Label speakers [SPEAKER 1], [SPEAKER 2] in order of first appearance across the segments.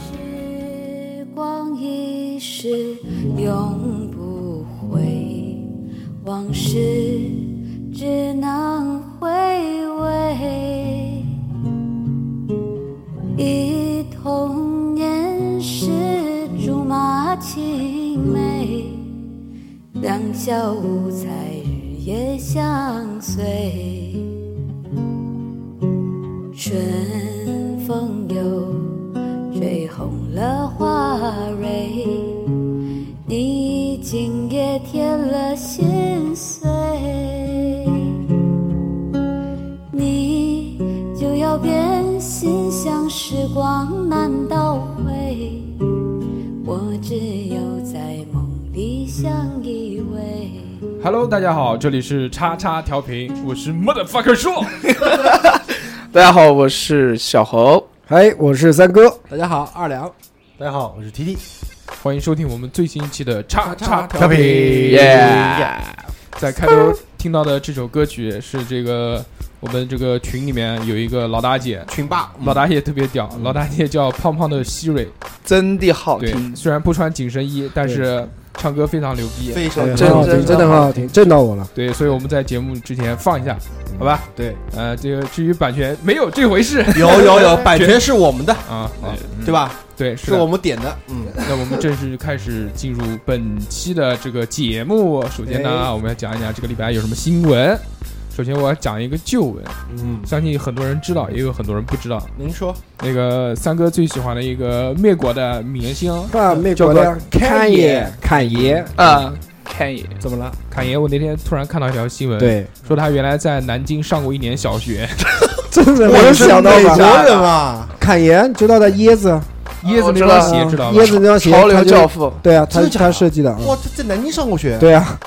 [SPEAKER 1] 时光一逝永不回，往事只能回味。忆童年时竹马青梅，两小无猜日夜相随。春风又。吹红了花蕊，你已经也添了心碎。你就要变心，像时光难倒回，我只有在梦里相依偎。
[SPEAKER 2] Hello，大家好，这里是叉叉调频，我是 motherfucker 硕。
[SPEAKER 3] 大家好，我是小侯。
[SPEAKER 4] 嗨，哎我是三哥，
[SPEAKER 5] 大家好，二两，大家好，我是 T T，
[SPEAKER 2] 欢迎收听我们最新一期的叉叉调
[SPEAKER 5] 调频
[SPEAKER 2] 频。哎
[SPEAKER 3] 耶！
[SPEAKER 2] 在开头听到的这首歌曲是这个我们这个群里面有一个老大姐，
[SPEAKER 6] 嗯
[SPEAKER 5] 群霸
[SPEAKER 2] 老大姐特别屌，老大姐叫胖胖的希蕊，
[SPEAKER 3] 真的好
[SPEAKER 2] 对，
[SPEAKER 3] 听，
[SPEAKER 2] 虽然不穿紧身衣，但是唱歌非常牛逼。
[SPEAKER 5] 非常
[SPEAKER 4] 对，
[SPEAKER 3] 真
[SPEAKER 4] 很好
[SPEAKER 3] 真
[SPEAKER 4] 听，真的
[SPEAKER 3] 的
[SPEAKER 4] 很好听，震到我了。
[SPEAKER 2] 对，所以我们在节目之前放一下，好吧？
[SPEAKER 5] 嗯对，
[SPEAKER 2] 呃，这个至于版权没有这回事
[SPEAKER 5] 有有 有，版权是我们的，
[SPEAKER 2] 啊，好，
[SPEAKER 5] 对吧？
[SPEAKER 2] 对，是
[SPEAKER 5] 嗯是
[SPEAKER 2] 的
[SPEAKER 5] 我们点的，嗯，
[SPEAKER 2] 那我们正式开始进入本期的这个节目。首先
[SPEAKER 5] 哎
[SPEAKER 2] 呢，我们要讲一讲这个礼拜有什么新闻。首先，我要讲一个旧闻，
[SPEAKER 5] 嗯，
[SPEAKER 2] 相信很多人知道，也有很多人不知道。
[SPEAKER 5] 您说，
[SPEAKER 2] 那个三哥最喜欢的一个灭国的明星
[SPEAKER 4] 啊，美国的侃爷，侃爷
[SPEAKER 3] 啊，看爷，
[SPEAKER 5] 怎么了？
[SPEAKER 2] 侃爷，我那天突然看到一条新闻，，
[SPEAKER 4] 对，
[SPEAKER 2] 说他原来在南京上过一年小学。
[SPEAKER 4] 真 的没有
[SPEAKER 5] 我是
[SPEAKER 4] 想到
[SPEAKER 5] 美国
[SPEAKER 4] 吧？
[SPEAKER 5] 人嘛，
[SPEAKER 4] 侃爷知道的椰子，
[SPEAKER 2] 椰子那
[SPEAKER 3] 我知
[SPEAKER 2] 双
[SPEAKER 3] 道
[SPEAKER 2] 鞋
[SPEAKER 4] 嗯
[SPEAKER 2] 知道吗？
[SPEAKER 4] 椰子那双鞋，
[SPEAKER 3] 潮流
[SPEAKER 4] 他就
[SPEAKER 3] 教父，
[SPEAKER 4] 对啊，
[SPEAKER 5] 真
[SPEAKER 4] 他
[SPEAKER 5] 的假的
[SPEAKER 4] 他设计的啊，
[SPEAKER 5] 哇，他在南京上过学，
[SPEAKER 4] 对啊，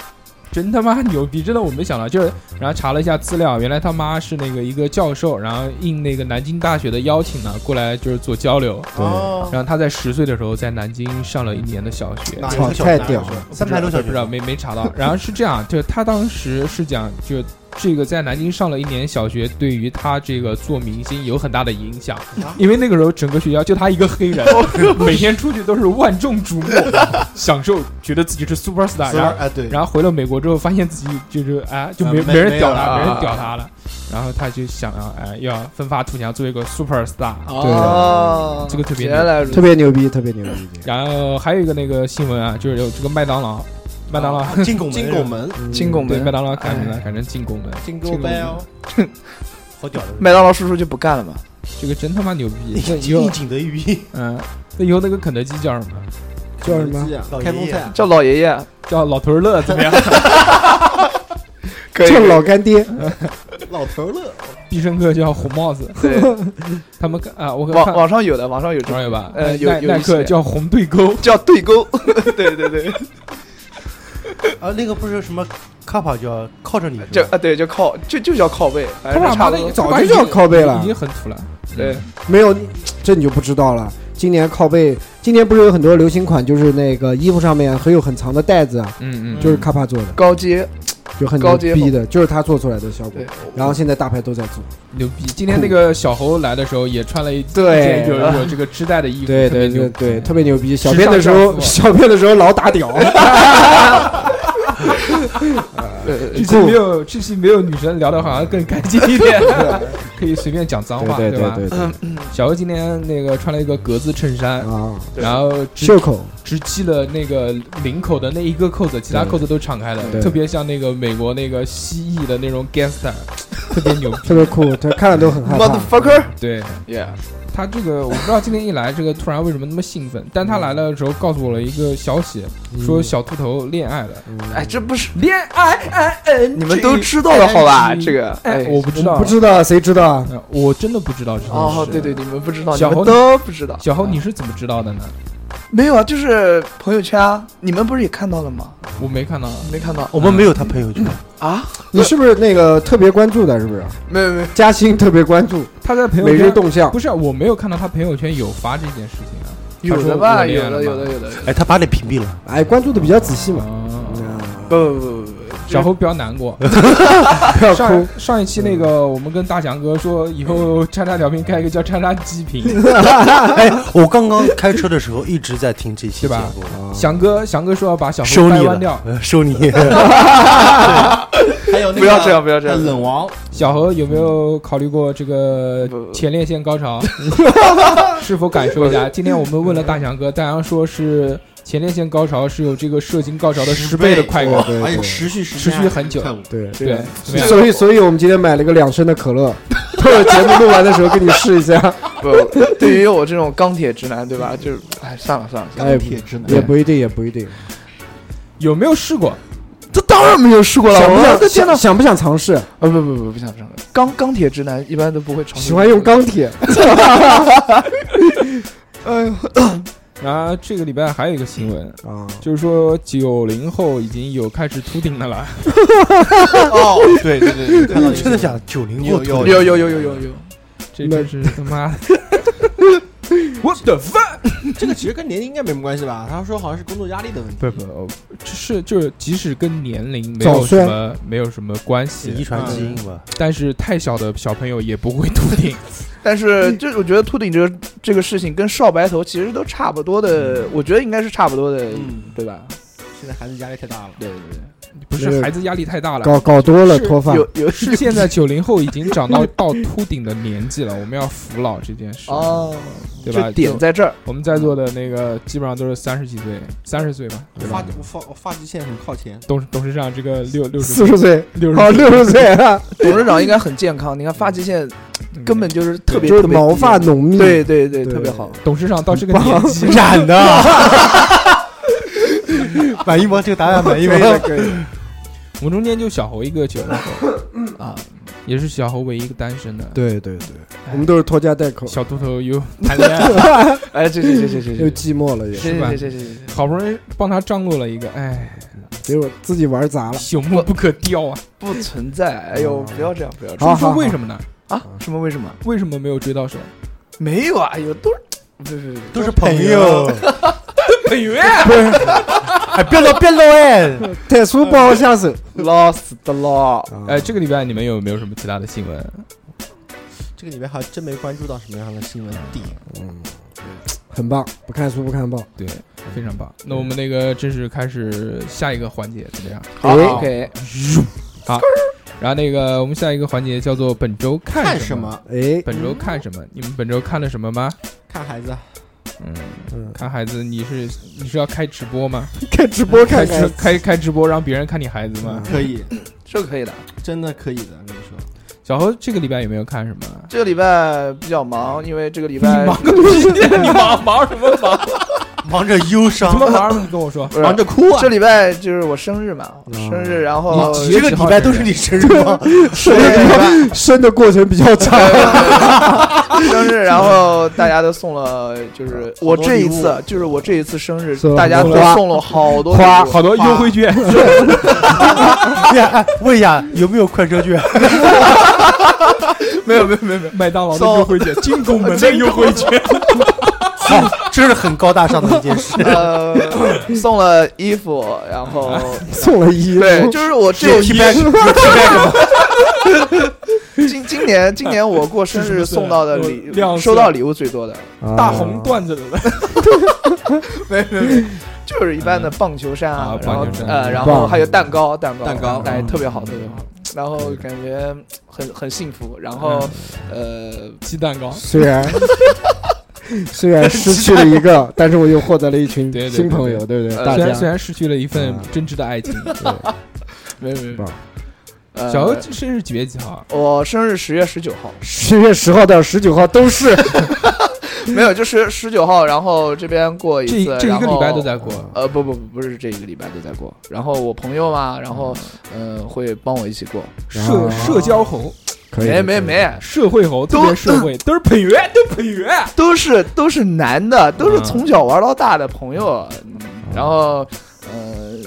[SPEAKER 2] 真他妈牛逼！真的，我没想到，就是然后查了一下资料，原来他妈是那个一个教授，然后应那个南京大学的邀请呢，过来就是做交流。
[SPEAKER 5] 哦，
[SPEAKER 2] 然后他在十岁的时候在南京上了一年的小学，
[SPEAKER 5] 哪有个小
[SPEAKER 4] 太
[SPEAKER 5] 哪有个
[SPEAKER 4] 屌
[SPEAKER 5] 小
[SPEAKER 4] 了
[SPEAKER 5] 三牌楼小
[SPEAKER 2] 不知道
[SPEAKER 5] 学，
[SPEAKER 2] 没没查到。然后是这样，就他当时是讲，就这个在南京上了一年小学，对于他这个做明星有很大的影响
[SPEAKER 5] 啊，
[SPEAKER 2] 因为那个时候整个学校就他一个黑 人，每天出去都是万众瞩目，享受觉得自己是 super star，然后
[SPEAKER 5] 哎，对，
[SPEAKER 2] 然后回了美国之后，发现自己就是啊，就没
[SPEAKER 5] 啊没
[SPEAKER 2] 没人屌
[SPEAKER 5] 没有
[SPEAKER 2] 他，
[SPEAKER 5] 了
[SPEAKER 2] 没人屌他了。然后他就想要哎，要奋发图强，做一个 super star。
[SPEAKER 3] 哦，
[SPEAKER 2] 这个特别
[SPEAKER 3] 原来如
[SPEAKER 4] 特别牛逼，特别牛逼。
[SPEAKER 2] 然后还有一个那个新闻啊，就是有这个麦当劳，麦
[SPEAKER 6] 哦
[SPEAKER 2] 当劳
[SPEAKER 5] 啊进拱门
[SPEAKER 3] 进拱
[SPEAKER 5] 门，
[SPEAKER 4] 嗯
[SPEAKER 3] 进拱
[SPEAKER 2] 对麦
[SPEAKER 3] 门，
[SPEAKER 2] 当劳改名了，改成进拱门。
[SPEAKER 5] 进
[SPEAKER 2] 进
[SPEAKER 5] 拱
[SPEAKER 2] 拱
[SPEAKER 5] 门
[SPEAKER 2] 门
[SPEAKER 5] 哦，好屌的，
[SPEAKER 3] 麦当劳叔叔就不干了嘛。
[SPEAKER 2] 这个真他妈牛逼！那以
[SPEAKER 5] 应
[SPEAKER 2] 后，
[SPEAKER 5] 景的寓意，
[SPEAKER 2] 嗯，那以后那个肯德基叫什么？
[SPEAKER 4] 叫什么？
[SPEAKER 5] 老开封菜，
[SPEAKER 3] 叫老爷爷，
[SPEAKER 2] 叫老头儿乐怎么样？
[SPEAKER 3] 可以
[SPEAKER 4] 叫老干爹，
[SPEAKER 5] 老头乐，
[SPEAKER 2] 必胜客叫红帽子，
[SPEAKER 3] 对，
[SPEAKER 2] 他们啊，我看
[SPEAKER 3] 网网上有的，网上有这
[SPEAKER 2] 网
[SPEAKER 3] 种
[SPEAKER 2] 上有吧？
[SPEAKER 3] 呃
[SPEAKER 2] 耐
[SPEAKER 3] 有
[SPEAKER 2] 耐
[SPEAKER 3] 有一
[SPEAKER 2] 耐克
[SPEAKER 3] 些
[SPEAKER 2] 叫红对勾，
[SPEAKER 3] 叫对勾， 对对对，
[SPEAKER 2] 嗯
[SPEAKER 5] 啊，那个不是什么卡帕叫靠着你是
[SPEAKER 3] 就
[SPEAKER 5] 吧，
[SPEAKER 3] 啊对，就靠就就叫靠背，反
[SPEAKER 2] 他
[SPEAKER 3] 正
[SPEAKER 2] 把
[SPEAKER 3] 就差不多。
[SPEAKER 4] 早就叫靠背了
[SPEAKER 2] 已经很土了。
[SPEAKER 3] 对，
[SPEAKER 4] 没有，这你就不知道了。今年靠背，今年不是有很多流行款，就是那个衣服上面很有很长的带子啊，
[SPEAKER 2] 嗯嗯，
[SPEAKER 4] 就是卡帕做的，
[SPEAKER 3] 高阶，
[SPEAKER 4] 就很牛
[SPEAKER 3] 高阶
[SPEAKER 4] 逼的，就是他做出来的效果
[SPEAKER 3] 对。
[SPEAKER 4] 然后现在大牌都在做，
[SPEAKER 2] 牛逼！今天那个小猴来的时候也穿了一
[SPEAKER 4] 对
[SPEAKER 2] 一件有有这个织带的衣服，
[SPEAKER 4] 对
[SPEAKER 2] 特别
[SPEAKER 4] 对
[SPEAKER 2] 牛
[SPEAKER 4] 对
[SPEAKER 2] 逼
[SPEAKER 4] 对，特别牛逼。小
[SPEAKER 2] 时
[SPEAKER 4] 编的
[SPEAKER 2] 尚
[SPEAKER 4] 时
[SPEAKER 2] 教
[SPEAKER 4] 候，
[SPEAKER 2] 父
[SPEAKER 4] 小编的时候老打屌，
[SPEAKER 3] 呃
[SPEAKER 2] 这期没有这期没有女神聊的好像更干净一 点，可以随便讲脏话，
[SPEAKER 4] 对对
[SPEAKER 2] 吧？嗯
[SPEAKER 4] 对对
[SPEAKER 2] 小猴今天那个穿了一个格子衬衫，
[SPEAKER 4] 啊，
[SPEAKER 3] 对
[SPEAKER 2] 然后只
[SPEAKER 4] 袖口
[SPEAKER 2] 只系了那个领口的那一个扣子，其他扣子都敞开
[SPEAKER 4] 对
[SPEAKER 2] 的，
[SPEAKER 4] 对
[SPEAKER 2] 特别像那个美国那个蜥蜴的那种 gangster，特别牛逼。
[SPEAKER 4] 特别酷，他看了都很害怕。
[SPEAKER 3] ，motherfucker，yeah，
[SPEAKER 2] 对他这个，我不知道今天一来，这个突然为什么那么兴奋，但他来了的时候告诉我了一个消息，
[SPEAKER 4] 嗯
[SPEAKER 2] 嗯说小秃头恋爱了。
[SPEAKER 3] 哎，这不是
[SPEAKER 2] 恋爱，哎哎，
[SPEAKER 3] 你们都知道的好吧？
[SPEAKER 2] 嗯
[SPEAKER 3] 这个，
[SPEAKER 2] 哎，
[SPEAKER 3] 哎，
[SPEAKER 2] 我不知道，
[SPEAKER 4] 不知道谁知道啊？
[SPEAKER 2] 呃，我真的不知道这件事。
[SPEAKER 3] 哦，对对，，嗯你们不知道，你
[SPEAKER 2] 小猴
[SPEAKER 3] 们都不知道。啊
[SPEAKER 2] 小侯，你是怎么知道的呢？
[SPEAKER 3] 没有啊？就是朋友圈啊，你们不是也看到了吗？
[SPEAKER 2] 我没看到。
[SPEAKER 3] 没看到
[SPEAKER 2] 哦
[SPEAKER 5] 我们没有他朋友圈，
[SPEAKER 6] 嗯
[SPEAKER 3] 啊？
[SPEAKER 4] 你是不是那个特别关注的？是不是？
[SPEAKER 3] 没有没有，
[SPEAKER 4] 嘉兴特别关注
[SPEAKER 2] 他在朋友
[SPEAKER 4] 每日
[SPEAKER 2] 圈
[SPEAKER 4] 动向
[SPEAKER 2] 不，是啊，我没有看到他朋友圈有发这件事情啊。
[SPEAKER 3] 有
[SPEAKER 2] 他
[SPEAKER 3] 的
[SPEAKER 2] 说
[SPEAKER 3] 吧？
[SPEAKER 2] 我啊恋
[SPEAKER 3] 有
[SPEAKER 2] 爱了
[SPEAKER 3] 的有
[SPEAKER 2] 吗
[SPEAKER 3] 的有的。有的
[SPEAKER 5] 哎，他把你屏蔽了，
[SPEAKER 4] 哎，关注的比较仔细嘛。
[SPEAKER 2] 哦
[SPEAKER 4] 啊
[SPEAKER 3] 不不不不不，
[SPEAKER 2] 小侯不要难过。嗯
[SPEAKER 4] 不要
[SPEAKER 2] 啊上
[SPEAKER 4] 哭，
[SPEAKER 2] 上一期那个，我们跟大强哥说，以后叉叉调频开一个叫叉叉机频，
[SPEAKER 5] 哎，我刚刚开车的时候一直在听这期节
[SPEAKER 2] 对吧
[SPEAKER 5] 目，
[SPEAKER 2] 翔哥翔哥说要把小
[SPEAKER 5] 收
[SPEAKER 2] 侯掰
[SPEAKER 5] 你
[SPEAKER 2] 弯掉
[SPEAKER 5] 了。，呃收你。
[SPEAKER 6] 还有哎那个
[SPEAKER 3] 不要这样不要这样
[SPEAKER 6] 冷啊王，
[SPEAKER 2] 小侯有没有考虑过这个
[SPEAKER 3] 不不
[SPEAKER 2] 前列腺高潮？是否感受一下？今天我们问了大强哥，大强说是前列腺高潮是有这个射精高潮的十倍的快感。
[SPEAKER 4] 对
[SPEAKER 6] 而且
[SPEAKER 4] 对
[SPEAKER 6] 持续时
[SPEAKER 2] 持
[SPEAKER 6] 间
[SPEAKER 2] 续
[SPEAKER 6] 啊
[SPEAKER 2] 很久
[SPEAKER 6] 快五
[SPEAKER 4] 对。
[SPEAKER 2] 对，怎么样？
[SPEAKER 4] 所以，所以我们今天买了一个两升的可乐， 到了节目录完的时候给你试一下，
[SPEAKER 3] 不，对于我这种钢铁直男，对吧？就是，哎，算了算了，
[SPEAKER 4] 哎
[SPEAKER 6] 钢，铁直男
[SPEAKER 4] 也不一定，也不一定。
[SPEAKER 2] 有没有试过？
[SPEAKER 3] 这当然没有试过
[SPEAKER 4] 想不
[SPEAKER 3] 我
[SPEAKER 4] 想想想不想尝试？
[SPEAKER 3] 啊，不不不，不想上钢钢铁直男一般都不会尝试。
[SPEAKER 4] 喜欢用钢铁，
[SPEAKER 2] 然后这个礼拜还有一个新闻，
[SPEAKER 4] 啊，
[SPEAKER 2] 就是说九零后已经有开始秃顶的了。
[SPEAKER 6] 哦，对对对，对看到
[SPEAKER 5] 真的假的？九零后
[SPEAKER 6] 有有
[SPEAKER 3] 有有有有有有，
[SPEAKER 2] 这真是他妈的！What the fuck？
[SPEAKER 6] 这个其实跟年龄应该没什么关系吧？他说好像是工作压力的问题，
[SPEAKER 2] 不不，这是就是即使跟年龄没
[SPEAKER 4] 早
[SPEAKER 2] 有
[SPEAKER 4] 衰
[SPEAKER 2] 什么没有什么关系，
[SPEAKER 5] 遗传基因吧？
[SPEAKER 6] 嗯
[SPEAKER 2] 但是太小的小朋友也不会秃顶。
[SPEAKER 3] 但是
[SPEAKER 2] 嗯
[SPEAKER 3] 这我觉得秃顶这个这个事情跟少白头其实都差不多的，我觉得应该是差不多的，
[SPEAKER 6] 嗯，
[SPEAKER 3] 对吧？
[SPEAKER 6] 现在孩子压力太大了，
[SPEAKER 3] 对对对，
[SPEAKER 2] 不是孩子压力太大了，
[SPEAKER 4] 搞搞多了
[SPEAKER 2] 是
[SPEAKER 4] 脱发，
[SPEAKER 3] 有有
[SPEAKER 2] 是现 在九零后已经长到到秃顶的年纪了，我们要扶老这件事，
[SPEAKER 3] 哦，
[SPEAKER 2] 对吧？
[SPEAKER 3] 这点
[SPEAKER 2] 就
[SPEAKER 3] 在这儿，
[SPEAKER 2] 我们在座的那个基本上都是三十几岁，三十岁吧，
[SPEAKER 6] 我
[SPEAKER 5] 嗯
[SPEAKER 2] 对
[SPEAKER 6] 发
[SPEAKER 2] 吧？
[SPEAKER 6] 我发我发际线很靠前，
[SPEAKER 2] 董事董事长这个六六
[SPEAKER 4] 四
[SPEAKER 2] 十
[SPEAKER 4] 十岁，
[SPEAKER 2] 六
[SPEAKER 4] 哦，
[SPEAKER 2] 十
[SPEAKER 4] 六十岁啊，
[SPEAKER 3] 董事长应该很健康。你看发际线根本就是 特别
[SPEAKER 4] 就是
[SPEAKER 3] 特别
[SPEAKER 4] 毛
[SPEAKER 3] 低啊
[SPEAKER 4] 发浓密，
[SPEAKER 3] 对对对，
[SPEAKER 4] 对
[SPEAKER 3] 特别好。
[SPEAKER 2] 嗯董事长到这个年纪，
[SPEAKER 5] 染 的，满意吗？这个答案满意吗？
[SPEAKER 4] 可以，
[SPEAKER 2] 我们中间就小侯一个九零后
[SPEAKER 3] 啊，
[SPEAKER 2] 也是小侯唯一一个单身的。
[SPEAKER 4] 对对对， 我们都是拖家带口，
[SPEAKER 2] 小秃头又谈恋爱，
[SPEAKER 3] 哎，这这这这这
[SPEAKER 4] 又
[SPEAKER 3] 这
[SPEAKER 4] 寂寞了也，
[SPEAKER 2] 是吧
[SPEAKER 3] 这这这这这。
[SPEAKER 2] 好不容易帮他张罗了一个，哎，
[SPEAKER 4] 结果自己玩砸了。
[SPEAKER 2] 朽木不可雕啊！
[SPEAKER 3] 不存在。哎呦，不要这样，不要这
[SPEAKER 4] 好
[SPEAKER 2] 说
[SPEAKER 3] 样
[SPEAKER 2] 说为什么呢？
[SPEAKER 3] 啊！什么？为什么？
[SPEAKER 2] 为什么没有追到手？
[SPEAKER 3] 没有啊！哎呦，都是不是不是
[SPEAKER 5] 都是朋友，
[SPEAKER 2] 本源，
[SPEAKER 5] 哎，别闹别闹哎！
[SPEAKER 4] 太叔不好下手，
[SPEAKER 3] 不是 lost 的咯。
[SPEAKER 2] 哎，这个礼拜你们有没有什么其他的新闻？
[SPEAKER 6] 这个里面还真没关注到什么样的新闻点。
[SPEAKER 4] 很棒，不看书不看报，
[SPEAKER 2] 对，非常棒。那我们那个正式开始下一个环节，怎么样？
[SPEAKER 3] 好
[SPEAKER 4] 哎
[SPEAKER 3] ，OK，
[SPEAKER 2] 然后那个我们下一个环节叫做本周看
[SPEAKER 6] 看什
[SPEAKER 2] 么。
[SPEAKER 6] 么？
[SPEAKER 4] 哎，
[SPEAKER 2] 本周看什么？你们本周看了什么吗？
[SPEAKER 6] 看孩子啊，
[SPEAKER 2] 嗯，
[SPEAKER 4] 嗯，
[SPEAKER 2] 看孩子，你是你是要开直播吗？
[SPEAKER 4] 看直播看
[SPEAKER 2] 开
[SPEAKER 4] 看，
[SPEAKER 2] 开开直播让别人看你孩子吗？
[SPEAKER 6] 可以，
[SPEAKER 3] 这个可以的。
[SPEAKER 6] 真的可以的，跟你说，
[SPEAKER 2] 小侯这个礼拜有没有看什么？
[SPEAKER 3] 这个礼拜比较忙，因为这个礼
[SPEAKER 2] 你
[SPEAKER 3] 拜
[SPEAKER 2] 忙个屁！哎你忙忙什么忙？
[SPEAKER 5] 忙着忧
[SPEAKER 2] 什
[SPEAKER 5] 伤
[SPEAKER 2] 么，忙？ 你跟我说，
[SPEAKER 3] 不是
[SPEAKER 6] 忙着哭啊哦
[SPEAKER 3] 这！礼拜就是我生日嘛，我生日，然后
[SPEAKER 2] 你
[SPEAKER 5] 这个礼拜都是你生日吗？
[SPEAKER 4] 生的生的过程比较长，
[SPEAKER 3] 生日，然后大家都送了，就是我这一
[SPEAKER 6] 好多
[SPEAKER 3] 次，就是我这一次生日
[SPEAKER 4] 送，了
[SPEAKER 3] 大家都
[SPEAKER 4] 花
[SPEAKER 3] 送了好多
[SPEAKER 4] 花
[SPEAKER 3] 礼物
[SPEAKER 2] 好多优惠券，
[SPEAKER 5] 哎问一下有没有快车券？
[SPEAKER 3] 没有没有没有没有，
[SPEAKER 2] 麦当劳的
[SPEAKER 3] 送
[SPEAKER 2] 优惠券，进拱门的优惠券。
[SPEAKER 5] 好，这是很高大上的一件 事。
[SPEAKER 3] 呃，送了衣服，然后
[SPEAKER 4] 送了衣
[SPEAKER 3] 对，
[SPEAKER 4] 服，啊
[SPEAKER 3] 就是我这
[SPEAKER 5] 有
[SPEAKER 3] 一
[SPEAKER 5] T 恤有 T 恤吗？
[SPEAKER 3] 今今年今年我过生
[SPEAKER 2] 是不
[SPEAKER 3] 日
[SPEAKER 2] 是
[SPEAKER 3] 送到的礼
[SPEAKER 2] 我亮，
[SPEAKER 3] 收到礼物最多的
[SPEAKER 2] 大红段子的，
[SPEAKER 3] 就是一般的棒球衫
[SPEAKER 2] 啊
[SPEAKER 3] 啊，然后
[SPEAKER 2] 棒球衫
[SPEAKER 3] 呃，然后还有蛋糕，蛋糕，
[SPEAKER 6] 蛋糕
[SPEAKER 3] 哎，
[SPEAKER 2] 嗯
[SPEAKER 3] 特别好，特别好。然后感觉很很幸福，然后呃，
[SPEAKER 2] 鸡蛋糕。
[SPEAKER 4] 虽然虽然失去了一个，但是我又获得了一群
[SPEAKER 2] 对对对
[SPEAKER 4] 新朋友，对不对？
[SPEAKER 3] 呃
[SPEAKER 4] 大
[SPEAKER 2] 虽然
[SPEAKER 4] 家
[SPEAKER 2] 虽然失去了一份
[SPEAKER 4] 啊
[SPEAKER 2] 真挚的爱情，
[SPEAKER 3] 没有没有，
[SPEAKER 4] 棒
[SPEAKER 3] 呃
[SPEAKER 2] 小欧生日几月几号啊？
[SPEAKER 3] 我生日十月十九号，
[SPEAKER 4] 十月十号到十九号都是
[SPEAKER 3] 没有，就是十九号，然后这边过一
[SPEAKER 2] 这一
[SPEAKER 3] 次，
[SPEAKER 2] 这一个
[SPEAKER 3] 然后
[SPEAKER 2] 礼拜都在过。
[SPEAKER 3] 呃，不不不，不是这一个礼拜都在过。然后我朋友嘛，然后嗯、呃会帮我一起过。
[SPEAKER 2] 社社交猴，
[SPEAKER 4] 可以
[SPEAKER 3] 没没没，
[SPEAKER 2] 社会猴，特
[SPEAKER 3] 都
[SPEAKER 2] 别社会，都是捧圆， 都是捧圆。
[SPEAKER 3] 都是都是男的，都是
[SPEAKER 2] 嗯
[SPEAKER 3] 从小玩到大的朋友。嗯然后呃，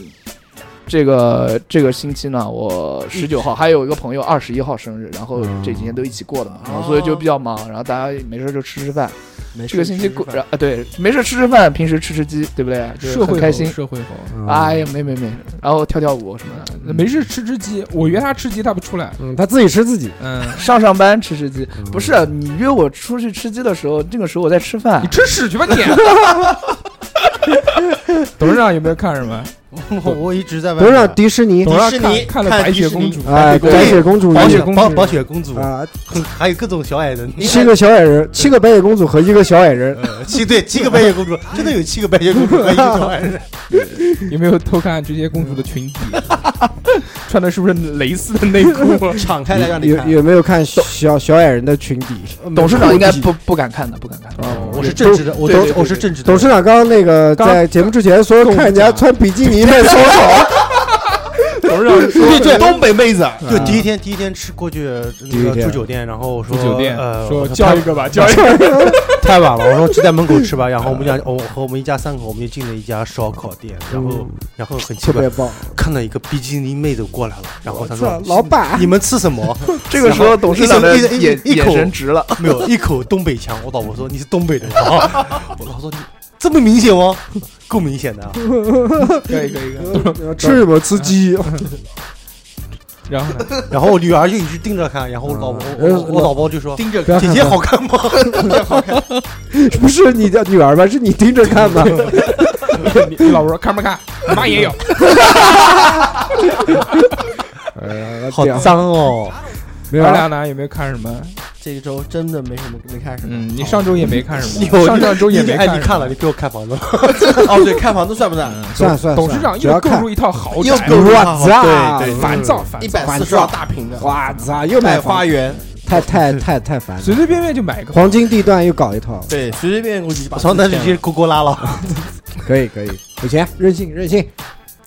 [SPEAKER 3] 这个这个星期呢，我十九号还有一个朋友二十一号生日，然后这几天都一起过的嘛，然后所以就比较忙，然后大家没事就吃吃饭。
[SPEAKER 6] 没事
[SPEAKER 3] 这个星期
[SPEAKER 6] 吃
[SPEAKER 3] 过
[SPEAKER 6] 饭
[SPEAKER 3] 然后啊，对，没事吃吃饭，平时吃吃鸡，对不对？就是
[SPEAKER 2] 社
[SPEAKER 3] 很
[SPEAKER 2] 会
[SPEAKER 3] 开
[SPEAKER 2] 猴，
[SPEAKER 3] 心。
[SPEAKER 2] 社会猴。
[SPEAKER 4] 嗯
[SPEAKER 3] 哎呀，没没没，然后跳跳舞什么的，
[SPEAKER 2] 嗯没事吃只鸡，我约他吃鸡，他不出来。
[SPEAKER 4] 嗯，他自己吃自己，
[SPEAKER 2] 嗯，
[SPEAKER 3] 上上班吃吃鸡，不是啊你约我出去吃鸡的时候，这个时候我在吃饭 啊
[SPEAKER 2] 你。吃屎去吧你！ 董事长有没有看什么？
[SPEAKER 5] 我我一直在外
[SPEAKER 4] 董事
[SPEAKER 5] 面
[SPEAKER 4] 长。迪士尼
[SPEAKER 2] 董事长
[SPEAKER 6] 迪士尼
[SPEAKER 2] 看看了
[SPEAKER 6] 看
[SPEAKER 2] 白
[SPEAKER 6] 迪
[SPEAKER 2] 雪
[SPEAKER 6] 士
[SPEAKER 2] 公
[SPEAKER 6] 尼
[SPEAKER 2] 主，
[SPEAKER 4] 啊，
[SPEAKER 2] 白雪公主
[SPEAKER 5] 哎白
[SPEAKER 4] 白雪公主一
[SPEAKER 5] 雪
[SPEAKER 4] 样
[SPEAKER 2] 公
[SPEAKER 5] 保
[SPEAKER 2] 主
[SPEAKER 5] 保雪公主，
[SPEAKER 4] 啊，
[SPEAKER 5] 还有各种小矮人，
[SPEAKER 4] 七个小矮人，七个白雪公主和一个小矮人，
[SPEAKER 6] 呃七对七个白雪公主，真的有七个白雪公主和一个小矮人。
[SPEAKER 2] 有没有偷看这些公主的 裙底？穿的是不是蕾丝的内裤？
[SPEAKER 6] 敞开哎来让你
[SPEAKER 4] 有
[SPEAKER 6] 看。
[SPEAKER 4] 有没有看小小矮人的裙底？
[SPEAKER 3] 董事长应该不不敢看的，不敢看。
[SPEAKER 2] 哦
[SPEAKER 6] 我是正直的，我
[SPEAKER 3] 对对
[SPEAKER 6] 都
[SPEAKER 3] 对
[SPEAKER 6] 我是正直的。
[SPEAKER 4] 董事长刚刚那个
[SPEAKER 2] 刚
[SPEAKER 4] 在节目之前说看人家穿比基尼在搓澡，
[SPEAKER 2] 董事长
[SPEAKER 6] 对对，东北妹子，
[SPEAKER 4] 啊
[SPEAKER 6] 对
[SPEAKER 5] 第一天第一天吃过去
[SPEAKER 4] 第一
[SPEAKER 5] 那个
[SPEAKER 4] 天
[SPEAKER 5] 住酒店，然后我
[SPEAKER 2] 住
[SPEAKER 5] 说
[SPEAKER 2] 酒店
[SPEAKER 5] 呃，
[SPEAKER 2] 说
[SPEAKER 5] 我
[SPEAKER 2] 叫一个吧，叫一个。
[SPEAKER 5] 太晚了，我说就在门口吃吧。然后我们家，我和我们一家三口，我们就进了一家烧烤店，然后
[SPEAKER 4] 嗯
[SPEAKER 5] 然后很奇
[SPEAKER 4] 特别
[SPEAKER 5] 怪，
[SPEAKER 4] 棒。
[SPEAKER 5] 看到一个比基尼妹子过来了，然后她
[SPEAKER 4] 操
[SPEAKER 5] 说，：“
[SPEAKER 4] 老板
[SPEAKER 5] 你们吃什么
[SPEAKER 3] 这个时候董事长的
[SPEAKER 5] 一一一
[SPEAKER 3] 眼
[SPEAKER 5] 一
[SPEAKER 3] 眼
[SPEAKER 5] 口
[SPEAKER 3] 神直了，？”
[SPEAKER 5] 没有，一口东北腔。我老婆说：“你是东北的吗？” 我老婆说：“你这么明显吗？够明显的啊。
[SPEAKER 2] 可以可以可以。
[SPEAKER 4] 吃什么吃鸡？
[SPEAKER 2] 然 后呢？”
[SPEAKER 5] 然后我女儿就一直盯着看，然后我老婆
[SPEAKER 4] 嗯
[SPEAKER 5] 我我我老婆就说
[SPEAKER 6] 盯着
[SPEAKER 2] 呃
[SPEAKER 4] 不要看
[SPEAKER 5] 姐姐好看吗？
[SPEAKER 4] 不是你的女儿吧？是你盯着看 吧？
[SPEAKER 2] 你你老婆说看不看？我妈也有。
[SPEAKER 5] 好
[SPEAKER 4] 屌
[SPEAKER 5] 脏哦！
[SPEAKER 4] 没有
[SPEAKER 2] 二
[SPEAKER 4] 啊，
[SPEAKER 2] 俩 呢有没有看什么？
[SPEAKER 6] 这一周真的没什么没看什么。
[SPEAKER 2] 嗯，你上周也没看 什么，
[SPEAKER 5] 有
[SPEAKER 2] 上上周也没
[SPEAKER 5] 哎，你
[SPEAKER 2] 什
[SPEAKER 5] 看了，
[SPEAKER 2] 么。
[SPEAKER 5] 你不要看房子了。
[SPEAKER 6] 哦，对，看房子算不算？
[SPEAKER 4] 算了算了
[SPEAKER 2] 董事长
[SPEAKER 4] 只
[SPEAKER 2] 又
[SPEAKER 4] 要
[SPEAKER 2] 购
[SPEAKER 4] 看
[SPEAKER 2] 入一套豪
[SPEAKER 6] 又
[SPEAKER 2] 宅
[SPEAKER 6] 购，入
[SPEAKER 4] 哇
[SPEAKER 3] 哎
[SPEAKER 4] 塞
[SPEAKER 6] 对对
[SPEAKER 2] 烦躁烦
[SPEAKER 6] 嗯一
[SPEAKER 2] 躁，
[SPEAKER 6] 百四十二大平的，
[SPEAKER 4] 哇操，又买
[SPEAKER 6] 带
[SPEAKER 4] 房
[SPEAKER 6] 花园，
[SPEAKER 4] 太 太太太烦
[SPEAKER 2] 随
[SPEAKER 4] 了。
[SPEAKER 2] 随便便就买一个。
[SPEAKER 4] 黄金地段又搞一套，
[SPEAKER 6] 对，随随便便我就把
[SPEAKER 5] 我操，那
[SPEAKER 6] 自己
[SPEAKER 5] 直
[SPEAKER 6] 骗
[SPEAKER 5] 接
[SPEAKER 6] 了
[SPEAKER 5] 勾勾拉 了。
[SPEAKER 4] 可以可以，有钱任性任性。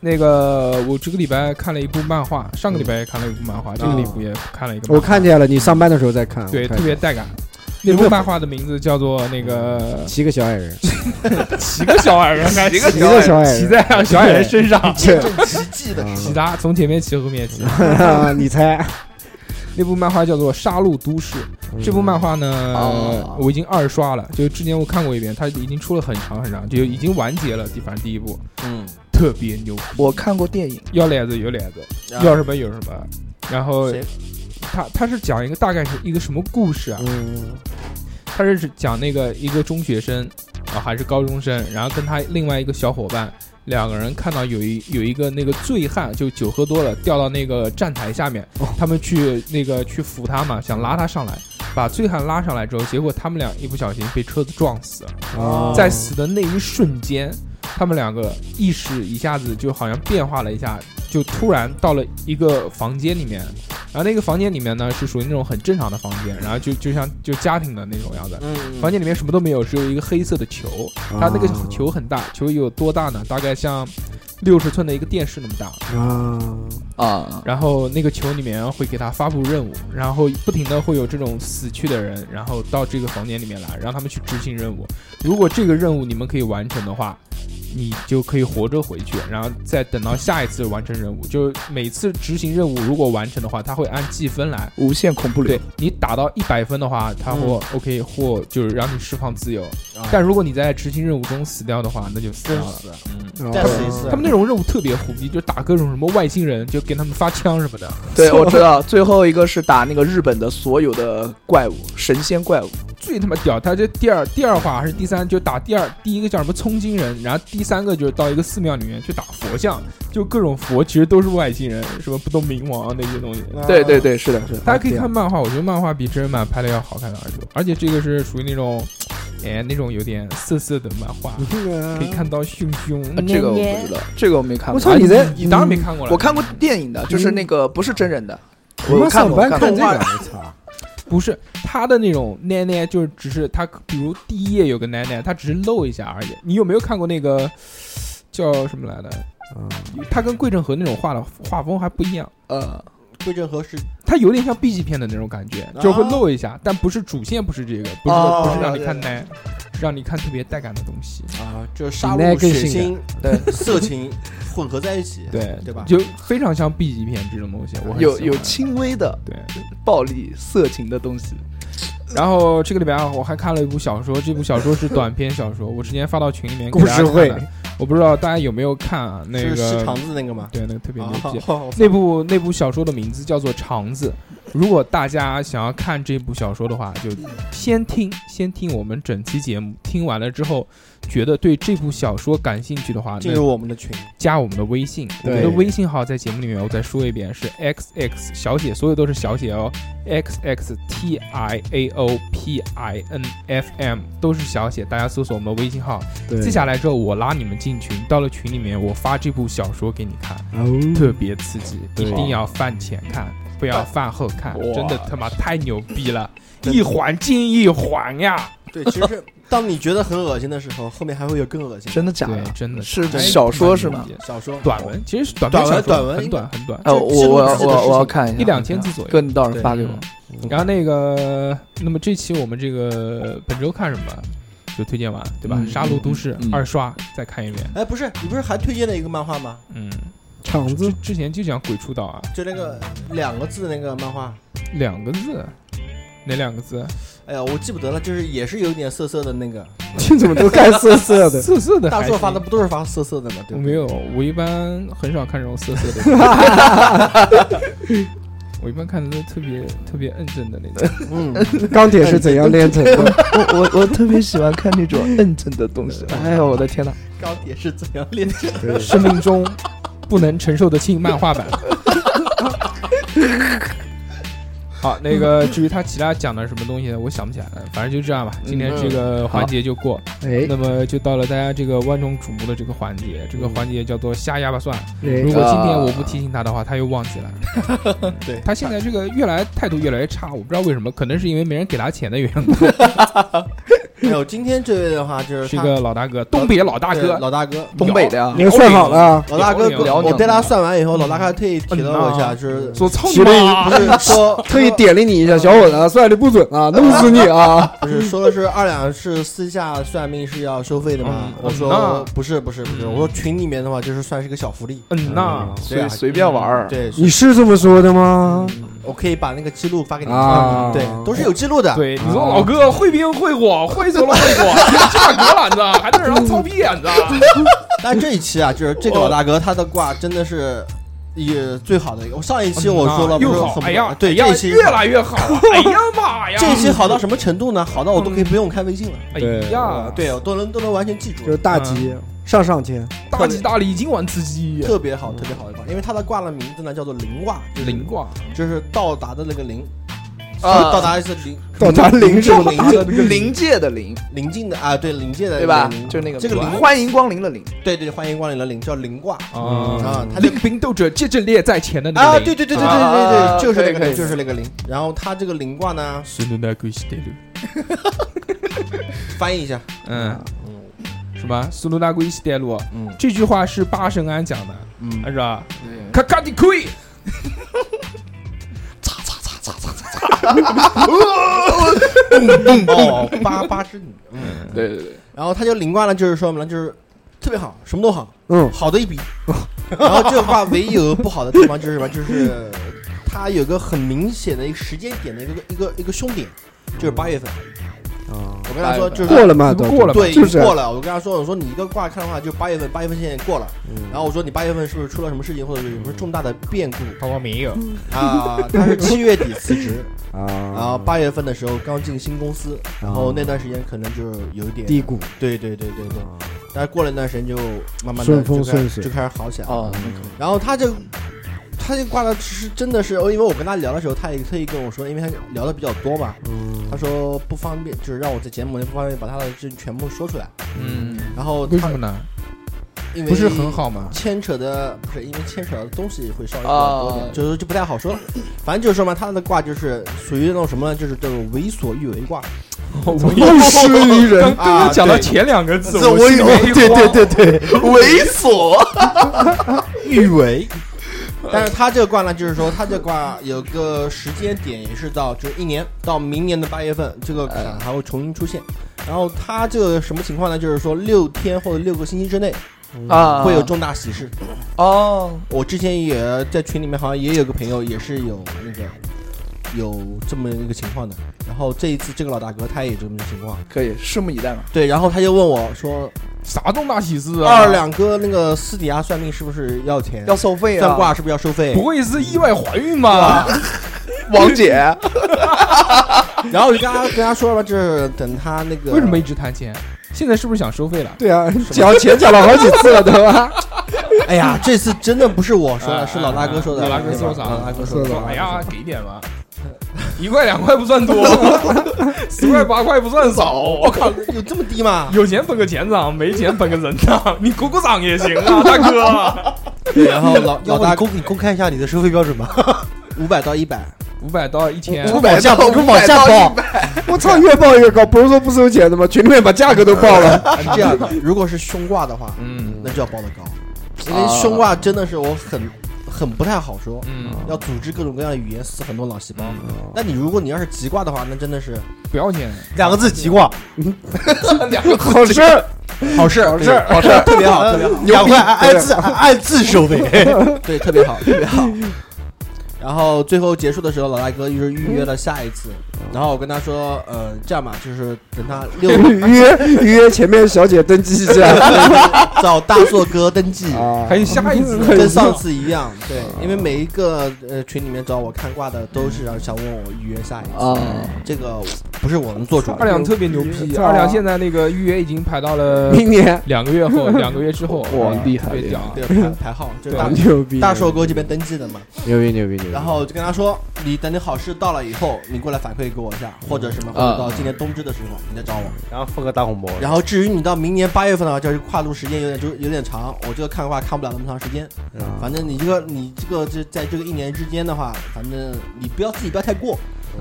[SPEAKER 2] 那个，我这个礼拜看了一部漫画，上个礼拜也看了一部漫画，这个礼拜也看了一个漫画。
[SPEAKER 4] 嗯我看见了，你上班的时候在看，
[SPEAKER 2] 对，
[SPEAKER 4] 我看
[SPEAKER 2] 特别带感。那部漫画的名字叫做那个
[SPEAKER 4] 七个小矮人，
[SPEAKER 2] 骑个小 矮人，
[SPEAKER 3] 骑个
[SPEAKER 4] 七个小矮
[SPEAKER 2] 骑
[SPEAKER 4] 人，
[SPEAKER 2] 在小矮人身上，
[SPEAKER 6] 这奇迹的
[SPEAKER 2] 骑他从前面骑后面骑。
[SPEAKER 4] 啊 你猜？
[SPEAKER 2] 那部漫画叫做《杀戮都市》，
[SPEAKER 4] 嗯
[SPEAKER 2] 这部漫画呢
[SPEAKER 3] 哦，
[SPEAKER 2] 我已经二刷了，就之前我看过一遍，它已经出了很长很长，就已经完结了。第反正第一部
[SPEAKER 6] 嗯，
[SPEAKER 2] 特别牛，
[SPEAKER 3] 我看过电影，
[SPEAKER 2] 要脸子有脸子，
[SPEAKER 6] 啊
[SPEAKER 2] 要什么有什么。然后
[SPEAKER 6] 谁
[SPEAKER 2] 它它是讲一个大概是一个什么故事啊？
[SPEAKER 4] 嗯，
[SPEAKER 2] 他是讲那个一个中学生啊，还是高中生，然后跟他另外一个小伙伴，两个人看到有一有一个那个醉汉，就酒喝多了，掉到那个站台下面，他们去那个去扶他嘛，想拉他上来，把醉汉拉上来之后，结果他们俩一不小心被车子撞死了，
[SPEAKER 4] 哦
[SPEAKER 2] 在死的那一瞬间，他们两个意识一下子就好像变化了一下，就突然到了一个房间里面。然后那个房间里面呢，是属于那种很正常的房间，然后就就像就家庭的那种样子，
[SPEAKER 6] 嗯，
[SPEAKER 2] 房间里面什么都没有，只有一个黑色的球。它那个
[SPEAKER 4] 啊
[SPEAKER 2] 球很大，球有多大呢？大概像六十寸的一个电视那么大。
[SPEAKER 4] 啊，
[SPEAKER 3] 啊，
[SPEAKER 2] 然后那个球里面会给他发布任务，然后不停的会有这种死去的人，然后到这个房间里面来，让他们去执行任务。如果这个任务你们可以完成的话，你就可以活着回去，然后再等到下一次完成任务。就每次执行任务如果完成的话，他会按计分来。
[SPEAKER 3] 无限恐怖流
[SPEAKER 2] 对，你打到一百分的话，他或 OK 或就是让你释放自由。但如果你在执行任务中死掉的话，那就死掉
[SPEAKER 6] 真
[SPEAKER 2] 了。
[SPEAKER 6] 死，
[SPEAKER 2] 嗯，
[SPEAKER 4] 啊
[SPEAKER 6] 再死一次
[SPEAKER 4] 哦
[SPEAKER 2] 他们那种任务特别虎逼，就打各种什么外星人，就给他们发枪什么的。
[SPEAKER 3] 对，我知道，最后一个是打那个日本的所有的怪物，神仙怪物，
[SPEAKER 2] 最他妈屌！他这第二第二话还是第三，就打第二第一个叫什么冲金人，然后第三个就是到一个寺庙里面去打佛像，就各种佛其实都是外星人，什么不动明王啊那些东西。
[SPEAKER 3] 对对对，是的，是的，
[SPEAKER 2] 大家可
[SPEAKER 4] 啊
[SPEAKER 2] 以看漫画，我觉得漫画比真人版拍的要好看的很多，而且这个是属于那种，哎，那种有点涩涩的漫画，可以看到熊熊。
[SPEAKER 3] 啊这个我不知道，这个我没看过。
[SPEAKER 4] 我操你在
[SPEAKER 2] 你当然没看过了，
[SPEAKER 3] 我看过电影的，就是那个不是真人的，
[SPEAKER 4] 我
[SPEAKER 6] 我
[SPEAKER 4] 们
[SPEAKER 6] 看
[SPEAKER 4] 上
[SPEAKER 6] 过
[SPEAKER 4] 班
[SPEAKER 6] 看
[SPEAKER 4] 看这
[SPEAKER 6] 过
[SPEAKER 4] 个，啊我 操！
[SPEAKER 2] 不是他的那种奶奶，就是只是他，比如第一页有个奶奶，他只是露一下而已。你有没有看过那个叫什么来的？
[SPEAKER 4] 嗯，
[SPEAKER 2] 他跟桂正和那种画的画风还不一样，
[SPEAKER 3] 呃，
[SPEAKER 6] 桂正和是
[SPEAKER 2] 他有点像 B 级片的那种感觉，就会露一下，但不是主线，不是这个，不是、
[SPEAKER 6] 啊哦
[SPEAKER 2] 不是让你
[SPEAKER 6] 了解
[SPEAKER 2] 看奶，是让你看特别带感的东西。
[SPEAKER 6] 啊，就是杀
[SPEAKER 4] 比奈
[SPEAKER 6] 戮、
[SPEAKER 4] 更
[SPEAKER 6] 血
[SPEAKER 4] 性
[SPEAKER 6] 腥、对色情混合在一起，
[SPEAKER 2] 对
[SPEAKER 6] 对吧？
[SPEAKER 2] 就非常像 B 级片这种东西，我很
[SPEAKER 3] 有
[SPEAKER 2] 喜欢
[SPEAKER 3] 有轻微的
[SPEAKER 2] 对。
[SPEAKER 3] 暴力、色情的东西。
[SPEAKER 2] 然后这个礼拜啊，我还看了一部小说，这部小说是短篇小说，我之前发到群里面给
[SPEAKER 4] 故
[SPEAKER 2] 大家
[SPEAKER 4] 事
[SPEAKER 2] 看
[SPEAKER 4] 会
[SPEAKER 2] 的，我不知道大家有没有看啊？那
[SPEAKER 6] 是
[SPEAKER 2] 个
[SPEAKER 6] 是肠子那个吗？
[SPEAKER 2] 对，那个特别牛逼。
[SPEAKER 6] 啊，
[SPEAKER 2] 那部那部小说的名字叫做《肠子》，如果大家想要看这部小说的话，就先听先听我们整期节目，听完了之后，觉得对这部小说感兴趣的话，
[SPEAKER 6] 进
[SPEAKER 2] 那
[SPEAKER 6] 入我们的群，
[SPEAKER 2] 加我们的微信，我
[SPEAKER 4] 对
[SPEAKER 2] 们的微信号在节目里面我再说一遍是 x x 小写，所有都是小写哦，x x t i a o p i n f m 都是小写，大家搜索我们的微信号，
[SPEAKER 4] 对，
[SPEAKER 2] 记下来之后我拉你们进群，到了群里面我发这部小说给你看。
[SPEAKER 4] 哦，
[SPEAKER 2] 特别刺激，
[SPEAKER 4] 对
[SPEAKER 2] 一定要饭前看，不要饭后看
[SPEAKER 3] 哇，
[SPEAKER 2] 真的他妈太牛逼了，
[SPEAKER 6] 真的
[SPEAKER 2] 一环接一环呀！
[SPEAKER 6] 对，其实是当你觉得很恶心的时候，后面还会有更恶心的。
[SPEAKER 3] 真的假
[SPEAKER 2] 对
[SPEAKER 3] 的？，
[SPEAKER 2] 真的哎
[SPEAKER 3] 是
[SPEAKER 2] 太
[SPEAKER 3] 小说是吗
[SPEAKER 2] 太牛逼了
[SPEAKER 6] 小说
[SPEAKER 2] 短文其实是短
[SPEAKER 6] 短
[SPEAKER 2] 篇
[SPEAKER 6] 文
[SPEAKER 2] 小说
[SPEAKER 6] 短文
[SPEAKER 2] 很
[SPEAKER 6] 应
[SPEAKER 2] 短很短，
[SPEAKER 3] 呃，
[SPEAKER 6] 这
[SPEAKER 3] 我我
[SPEAKER 6] 这个
[SPEAKER 3] 我我要
[SPEAKER 6] 事情
[SPEAKER 3] 看一下，
[SPEAKER 2] 一两千字左
[SPEAKER 3] 哥，
[SPEAKER 2] 右。
[SPEAKER 3] 你到时候发给我。
[SPEAKER 2] 然后那个，那么这期我们这个本周看什么就推荐完，对吧？
[SPEAKER 3] 嗯
[SPEAKER 2] 杀戮都市
[SPEAKER 3] 嗯》嗯
[SPEAKER 2] 二刷再看一遍。
[SPEAKER 6] 哎，不是，你不是还推荐了一个漫画吗？
[SPEAKER 2] 嗯，
[SPEAKER 4] 场
[SPEAKER 2] 之
[SPEAKER 4] 子
[SPEAKER 2] 之前就讲鬼畜岛啊，
[SPEAKER 6] 就那个两个字的那个漫画，
[SPEAKER 2] 两个字，哪两个字？
[SPEAKER 6] 哎呀，我记不得了，就是也是有点涩涩的那个。
[SPEAKER 4] 你怎么都干涩涩的？
[SPEAKER 2] 色色的还
[SPEAKER 6] 大
[SPEAKER 2] 行。
[SPEAKER 6] 硕发的不都是发涩涩的吗？对
[SPEAKER 2] 我
[SPEAKER 6] 不
[SPEAKER 2] 没
[SPEAKER 6] 对
[SPEAKER 2] 有，我一般很少看这种色色的东西。我一般看的都特别特别认真的那种，
[SPEAKER 6] 嗯，
[SPEAKER 4] 钢铁 是怎样炼成 的？
[SPEAKER 3] 我我我特别喜欢看那种摁真的东西。哎呦，我的天哪！
[SPEAKER 6] 高铁是怎样练成？
[SPEAKER 4] 对，
[SPEAKER 2] 生命中不能承受得起漫画版。好，那个至于他其他讲的什么东西，我想不起来了，反正就这样吧。今天这个环节就过，
[SPEAKER 4] 哎
[SPEAKER 2] 那么就到了大家这个万众瞩目的这个环节，这个环节叫做瞎哑巴算。如
[SPEAKER 4] 哎，
[SPEAKER 2] 果今天我不提醒他的话，他又忘记了。
[SPEAKER 6] 啊 对
[SPEAKER 2] 他现在这个越来态度越来越差，我不知道为什么，可能是因为没人给他钱的缘故。
[SPEAKER 6] 没有，今天这位的话就是
[SPEAKER 2] 是一
[SPEAKER 6] 他
[SPEAKER 2] 个老大哥，东北老大
[SPEAKER 6] 对
[SPEAKER 2] 哥，
[SPEAKER 6] 老大哥，
[SPEAKER 3] 东北的呀，
[SPEAKER 4] 您算好了啊，
[SPEAKER 6] 老大哥
[SPEAKER 2] 辽宁，
[SPEAKER 3] 辽宁
[SPEAKER 6] 我带他算完以
[SPEAKER 2] 嗯
[SPEAKER 6] 后，老大哥特意提了我一下，就是
[SPEAKER 2] 说操你
[SPEAKER 4] 提了一
[SPEAKER 2] 妈
[SPEAKER 6] 不！是 说
[SPEAKER 4] 特意点了你一下，小伙子，算你不准啊，弄死你啊！
[SPEAKER 6] 不是说的是二两是私下算命是要收费的吗
[SPEAKER 2] 嗯？
[SPEAKER 6] 我
[SPEAKER 2] 那
[SPEAKER 6] 说不是不是不是，
[SPEAKER 2] 嗯
[SPEAKER 6] 我说群里面的话就是算是个小福利，
[SPEAKER 2] 嗯呐，
[SPEAKER 6] 对啊
[SPEAKER 3] 随随便玩儿。
[SPEAKER 6] 对，
[SPEAKER 4] 你是这么说的吗？
[SPEAKER 6] 我可以把那个记录发给你
[SPEAKER 4] 啊
[SPEAKER 6] 看，对，都是有记录的。
[SPEAKER 2] 对，你说老哥会兵会火，会走了会火， 这把格懒子还能让操逼眼子，啊
[SPEAKER 6] 但这一期啊，就是这个老大哥他的卦真的是也最好的一个。我上一期我说了，不
[SPEAKER 2] 又
[SPEAKER 6] 是
[SPEAKER 2] 好，
[SPEAKER 6] 很
[SPEAKER 2] 哎呀，
[SPEAKER 6] 对
[SPEAKER 2] 哎
[SPEAKER 6] 这
[SPEAKER 2] 呀
[SPEAKER 6] 一期
[SPEAKER 2] 越来 越好，哎呀妈呀，
[SPEAKER 6] 这一期好到什么程度呢？好到我都可以不用看微信了。
[SPEAKER 2] 哎呀，
[SPEAKER 6] 对，我都能都能完全记
[SPEAKER 4] 就
[SPEAKER 6] 住，
[SPEAKER 4] 是大吉，上上签，
[SPEAKER 2] 大吉大利，今晚吃鸡，
[SPEAKER 6] 特别好，特别好的卦。因为他的卦的名字呢叫做灵卦，就是
[SPEAKER 2] 灵卦，
[SPEAKER 6] 就是到达的那个灵，
[SPEAKER 3] 啊
[SPEAKER 6] 到达一次临
[SPEAKER 4] 到达零是吧？
[SPEAKER 6] 临近
[SPEAKER 3] 临界的临，
[SPEAKER 6] 临近的啊，对临界的
[SPEAKER 3] 对
[SPEAKER 6] 那
[SPEAKER 3] 吧
[SPEAKER 6] 个？临
[SPEAKER 3] 就是那个
[SPEAKER 6] 这个灵，
[SPEAKER 3] 欢迎光临的临。
[SPEAKER 6] 对对，欢迎光临的灵叫灵卦
[SPEAKER 2] 啊
[SPEAKER 6] 啊，他
[SPEAKER 2] 领兵斗者皆阵列在前的那个
[SPEAKER 6] 啊，
[SPEAKER 2] 领
[SPEAKER 6] 对对对对对
[SPEAKER 3] 啊
[SPEAKER 6] 对对，就是那
[SPEAKER 3] 可以
[SPEAKER 6] 个
[SPEAKER 3] 可以
[SPEAKER 6] 灵，就是那个灵。然后他这个灵卦呢，
[SPEAKER 2] 死奴那鬼西得路
[SPEAKER 6] 翻译一下，
[SPEAKER 2] 嗯，什么苏鲁纳古伊西带路，
[SPEAKER 6] 嗯
[SPEAKER 2] 这句话是八神庵讲的，
[SPEAKER 6] 嗯，
[SPEAKER 2] 是吧？卡卡的亏，
[SPEAKER 6] 哦，八八之女。嗯，
[SPEAKER 3] 对对对，
[SPEAKER 6] 然后他就灵卦呢，就是说什么呢？就是特别好，什么都好，
[SPEAKER 4] 嗯，
[SPEAKER 6] 好的一笔。 然后这个卦唯一有个不好的地方就是什么？就是它有个很明显的一个时间点的一个一个一个凶点，就是八月份。
[SPEAKER 4] 啊，
[SPEAKER 6] 我跟他说就是
[SPEAKER 3] 嗯
[SPEAKER 4] 嗯过了嘛，
[SPEAKER 2] 这不
[SPEAKER 4] 都
[SPEAKER 2] 过了嘛
[SPEAKER 6] 对，已
[SPEAKER 4] 就
[SPEAKER 6] 经
[SPEAKER 4] 是啊
[SPEAKER 6] 过了。我跟他说，我说你一个卦看的话，就八月份，八月份现在过了。
[SPEAKER 4] 嗯
[SPEAKER 6] 然后我说你八月份是不是出了什么事情，或者有什么重大的变故
[SPEAKER 2] 宝宝没有，
[SPEAKER 6] 啊？他是七月底辞职，然后
[SPEAKER 4] 啊，
[SPEAKER 6] 八月份的时候刚进新公司，然后那段时间可能就是有一点
[SPEAKER 4] 低谷，
[SPEAKER 6] 对对对对对。但是过了一段时间就慢慢的
[SPEAKER 4] 顺风顺水
[SPEAKER 6] 就开始好起来了。
[SPEAKER 3] 哦，
[SPEAKER 6] 然后他就他就挂了，是真的是，因为我跟他聊的时候，他也特意跟我说，因为他聊的比较多嘛，
[SPEAKER 4] 嗯
[SPEAKER 6] 他说不方便，就是让我在节目里不方便把他的这全部说出来。
[SPEAKER 2] 嗯，
[SPEAKER 6] 然后
[SPEAKER 2] 为
[SPEAKER 6] 他
[SPEAKER 2] 什么呢？
[SPEAKER 6] 因为
[SPEAKER 7] 不是很好吗？
[SPEAKER 6] 牵扯的不是因为牵扯的东西会稍微比
[SPEAKER 3] 啊
[SPEAKER 6] 较多点，就是就不太好说了。反正就是说嘛，他的卦就是属于那种什么呢？就是这种为所欲为卦。
[SPEAKER 7] 又
[SPEAKER 3] 失于人
[SPEAKER 7] 刚刚我讲到
[SPEAKER 6] 对
[SPEAKER 7] 前两个字，
[SPEAKER 6] 我以
[SPEAKER 7] 心里
[SPEAKER 6] 为
[SPEAKER 7] 一
[SPEAKER 6] 对
[SPEAKER 7] 慌
[SPEAKER 6] 对对对，
[SPEAKER 3] 猥琐，
[SPEAKER 6] 欲为。但是他这个卦呢，就是说他这卦有个时间点，也是到就是一年到明年的八月份，这个坎还会重新出现。然后他这个什么情况呢？就是说六天或者六个星期之内
[SPEAKER 3] 啊
[SPEAKER 6] 会有重大喜事。
[SPEAKER 3] 哦，
[SPEAKER 6] 我之前也在群里面好像也有个朋友也是有那个有这么一个情况的，然后这一次这个老大哥他也这么个情况，
[SPEAKER 3] 可以拭目以待嘛。
[SPEAKER 6] 对，然后他就问我说，
[SPEAKER 7] 啥重大喜事啊？
[SPEAKER 6] 二两哥那个私底下算命是不是要钱？
[SPEAKER 3] 要收费啊，
[SPEAKER 6] 算卦是不是要收费
[SPEAKER 7] 不？会是意外怀孕吧？
[SPEAKER 3] 王姐，
[SPEAKER 6] 然后我就跟他跟他说了，就是等他那个
[SPEAKER 7] 为什么一直谈钱？现在是不是想收费了？
[SPEAKER 4] 对 啊，讲钱讲了好几次了，对吧？
[SPEAKER 6] 哎呀，这次真的不是我说的，
[SPEAKER 7] 哎
[SPEAKER 6] 是老大哥说的。
[SPEAKER 7] 老大
[SPEAKER 4] 啊
[SPEAKER 7] 哥说啥？
[SPEAKER 6] 老大哥
[SPEAKER 4] 说
[SPEAKER 6] 说
[SPEAKER 4] 的
[SPEAKER 6] 的。
[SPEAKER 7] 哎呀，给点吧， 一块两块不算多， 十块八块不算少。我靠，
[SPEAKER 6] 有这么低吗？
[SPEAKER 7] 有钱捧个钱场，没钱捧个人场，你鼓鼓掌 也行 啊，大哥。
[SPEAKER 6] 对，然后 老
[SPEAKER 2] 要
[SPEAKER 6] 老
[SPEAKER 2] 不你
[SPEAKER 6] 大
[SPEAKER 2] 公你公开一下你的收费标准吧，
[SPEAKER 6] 五百到一百，
[SPEAKER 7] 五百到一千，
[SPEAKER 2] 往下报，往下报，
[SPEAKER 4] 我操，越报越高，不是说不收钱的吗？群里面把价格都报 了，
[SPEAKER 6] 是这样的。如果是凶卦的话，
[SPEAKER 7] 嗯
[SPEAKER 6] 那就要报的高，因为凶卦真的是我很很不太好说，
[SPEAKER 7] 嗯，
[SPEAKER 6] 要组织各种各样的语言，死很多脑细胞。那你如果你要是吉卦的话，那真的是
[SPEAKER 7] 不要钱，
[SPEAKER 2] 两个字极卦，
[SPEAKER 7] 两个
[SPEAKER 4] 好事儿，
[SPEAKER 6] 好事，好事，好事， 特别好，特别好。
[SPEAKER 2] 两块按按字按字收费，
[SPEAKER 6] 对，特别好，特别好。然后最后结束的时候，老大哥就是预约了下一次，然后我跟他说，呃，这样吧，就是等他 六
[SPEAKER 4] 约约前面小姐登记一下
[SPEAKER 6] 找大硕哥登记，
[SPEAKER 4] 啊
[SPEAKER 7] 还。有下一次，
[SPEAKER 6] 跟上 次一样，
[SPEAKER 2] 嗯
[SPEAKER 6] 对，因为每一个呃群里面找我看卦的都是想想问我预约下一次，
[SPEAKER 3] 啊，
[SPEAKER 6] 这个不是我能做主
[SPEAKER 7] 二
[SPEAKER 6] 的。
[SPEAKER 7] 两特别牛逼，
[SPEAKER 4] 操
[SPEAKER 7] 二两现在那个预约已经排到了
[SPEAKER 4] 明年
[SPEAKER 7] 两个月 后，两个月之后，
[SPEAKER 3] 哇厉害
[SPEAKER 7] 对
[SPEAKER 3] 厉害
[SPEAKER 7] 屌，
[SPEAKER 6] 对，排排号就 是大
[SPEAKER 4] 牛逼，
[SPEAKER 6] 大硕哥这边登记的嘛，
[SPEAKER 4] 牛逼牛逼牛逼！
[SPEAKER 6] 然后我就跟他说，你等你好事到了以后，你过来反馈给我一下，或者什么，或者到今年冬至的时候你再找我。
[SPEAKER 2] 嗯然后发个大红包，
[SPEAKER 6] 然后至于你到明年八月份的话，就是跨度时间有点就有点长，我这个看的话看不了那么长时间。反正你这个你这个这在这个一年之间的话，反正你不要自己不要太过，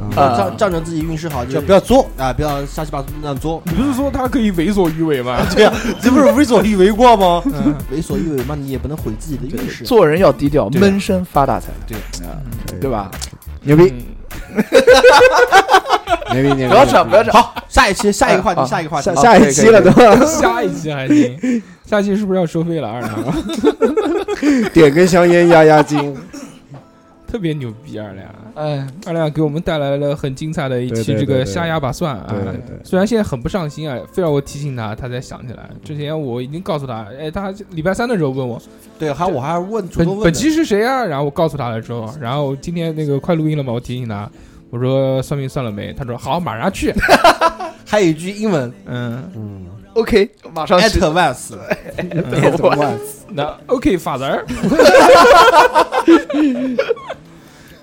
[SPEAKER 6] 你
[SPEAKER 4] 呃啊
[SPEAKER 6] 就仗仗呃着自己运势好
[SPEAKER 2] 就
[SPEAKER 6] 就
[SPEAKER 2] 不要作，
[SPEAKER 6] 啊不要瞎七八乱作，
[SPEAKER 7] 你不是说他可以为所欲为吗？
[SPEAKER 2] 对呀，这不是为所欲为过 吗？
[SPEAKER 7] 嗯，
[SPEAKER 6] 为所欲为嘛，你也不能毁自己的运势。
[SPEAKER 3] 做人要低调，
[SPEAKER 7] 对
[SPEAKER 3] 闷声发大财，
[SPEAKER 6] 对
[SPEAKER 3] 啊，对吧？
[SPEAKER 4] 呃牛逼
[SPEAKER 7] 嗯
[SPEAKER 4] 牛逼牛逼！
[SPEAKER 3] 不要吵，不要吵，
[SPEAKER 6] 好，下一期下一个话
[SPEAKER 3] 啊
[SPEAKER 6] 题，下一个话题
[SPEAKER 4] 下，
[SPEAKER 3] 好
[SPEAKER 4] 下
[SPEAKER 3] 可
[SPEAKER 4] 一
[SPEAKER 3] 以
[SPEAKER 4] 期
[SPEAKER 3] 可以
[SPEAKER 4] 了都，
[SPEAKER 7] 下一期还行，下期是不是要收费了？二两
[SPEAKER 4] 点根香烟压压 惊。
[SPEAKER 7] 特别牛逼，二两，
[SPEAKER 3] 哎，
[SPEAKER 7] 二两给我们带来了很精彩的一期
[SPEAKER 4] 对对
[SPEAKER 7] 这
[SPEAKER 4] 对
[SPEAKER 7] 个
[SPEAKER 4] 对
[SPEAKER 7] 瞎压把蒜啊
[SPEAKER 4] 对对嗯对。
[SPEAKER 7] 虽然现在很不上心啊，非要我提醒他，他才想起来。之前我已经告诉他，哎，他礼拜三的时候问我
[SPEAKER 6] 对，还我还问主
[SPEAKER 7] 本
[SPEAKER 6] 动问
[SPEAKER 7] 本
[SPEAKER 6] 的，
[SPEAKER 7] 期是谁啊，然后我告诉他了之后，然后今天那个快录音了嘛，我提醒他。我说算命算了没？他说好，马上 去。
[SPEAKER 6] 还有一句英文
[SPEAKER 7] 嗯，
[SPEAKER 3] OK，马上
[SPEAKER 6] at
[SPEAKER 3] 去。
[SPEAKER 6] once，
[SPEAKER 4] 哎
[SPEAKER 7] 嗯那 OK，法则 儿。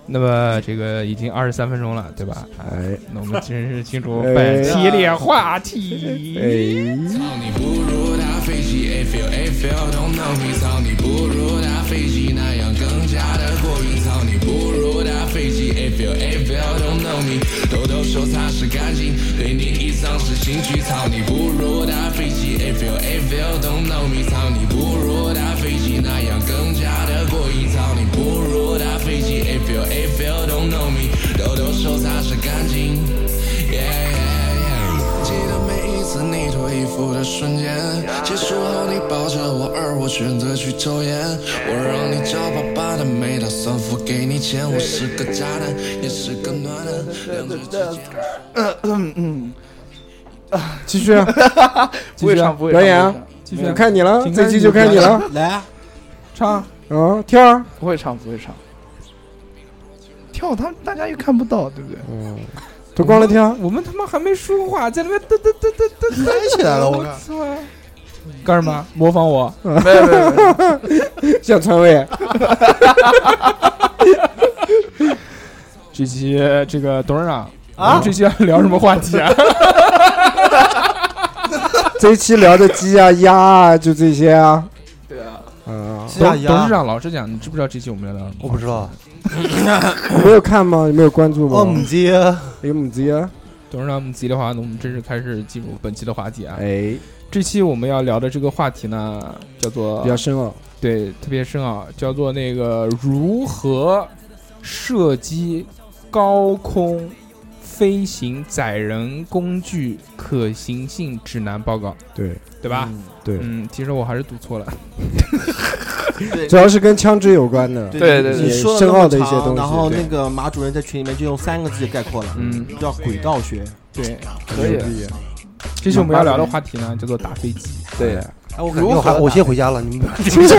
[SPEAKER 7] 那么这个已经二十三分钟了，对吧？
[SPEAKER 4] 哎
[SPEAKER 7] 那我们今日进入
[SPEAKER 4] 哎
[SPEAKER 7] 本期的话题。
[SPEAKER 4] 哎。
[SPEAKER 8] 操你不如搭飞机，A feel A feel 都能飞。操你不如搭飞机，那样更加的过瘾。操你不如搭飞机，A feel A feel 都能飞。偷偷手擦拭干净，对你一生是新剧。操你不如搭飞机，A feel A feel 都能飞。操你不如搭飞机，那样更加的过瘾。操你不如搭飞机，A feel A feel 都能飞。偷偷手擦拭干净，yeah yeah yeah。记得每一次你脱衣服的瞬间，结束后你抱着我，而我选择去抽烟。我让你叫爸爸的，没打算付给你钱。我是个渣男，也是个暖男，两者之间。
[SPEAKER 4] 继续啊，
[SPEAKER 3] 不会唱，不会唱。
[SPEAKER 4] 表演啊
[SPEAKER 7] 继续
[SPEAKER 4] 我
[SPEAKER 7] 啊
[SPEAKER 4] 看你了，
[SPEAKER 7] 请看
[SPEAKER 4] 这期就看你了。
[SPEAKER 6] 来啊，
[SPEAKER 7] 唱。
[SPEAKER 4] 啊，跳啊！
[SPEAKER 3] 不会唱，不会唱。跳，他大家又看不到，对不对？
[SPEAKER 4] 脱光了跳，啊
[SPEAKER 7] 我们他妈还没说话，在那边嘚嘚嘚嘚嘚
[SPEAKER 6] 嗨起来了，
[SPEAKER 7] 嘚，
[SPEAKER 6] 我
[SPEAKER 7] 我
[SPEAKER 6] 靠，
[SPEAKER 7] 操啊！干什么？模仿我？
[SPEAKER 3] 没有，没有，没有。
[SPEAKER 4] 像川味。
[SPEAKER 7] 这期这个董事长啊，我们这期要聊什么话题 啊？
[SPEAKER 4] 这一期聊的鸡啊、鸭啊，就这些啊。嗯
[SPEAKER 9] 指甲
[SPEAKER 7] 董董
[SPEAKER 9] 牙
[SPEAKER 7] 事，长老是讲，你知不知道这期我们聊的？
[SPEAKER 9] 我不知道。
[SPEAKER 4] 你没有看吗？你没有关注
[SPEAKER 9] 我
[SPEAKER 4] 吗
[SPEAKER 9] 母？鸡，
[SPEAKER 4] 有母鸡啊？
[SPEAKER 7] 董事长，我们急的话，那我们正式开始进入本期的话题啊。
[SPEAKER 4] 哎，
[SPEAKER 7] 这期我们要聊的这个话题呢，叫做
[SPEAKER 4] 比较深奥。
[SPEAKER 7] 对特别深奥，叫做那个如何射击高空飞行载人工具可行性指南报告，
[SPEAKER 4] 对
[SPEAKER 7] 对吧？
[SPEAKER 4] 对，
[SPEAKER 7] 嗯，其实我还是读错了。
[SPEAKER 4] 主要是跟枪支有关的。
[SPEAKER 3] 对对
[SPEAKER 6] 你
[SPEAKER 4] 对
[SPEAKER 6] 说了
[SPEAKER 4] 深
[SPEAKER 6] 那么
[SPEAKER 4] 奥的一些
[SPEAKER 6] 长
[SPEAKER 4] 东西
[SPEAKER 6] 然后
[SPEAKER 4] 对
[SPEAKER 6] 那个马主任在群里面就用三个字就概括了，
[SPEAKER 7] 嗯，
[SPEAKER 6] 叫轨道学。
[SPEAKER 7] 对，
[SPEAKER 3] 可以，
[SPEAKER 7] 这期我们要聊的话题呢，叫做打飞机。
[SPEAKER 3] 对，啊
[SPEAKER 6] 哎，我感
[SPEAKER 9] 我
[SPEAKER 6] 觉
[SPEAKER 9] 还我先回家了。你们
[SPEAKER 6] 对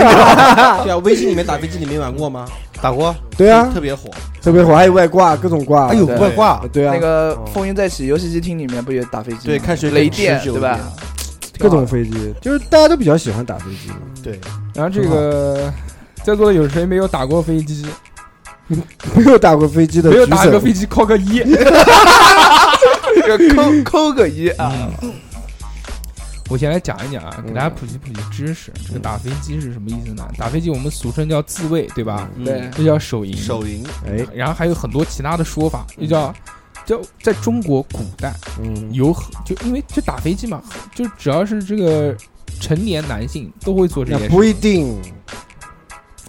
[SPEAKER 6] 啊，微信里面打飞机你没玩过吗？
[SPEAKER 9] 打过？
[SPEAKER 4] 对啊
[SPEAKER 6] 特，别火。
[SPEAKER 4] 特别火，还有外挂，各种挂。
[SPEAKER 9] 哎呦，
[SPEAKER 3] 对
[SPEAKER 9] 外挂！
[SPEAKER 4] 对啊
[SPEAKER 3] 那，个《风云再起》游戏机厅里面不也打飞机？
[SPEAKER 6] 对，，看谁
[SPEAKER 3] 雷
[SPEAKER 6] 更
[SPEAKER 3] 电
[SPEAKER 6] 持久
[SPEAKER 3] 对
[SPEAKER 6] 一
[SPEAKER 3] 吧
[SPEAKER 6] 点？？
[SPEAKER 4] 各种飞机，
[SPEAKER 7] 啊
[SPEAKER 4] 就是大家都比较喜欢打飞机嘛。
[SPEAKER 6] 对，
[SPEAKER 7] 然后这个在座的有谁没有打过飞机？
[SPEAKER 4] 没有打过飞机的
[SPEAKER 7] 没有
[SPEAKER 4] 举
[SPEAKER 7] 打过
[SPEAKER 4] 手。
[SPEAKER 7] 飞机扣个 一。
[SPEAKER 3] 扣扣个一啊！
[SPEAKER 4] 嗯
[SPEAKER 7] 我先来讲一讲啊，给大家普及普及知识。这个打飞机是什么意思呢？打飞机我们俗称叫自卫，对吧？
[SPEAKER 6] 嗯
[SPEAKER 3] 对，
[SPEAKER 7] 这叫手淫。
[SPEAKER 6] 手淫
[SPEAKER 4] 哎，
[SPEAKER 7] 然后还有很多其他的说法，又叫就在中国古代
[SPEAKER 4] 嗯，
[SPEAKER 7] 有很就因为就打飞机嘛，就只要是这个成年男性都会做这
[SPEAKER 4] 那
[SPEAKER 7] 件事。
[SPEAKER 4] 不一定，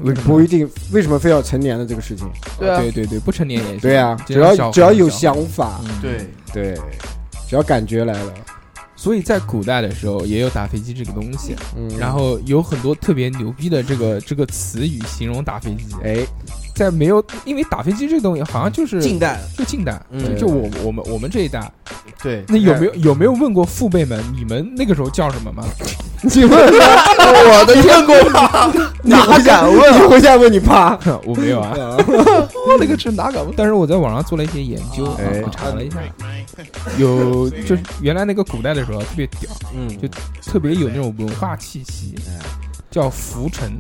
[SPEAKER 7] 为什么
[SPEAKER 4] 不一定，为什么非要成年的这个事情？
[SPEAKER 3] 对啊，
[SPEAKER 7] 对对对，不成年也是。
[SPEAKER 4] 对啊，
[SPEAKER 7] 这
[SPEAKER 4] 只
[SPEAKER 7] 样小
[SPEAKER 4] 要
[SPEAKER 7] 孩
[SPEAKER 4] 只要有
[SPEAKER 7] 小孩
[SPEAKER 4] 想法，
[SPEAKER 7] 嗯
[SPEAKER 6] 对，
[SPEAKER 4] 对，只要感觉来了，
[SPEAKER 7] 所以在古代的时候也有打飞机这个东西，
[SPEAKER 4] 嗯，
[SPEAKER 7] 然后有很多特别牛逼的这个这个词语形容打飞机。
[SPEAKER 4] 哎，
[SPEAKER 7] 在没有因为打飞机这个东西好像就是
[SPEAKER 6] 近 代
[SPEAKER 7] 就近代，
[SPEAKER 6] 嗯
[SPEAKER 7] 就就我我们我们这一代，
[SPEAKER 6] 对，
[SPEAKER 7] 那有没有有没有问过父辈们，你们那个时候叫什么吗？
[SPEAKER 4] 你问我的天公，你 回家问，你 回家问你爸，
[SPEAKER 7] 我没有啊，
[SPEAKER 6] 嗯
[SPEAKER 3] 我勒个去，哪敢问？
[SPEAKER 7] 但是我在网上做了一些研究，
[SPEAKER 4] 哎
[SPEAKER 7] 我查了一下，有就是原来那个古代的时候特别屌，
[SPEAKER 6] 嗯，
[SPEAKER 7] 就特别有那种文化气息，叫浮尘，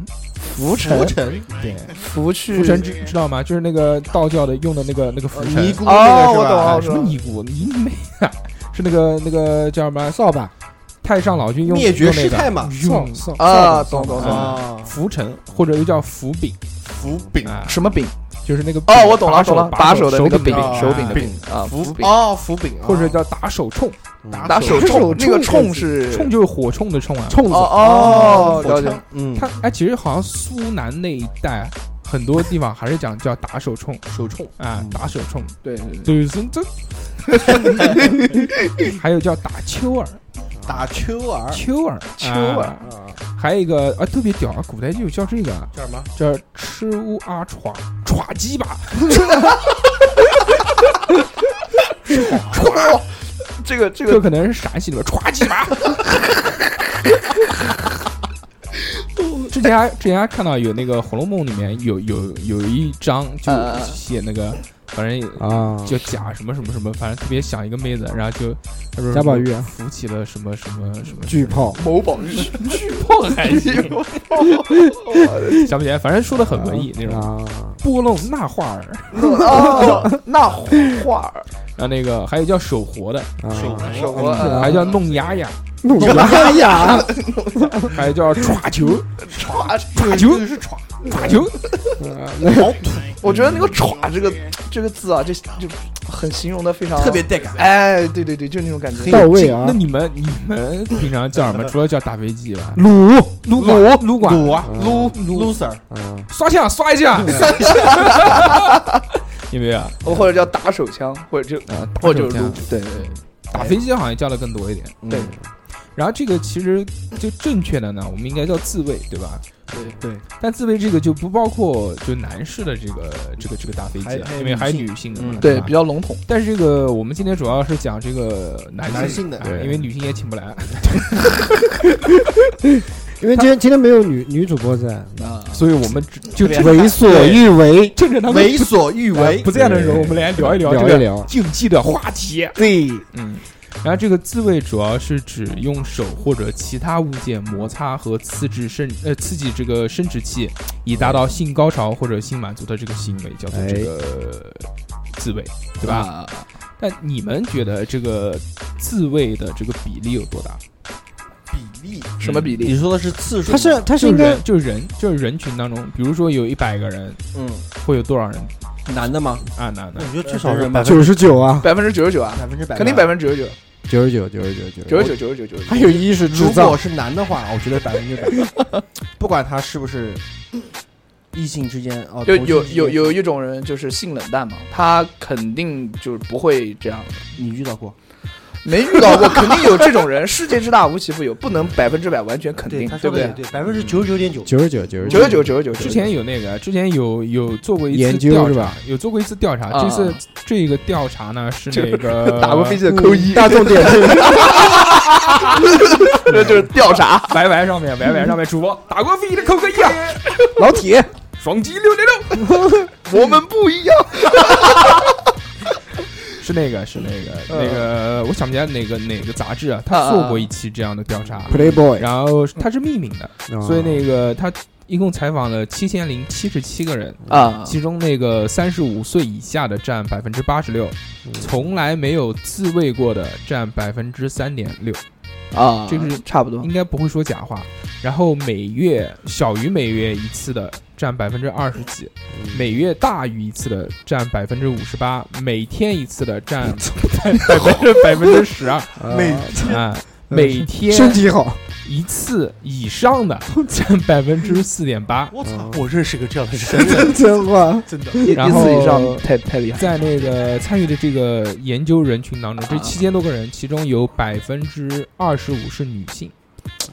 [SPEAKER 3] 浮
[SPEAKER 6] 浮
[SPEAKER 3] 沉，
[SPEAKER 6] 尘
[SPEAKER 7] 对，
[SPEAKER 3] 浮去
[SPEAKER 7] 浮尘知知道吗？就是那个道教的用的那个那个浮
[SPEAKER 6] 尼
[SPEAKER 7] 尘，
[SPEAKER 6] 姑那
[SPEAKER 3] 哦，
[SPEAKER 6] 个是
[SPEAKER 3] 我懂
[SPEAKER 6] 吧？
[SPEAKER 3] 了，
[SPEAKER 7] 什么尼姑尼妹啊，是那个那个叫什么
[SPEAKER 4] 扫把，
[SPEAKER 7] 太上老君用
[SPEAKER 6] 灭绝
[SPEAKER 7] 用那
[SPEAKER 6] 师
[SPEAKER 7] 个
[SPEAKER 6] 太嘛，
[SPEAKER 4] 扫扫
[SPEAKER 3] 啊，懂懂懂，
[SPEAKER 6] 啊，
[SPEAKER 7] 浮尘，或者又叫浮柄
[SPEAKER 6] 浮饼
[SPEAKER 7] 啊，
[SPEAKER 3] 什么饼？
[SPEAKER 7] 就是那个
[SPEAKER 3] 哦，我懂了，
[SPEAKER 7] 把手
[SPEAKER 3] 懂了，
[SPEAKER 7] 把
[SPEAKER 3] 把手的那
[SPEAKER 7] 手
[SPEAKER 3] 个饼，
[SPEAKER 6] 啊
[SPEAKER 3] 手柄啊的
[SPEAKER 6] 柄
[SPEAKER 3] 啊，浮饼，
[SPEAKER 6] 哦，浮饼
[SPEAKER 7] 或者叫打手冲，
[SPEAKER 3] 打手冲，那个冲是
[SPEAKER 7] 冲就是火冲的冲啊。
[SPEAKER 4] 冲子，
[SPEAKER 3] 哦哦，了
[SPEAKER 6] 火
[SPEAKER 3] 解
[SPEAKER 6] 车，嗯，
[SPEAKER 7] 它哎，其实好像苏南那一带很多地方还是讲叫打手冲
[SPEAKER 6] 手冲
[SPEAKER 7] 啊，
[SPEAKER 3] 嗯
[SPEAKER 7] 打手冲，
[SPEAKER 3] 对对对，
[SPEAKER 7] 就是这。 还有叫打秋儿，
[SPEAKER 6] 打秋儿
[SPEAKER 7] 秋儿，
[SPEAKER 3] 秋儿
[SPEAKER 7] 啊，还有一个啊，特别屌啊，古代就有叫这个啊
[SPEAKER 6] 叫什么？
[SPEAKER 7] 叫吃乌 阿歘歘鸡巴，
[SPEAKER 3] 哇这个这
[SPEAKER 7] 这
[SPEAKER 3] 个
[SPEAKER 7] 可能是陕西那边歘鸡 巴。之前还之前还看到有那个《红楼梦》里面有有有一章就
[SPEAKER 3] 嗯嗯嗯
[SPEAKER 7] 写那个，反正
[SPEAKER 6] 哦
[SPEAKER 4] 啊，
[SPEAKER 7] 就假什么什么什么，反正特别想一个妹子，然后就他说
[SPEAKER 4] 贾宝玉啊
[SPEAKER 7] 扶起了什么什么什么
[SPEAKER 4] 巨炮，
[SPEAKER 3] 某宝玉，
[SPEAKER 7] 炮还是想不起来，反正说的很文艺那种。
[SPEAKER 4] 啊，
[SPEAKER 7] 波弄那画儿，
[SPEAKER 3] 哦，那画儿，
[SPEAKER 7] 然后那个还有叫手活的，
[SPEAKER 4] 啊
[SPEAKER 3] 手活啊
[SPEAKER 7] 还叫弄牙牙，
[SPEAKER 4] 弄牙牙，
[SPEAKER 7] 还有叫抓球
[SPEAKER 3] 歘，
[SPEAKER 7] 抓球抓球，
[SPEAKER 3] 我觉得那个“歘”这个这个字啊，这就很形容的非 常
[SPEAKER 6] 特别带感，
[SPEAKER 3] 哎，对对对，就那种感觉。
[SPEAKER 4] 到位啊
[SPEAKER 7] 那，你们你们平常叫什么？除了叫打飞机以外，
[SPEAKER 4] 卤，
[SPEAKER 7] 撸管撸管撸啊
[SPEAKER 6] 撸 loser
[SPEAKER 4] 啊，
[SPEAKER 7] 刷枪刷一下，有没有？
[SPEAKER 3] 我或者叫打手枪，或者就啊
[SPEAKER 7] 呃，
[SPEAKER 4] 啊
[SPEAKER 7] 打
[SPEAKER 3] 或者
[SPEAKER 7] 手
[SPEAKER 3] 就
[SPEAKER 7] 枪
[SPEAKER 3] 撸，对对
[SPEAKER 6] 哎
[SPEAKER 7] 打飞机好像叫的更多一点。
[SPEAKER 6] 嗯
[SPEAKER 3] 对
[SPEAKER 7] 然后这个其实就正确的呢，我们应该叫自卫，对吧？
[SPEAKER 3] 对
[SPEAKER 6] 对，
[SPEAKER 7] 但自卫这个就不包括就男士的这个这个这个打飞机了啊
[SPEAKER 6] 还，有
[SPEAKER 7] 因为还有
[SPEAKER 6] 女
[SPEAKER 7] 女性的嘛
[SPEAKER 6] 嗯，
[SPEAKER 3] 对，
[SPEAKER 7] 吧
[SPEAKER 3] 比较笼统。
[SPEAKER 7] 但是这个我们今天主要是讲这个男
[SPEAKER 6] 男性的
[SPEAKER 7] 啊
[SPEAKER 4] 对
[SPEAKER 7] 因为女性也请不来，
[SPEAKER 4] 因为今天今天没有女女主播在，
[SPEAKER 3] 啊，
[SPEAKER 7] 所以我们只就
[SPEAKER 6] 别
[SPEAKER 7] 趁
[SPEAKER 4] 为所欲为，
[SPEAKER 7] 趁着他们
[SPEAKER 6] 为所欲为
[SPEAKER 7] 呃不在的时候，我们来聊一聊这
[SPEAKER 4] 聊一
[SPEAKER 7] 个
[SPEAKER 4] 聊，
[SPEAKER 7] 竞技的话题。
[SPEAKER 4] 对，
[SPEAKER 7] 嗯，然后这个自卫主要是指用手或者其他物件摩擦和刺激生呃刺激这个生殖器，以达到性高潮或者性满足的这个行为，叫做这个自卫，对
[SPEAKER 3] 对
[SPEAKER 7] 吧？
[SPEAKER 3] 吧？
[SPEAKER 7] 那你们觉得这个自卫的这个比例有多大？
[SPEAKER 6] 比例，
[SPEAKER 3] 什么比例？
[SPEAKER 6] 你说的是次数吗？
[SPEAKER 4] 他是他
[SPEAKER 7] 就
[SPEAKER 4] 是
[SPEAKER 7] 是
[SPEAKER 4] 应该
[SPEAKER 7] 人，就是人，就是人群当中，比如说有一百个人，
[SPEAKER 6] 嗯，
[SPEAKER 7] 会有多少人
[SPEAKER 6] 男的吗？
[SPEAKER 7] 啊？男的
[SPEAKER 5] 我觉得至少是百分
[SPEAKER 4] 九十九啊，
[SPEAKER 3] 百分之九十九啊，
[SPEAKER 6] 百分之百，
[SPEAKER 3] 肯定百分之九十九，
[SPEAKER 4] 九十九九十九
[SPEAKER 3] 九十九，九十九，九十九
[SPEAKER 4] 还。有一是制
[SPEAKER 6] 如
[SPEAKER 4] 造
[SPEAKER 6] 果，是男的话，我觉得百分之百， 不管他是不是异性之间哦，
[SPEAKER 3] 就
[SPEAKER 6] 同性
[SPEAKER 3] 有
[SPEAKER 6] 之间
[SPEAKER 3] 有有一种人就是性冷淡嘛，他肯定就是不会这样的，
[SPEAKER 6] 你遇到过，
[SPEAKER 3] 没遇到过，肯定有这种人。世界之大无奇不有，不能百分之百完全肯
[SPEAKER 5] 对
[SPEAKER 3] 定，
[SPEAKER 5] 他
[SPEAKER 3] 对
[SPEAKER 5] 说
[SPEAKER 3] 不
[SPEAKER 5] 的
[SPEAKER 3] 对
[SPEAKER 5] 也？对，百分之九十九点九，
[SPEAKER 4] 九十九九十
[SPEAKER 3] 九十九，九十
[SPEAKER 7] 之
[SPEAKER 3] 九，
[SPEAKER 7] 前有那个，之前有有做过一次
[SPEAKER 4] 研究
[SPEAKER 7] 调
[SPEAKER 4] 是
[SPEAKER 7] 查
[SPEAKER 4] 吧？
[SPEAKER 7] 有做过一次调查，
[SPEAKER 3] 啊
[SPEAKER 7] 这次这个调查呢是
[SPEAKER 3] 就
[SPEAKER 7] 那个
[SPEAKER 3] 打过飞机的扣一，
[SPEAKER 4] 大众点评
[SPEAKER 3] 这就是调查。
[SPEAKER 7] 白白上面，白白上面主播打过飞机的扣个一啊，
[SPEAKER 4] 老铁，
[SPEAKER 7] 双击六六六，
[SPEAKER 3] 我们不一样，
[SPEAKER 7] 是那个是那个
[SPEAKER 3] 嗯
[SPEAKER 7] 那个，我想不起来哪个哪个杂志啊，
[SPEAKER 3] 啊嗯
[SPEAKER 7] 他
[SPEAKER 3] 啊
[SPEAKER 7] 做过一期这样的调查，
[SPEAKER 4] Playboy，啊
[SPEAKER 7] 然后它是匿名的，
[SPEAKER 3] 嗯
[SPEAKER 7] 所以那个他一共采访了七千零七十七个人，
[SPEAKER 3] 啊
[SPEAKER 7] 其中那个三十五岁以下的占百分之八十六，
[SPEAKER 3] 嗯
[SPEAKER 7] 从来没有自慰过的占百分之三点六，
[SPEAKER 3] 啊，
[SPEAKER 7] 这个是
[SPEAKER 3] 差不多
[SPEAKER 7] 应该不会说假话。然后每月小于每月一次的占百分之二十几，每月大于一次的占百分之五十八，每天一次的占百分之百分之十二
[SPEAKER 4] 那
[SPEAKER 5] 每
[SPEAKER 7] 啊，每天
[SPEAKER 4] 呃身体好，
[SPEAKER 7] 一次以上的占百分之四点八，
[SPEAKER 5] 我操
[SPEAKER 4] 嗯！
[SPEAKER 5] 我认识个这样的人，
[SPEAKER 4] 真话，
[SPEAKER 5] 真的。
[SPEAKER 3] 一一
[SPEAKER 7] 然后
[SPEAKER 3] 次以上太太厉害了。
[SPEAKER 7] 在那个参与的这个研究人群当中，这
[SPEAKER 3] 啊
[SPEAKER 7] 七千多个人，其中有百分之二十五是女性。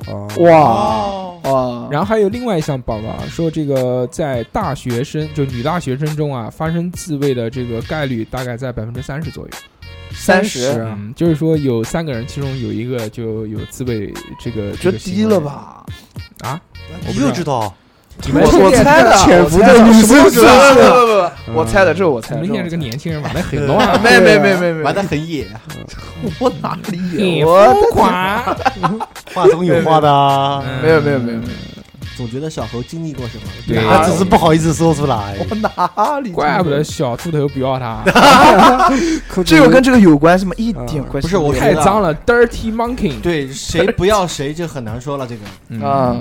[SPEAKER 4] 哦
[SPEAKER 3] 哇
[SPEAKER 7] 哦
[SPEAKER 3] 哇，
[SPEAKER 7] 然后还有另外一项报告啊，说这个在大学生，就女大学生中啊，发生自慰的这个概率大概在百分之三十左右。
[SPEAKER 3] 三十，
[SPEAKER 4] 啊
[SPEAKER 7] 嗯，就是说有三个人，其中有一个就有自慰这个。
[SPEAKER 3] 这
[SPEAKER 7] 这个
[SPEAKER 3] 低
[SPEAKER 7] 行为
[SPEAKER 3] 了？吧？
[SPEAKER 7] 啊，
[SPEAKER 5] 你又知道
[SPEAKER 7] 你
[SPEAKER 3] 我
[SPEAKER 7] 们
[SPEAKER 3] 我猜的，
[SPEAKER 4] 潜伏在女生
[SPEAKER 3] 不不
[SPEAKER 4] 身上，
[SPEAKER 3] 不不，我猜的，这是我猜
[SPEAKER 7] 你
[SPEAKER 3] 的。
[SPEAKER 7] 们现在这
[SPEAKER 3] 这
[SPEAKER 7] 个
[SPEAKER 3] 是我猜的
[SPEAKER 7] 年轻人玩的 很乱啊，
[SPEAKER 3] 没没没没没，
[SPEAKER 6] 玩的很野，啊
[SPEAKER 3] 我哪里
[SPEAKER 7] 你
[SPEAKER 3] 有？我
[SPEAKER 7] 疯狂。啊
[SPEAKER 5] 话总有话的啊，
[SPEAKER 7] 嗯
[SPEAKER 3] 没有没有没有没
[SPEAKER 6] 总觉得小猴经历过什么，啊
[SPEAKER 7] 对
[SPEAKER 5] 他只是不好意思说出来。
[SPEAKER 3] 我哪里？
[SPEAKER 7] 怪不得小秃头不要 他，嗯
[SPEAKER 3] 这个跟这个有关系吗？一点关系
[SPEAKER 6] 不是我
[SPEAKER 7] 太脏了，dirty monkey。
[SPEAKER 6] 对谁不要谁就很难说了。这个
[SPEAKER 7] 嗯
[SPEAKER 3] 啊，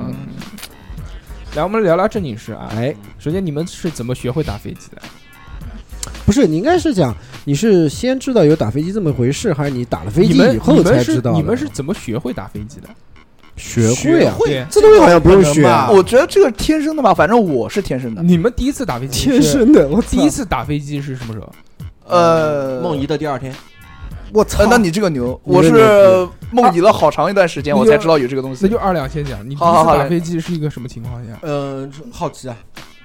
[SPEAKER 7] 来我们聊聊正经事啊。
[SPEAKER 4] 哎，
[SPEAKER 7] 首先你们是怎么学会打飞机的？
[SPEAKER 4] 不是，你应该是讲你是先知道有打飞机这么回事，还是你打了飞
[SPEAKER 7] 你
[SPEAKER 4] 机
[SPEAKER 7] 们
[SPEAKER 4] 以后
[SPEAKER 7] 你们
[SPEAKER 4] 才
[SPEAKER 7] 是
[SPEAKER 4] 知道的？
[SPEAKER 7] 你们是怎么学会打飞机的？
[SPEAKER 4] 学会啊？
[SPEAKER 7] 对，
[SPEAKER 4] 这东西好像不用
[SPEAKER 6] 不可能
[SPEAKER 4] 学啊，
[SPEAKER 6] 吧
[SPEAKER 3] 我觉得这个天生的吧，反正我是天生的。
[SPEAKER 7] 你们第一次打飞机是
[SPEAKER 4] 天生的，我
[SPEAKER 7] 第
[SPEAKER 4] 操
[SPEAKER 7] 一次打飞机是什么时候？
[SPEAKER 3] 呃，
[SPEAKER 6] 梦遗的第二天，
[SPEAKER 4] 我
[SPEAKER 3] 呃
[SPEAKER 4] 操，
[SPEAKER 3] 那你这个牛，
[SPEAKER 4] 你
[SPEAKER 3] 我
[SPEAKER 4] 这
[SPEAKER 3] 是
[SPEAKER 4] 牛
[SPEAKER 3] 梦遗了好长一段时间，
[SPEAKER 7] 啊
[SPEAKER 3] 我才知道有这个东
[SPEAKER 7] 那
[SPEAKER 3] 西。
[SPEAKER 7] 就二两先讲。你第一
[SPEAKER 3] 好好
[SPEAKER 7] 次
[SPEAKER 3] 好
[SPEAKER 7] 打
[SPEAKER 3] 嘞
[SPEAKER 7] 飞机是一个什么情况下？
[SPEAKER 6] 嗯，好奇啊。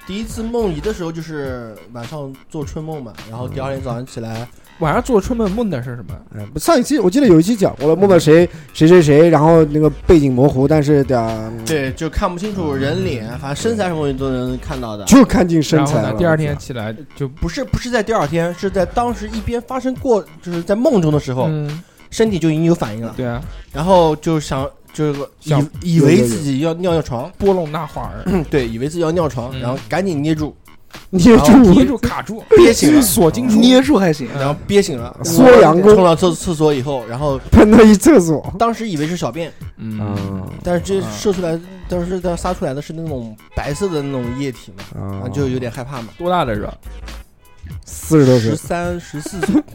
[SPEAKER 6] 第一次梦遗的时候就是晚上做春梦嘛，然后第二天早上起来，
[SPEAKER 7] 晚上做春梦梦的是什么？
[SPEAKER 4] 哎，不上一期我记得有一期讲过了，梦到谁谁谁谁，然后那个背景模糊，但是的
[SPEAKER 6] 对，就看不清楚人脸，反正身材什么你都能看到的。
[SPEAKER 4] 就看尽身
[SPEAKER 7] 然后
[SPEAKER 4] 材
[SPEAKER 7] 呢
[SPEAKER 4] 了。，
[SPEAKER 7] 第二天起来就
[SPEAKER 6] 不是不是在第二天，是在当时一边发生过，就是在梦中的时候，
[SPEAKER 7] 嗯，
[SPEAKER 6] 身体就已经有反应了，
[SPEAKER 7] 对啊，
[SPEAKER 6] 然后就想就是
[SPEAKER 7] 想
[SPEAKER 6] 以以为自己要尿尿床，
[SPEAKER 7] 波隆那花儿，
[SPEAKER 6] 嗯，对，以为自己要尿床，
[SPEAKER 7] 嗯
[SPEAKER 6] 然后赶紧捏住，
[SPEAKER 4] 我操捏
[SPEAKER 7] 捏
[SPEAKER 4] 住
[SPEAKER 7] 住卡住，
[SPEAKER 6] 憋醒了，
[SPEAKER 7] 锁进去。
[SPEAKER 3] 捏住还行，
[SPEAKER 7] 嗯
[SPEAKER 6] 然后憋醒了，
[SPEAKER 4] 缩阳功
[SPEAKER 6] 冲了厕厕所以后，然后
[SPEAKER 4] 喷到一厕所，
[SPEAKER 6] 当时以为是小便，
[SPEAKER 7] 嗯，
[SPEAKER 6] 但是这射出来，当时它撒出来的是那种白色的那种液体嘛，然
[SPEAKER 4] 啊
[SPEAKER 6] 后就有点害怕嘛。
[SPEAKER 7] 多大的时候？
[SPEAKER 4] 四十多
[SPEAKER 6] 十
[SPEAKER 4] 岁，
[SPEAKER 6] 三、十四岁，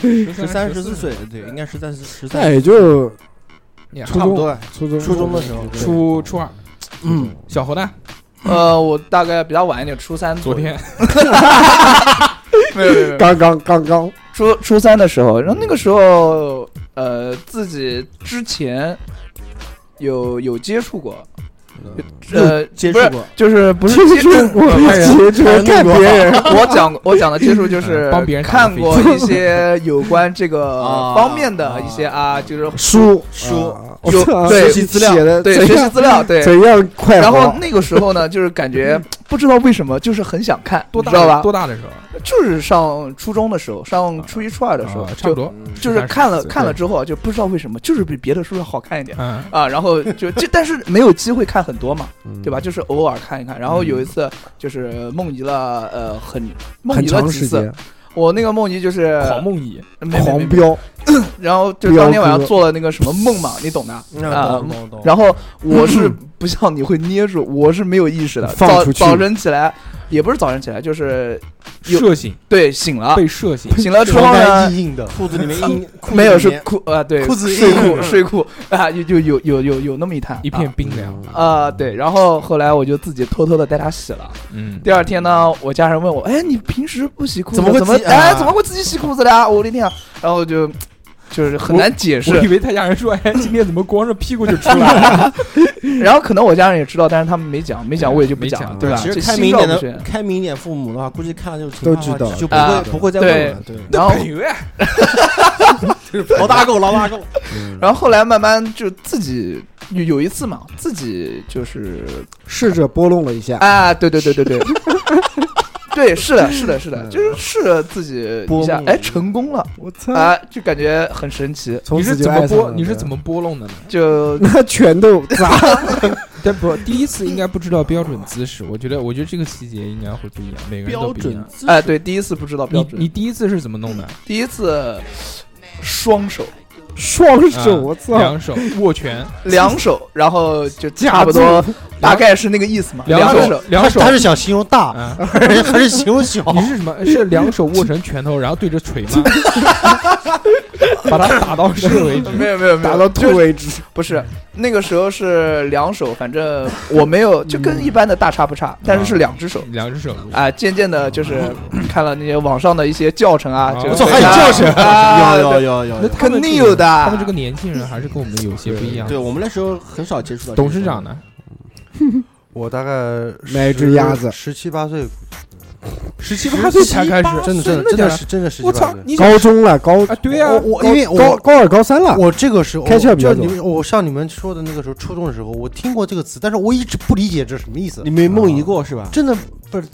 [SPEAKER 7] 十
[SPEAKER 6] 十三、十四，岁，对，应该十三、十
[SPEAKER 4] 那
[SPEAKER 6] 三，
[SPEAKER 4] 也就
[SPEAKER 7] 你
[SPEAKER 4] 初
[SPEAKER 6] 差不
[SPEAKER 4] 中、
[SPEAKER 6] 多，
[SPEAKER 4] 初中、
[SPEAKER 6] 初中的时候，对
[SPEAKER 7] 初初二。
[SPEAKER 6] 嗯，
[SPEAKER 7] 小猴呢？
[SPEAKER 3] 呃，我大概比他晚一点，初三
[SPEAKER 7] 昨
[SPEAKER 3] 左右
[SPEAKER 7] 天
[SPEAKER 3] 没有没有 没有，
[SPEAKER 4] 刚刚刚刚
[SPEAKER 3] 初初三的时候，然后那个时候，呃，自己之前有有接触过，呃，
[SPEAKER 6] 接
[SPEAKER 3] 不
[SPEAKER 6] 触
[SPEAKER 3] 是，
[SPEAKER 6] 过，
[SPEAKER 3] 就是不是接 触过，
[SPEAKER 4] 接触看 别人，
[SPEAKER 3] 我讲我讲的接触就是
[SPEAKER 7] 嗯 帮别人打
[SPEAKER 3] 看
[SPEAKER 7] 飞机
[SPEAKER 3] 过一些有关 这个
[SPEAKER 6] 啊
[SPEAKER 3] 方面的一些啊，就是
[SPEAKER 4] 书
[SPEAKER 6] 书
[SPEAKER 4] 啊
[SPEAKER 3] 有
[SPEAKER 4] 我操
[SPEAKER 3] 对
[SPEAKER 4] 学习资料写的
[SPEAKER 3] 对
[SPEAKER 4] 怎
[SPEAKER 3] 学习
[SPEAKER 4] 样
[SPEAKER 3] 资料对。
[SPEAKER 4] 怎样快
[SPEAKER 3] 然后
[SPEAKER 4] 活
[SPEAKER 3] 那个时候呢，就是感 觉不知道为什么，就是很想看，
[SPEAKER 7] 多
[SPEAKER 3] 你
[SPEAKER 7] 大？
[SPEAKER 3] 知道吧？
[SPEAKER 7] 多大的时候？
[SPEAKER 3] 就是上初中的时候，上初一初二的时候，
[SPEAKER 7] 啊差不
[SPEAKER 3] 就
[SPEAKER 7] 多。
[SPEAKER 3] 就是看了
[SPEAKER 7] 13
[SPEAKER 3] 看了之后，啊就不知道为什么，就是比别的书要好看一点。
[SPEAKER 7] 嗯，
[SPEAKER 3] 啊，然后就 就但是没有机会看很多嘛，对吧？
[SPEAKER 4] 嗯
[SPEAKER 3] 就是偶尔看一看。然后有一次就是梦遗了，呃，很梦
[SPEAKER 4] 很
[SPEAKER 3] 遗了
[SPEAKER 4] 长
[SPEAKER 3] 几
[SPEAKER 4] 时
[SPEAKER 3] 次
[SPEAKER 4] 间，
[SPEAKER 3] 我那个梦遗就是
[SPEAKER 7] 狂梦遗，
[SPEAKER 3] 没没没
[SPEAKER 4] 狂飙，
[SPEAKER 3] 然后就是当天晚上做了那个什么梦嘛，你懂的。啊
[SPEAKER 6] 嗯懂懂懂。
[SPEAKER 3] 然后我是不像你会捏住，我是没有意识的。
[SPEAKER 4] 放
[SPEAKER 3] 早
[SPEAKER 4] 出去
[SPEAKER 3] 早晨起来，也不是早晨起来，就是有
[SPEAKER 7] 射醒
[SPEAKER 3] 对醒了，
[SPEAKER 7] 被射醒，
[SPEAKER 3] 醒了之
[SPEAKER 5] 床
[SPEAKER 3] 后
[SPEAKER 5] 单
[SPEAKER 3] 呢，
[SPEAKER 5] 硬硬的，
[SPEAKER 6] 裤子里面硬，裤子
[SPEAKER 3] 没有
[SPEAKER 6] 里
[SPEAKER 3] 是
[SPEAKER 6] 面
[SPEAKER 3] 裤啊，对
[SPEAKER 5] 裤子
[SPEAKER 3] 睡
[SPEAKER 5] 硬
[SPEAKER 3] 裤睡裤啊，有就有有有有那么一摊
[SPEAKER 7] 一片冰凉。
[SPEAKER 3] 啊，对。然后后来我就自己偷偷的带它洗了。
[SPEAKER 7] 嗯，
[SPEAKER 3] 第二天呢，我家人问我，哎，你平时不洗裤子，
[SPEAKER 6] 怎么会
[SPEAKER 3] 怎么
[SPEAKER 6] 自己
[SPEAKER 3] 哎
[SPEAKER 6] 啊
[SPEAKER 3] 怎么会自己洗裤子的啊？我的天啊！然后就就是很难解
[SPEAKER 7] 我以
[SPEAKER 3] 释。
[SPEAKER 7] 为他家人说，哎，今天怎么光着屁股就出 来了？
[SPEAKER 3] 然后可能我家人也知道，但是他们没讲，没讲我也就不
[SPEAKER 7] 没
[SPEAKER 3] 讲
[SPEAKER 7] 讲
[SPEAKER 3] 了，对吧？
[SPEAKER 6] 其实
[SPEAKER 3] 这
[SPEAKER 6] 开
[SPEAKER 3] 心
[SPEAKER 6] 明一
[SPEAKER 3] 照
[SPEAKER 6] 点
[SPEAKER 3] 不宣
[SPEAKER 6] 的，开明一点父母的话，估计看了就是
[SPEAKER 4] 都
[SPEAKER 6] 情况
[SPEAKER 4] 知道
[SPEAKER 6] 就就不
[SPEAKER 3] 啊
[SPEAKER 6] 会不会再问
[SPEAKER 4] 嗯
[SPEAKER 6] 了。对，
[SPEAKER 3] 然后
[SPEAKER 7] 月
[SPEAKER 6] 老大够，老大够。
[SPEAKER 3] 然后后来慢慢就自己有有一次嘛，自己就是
[SPEAKER 4] 试着拨弄了一下，
[SPEAKER 3] 啊，对对对对对， 对，是的，是的，是的，就是试了自己一下
[SPEAKER 6] 拨，弄
[SPEAKER 3] 哎，成功了
[SPEAKER 4] 我操！
[SPEAKER 3] 啊，就感觉很神奇，
[SPEAKER 4] 从
[SPEAKER 7] 你是
[SPEAKER 4] 此就
[SPEAKER 7] 怎么
[SPEAKER 4] 爱上
[SPEAKER 7] 拨？
[SPEAKER 4] 了。
[SPEAKER 7] 你是怎
[SPEAKER 4] 么？
[SPEAKER 7] 么拨弄的呢？
[SPEAKER 3] 就
[SPEAKER 4] 那拳头砸，
[SPEAKER 7] 但不，第一次应该不知道标准姿势。我觉得，我觉得这个细节应该会不一样，每个人
[SPEAKER 6] 标
[SPEAKER 7] 都不一
[SPEAKER 6] 准。
[SPEAKER 7] 样
[SPEAKER 6] 姿势
[SPEAKER 3] 哎，对，第一次不知道标
[SPEAKER 7] 你
[SPEAKER 3] 准，
[SPEAKER 7] 你第一次是怎么弄的？
[SPEAKER 3] 第一次双手
[SPEAKER 4] 双手，我操！
[SPEAKER 7] 啊两手握拳，
[SPEAKER 3] 两手，然后就差
[SPEAKER 4] 夹
[SPEAKER 3] 不
[SPEAKER 4] 住
[SPEAKER 3] 多大概是那个意思嘛，两
[SPEAKER 7] 手
[SPEAKER 3] 手。
[SPEAKER 7] 两手
[SPEAKER 5] 他是想形容 大
[SPEAKER 7] 啊！
[SPEAKER 5] 还是形容小？
[SPEAKER 7] 你是什么？是两手握成拳头，然后对着锤吗？ 把它打到射为止。
[SPEAKER 3] 没有没有没有，
[SPEAKER 4] 打到
[SPEAKER 3] 就
[SPEAKER 4] 吐为止，
[SPEAKER 3] 不是那个时候是两手，反正我没有，就跟一般的大差不差，但是是两只手。
[SPEAKER 7] 两只手，
[SPEAKER 3] 啊，渐渐的，就是看了那些网上的一些教程啊，
[SPEAKER 7] 啊
[SPEAKER 3] 就
[SPEAKER 7] 我
[SPEAKER 6] 哦
[SPEAKER 5] 操还有教程
[SPEAKER 3] 啊，
[SPEAKER 6] 有有有有
[SPEAKER 7] 那
[SPEAKER 6] 有。
[SPEAKER 7] 他
[SPEAKER 3] 肯
[SPEAKER 7] 们
[SPEAKER 3] 定
[SPEAKER 7] 这个
[SPEAKER 3] 有的。
[SPEAKER 7] 他们这个年轻人还是跟我们有些不一样
[SPEAKER 6] 对。我们那时候很少接触到这个
[SPEAKER 7] 董事长呢？
[SPEAKER 10] 我大概
[SPEAKER 4] 买一只鸭子
[SPEAKER 10] 十七八岁，
[SPEAKER 7] 十七八岁才开始，
[SPEAKER 10] 真的真的
[SPEAKER 7] 真
[SPEAKER 10] 真的
[SPEAKER 7] 假
[SPEAKER 10] 是真的十
[SPEAKER 7] 我
[SPEAKER 10] 七八
[SPEAKER 7] 操
[SPEAKER 10] 岁！。
[SPEAKER 7] 你想
[SPEAKER 4] 高中了，高
[SPEAKER 7] 啊，对呀，
[SPEAKER 10] 我我因为
[SPEAKER 4] 高
[SPEAKER 10] 我
[SPEAKER 4] 高二高三了，
[SPEAKER 10] 我这个时候
[SPEAKER 4] 开窍比较
[SPEAKER 10] 就你们我像你们说的那个时候，初中的时候，我听过这个词，但是我一直不理解这是什么意思
[SPEAKER 6] 你。没梦遗过是吧？
[SPEAKER 10] 真的不是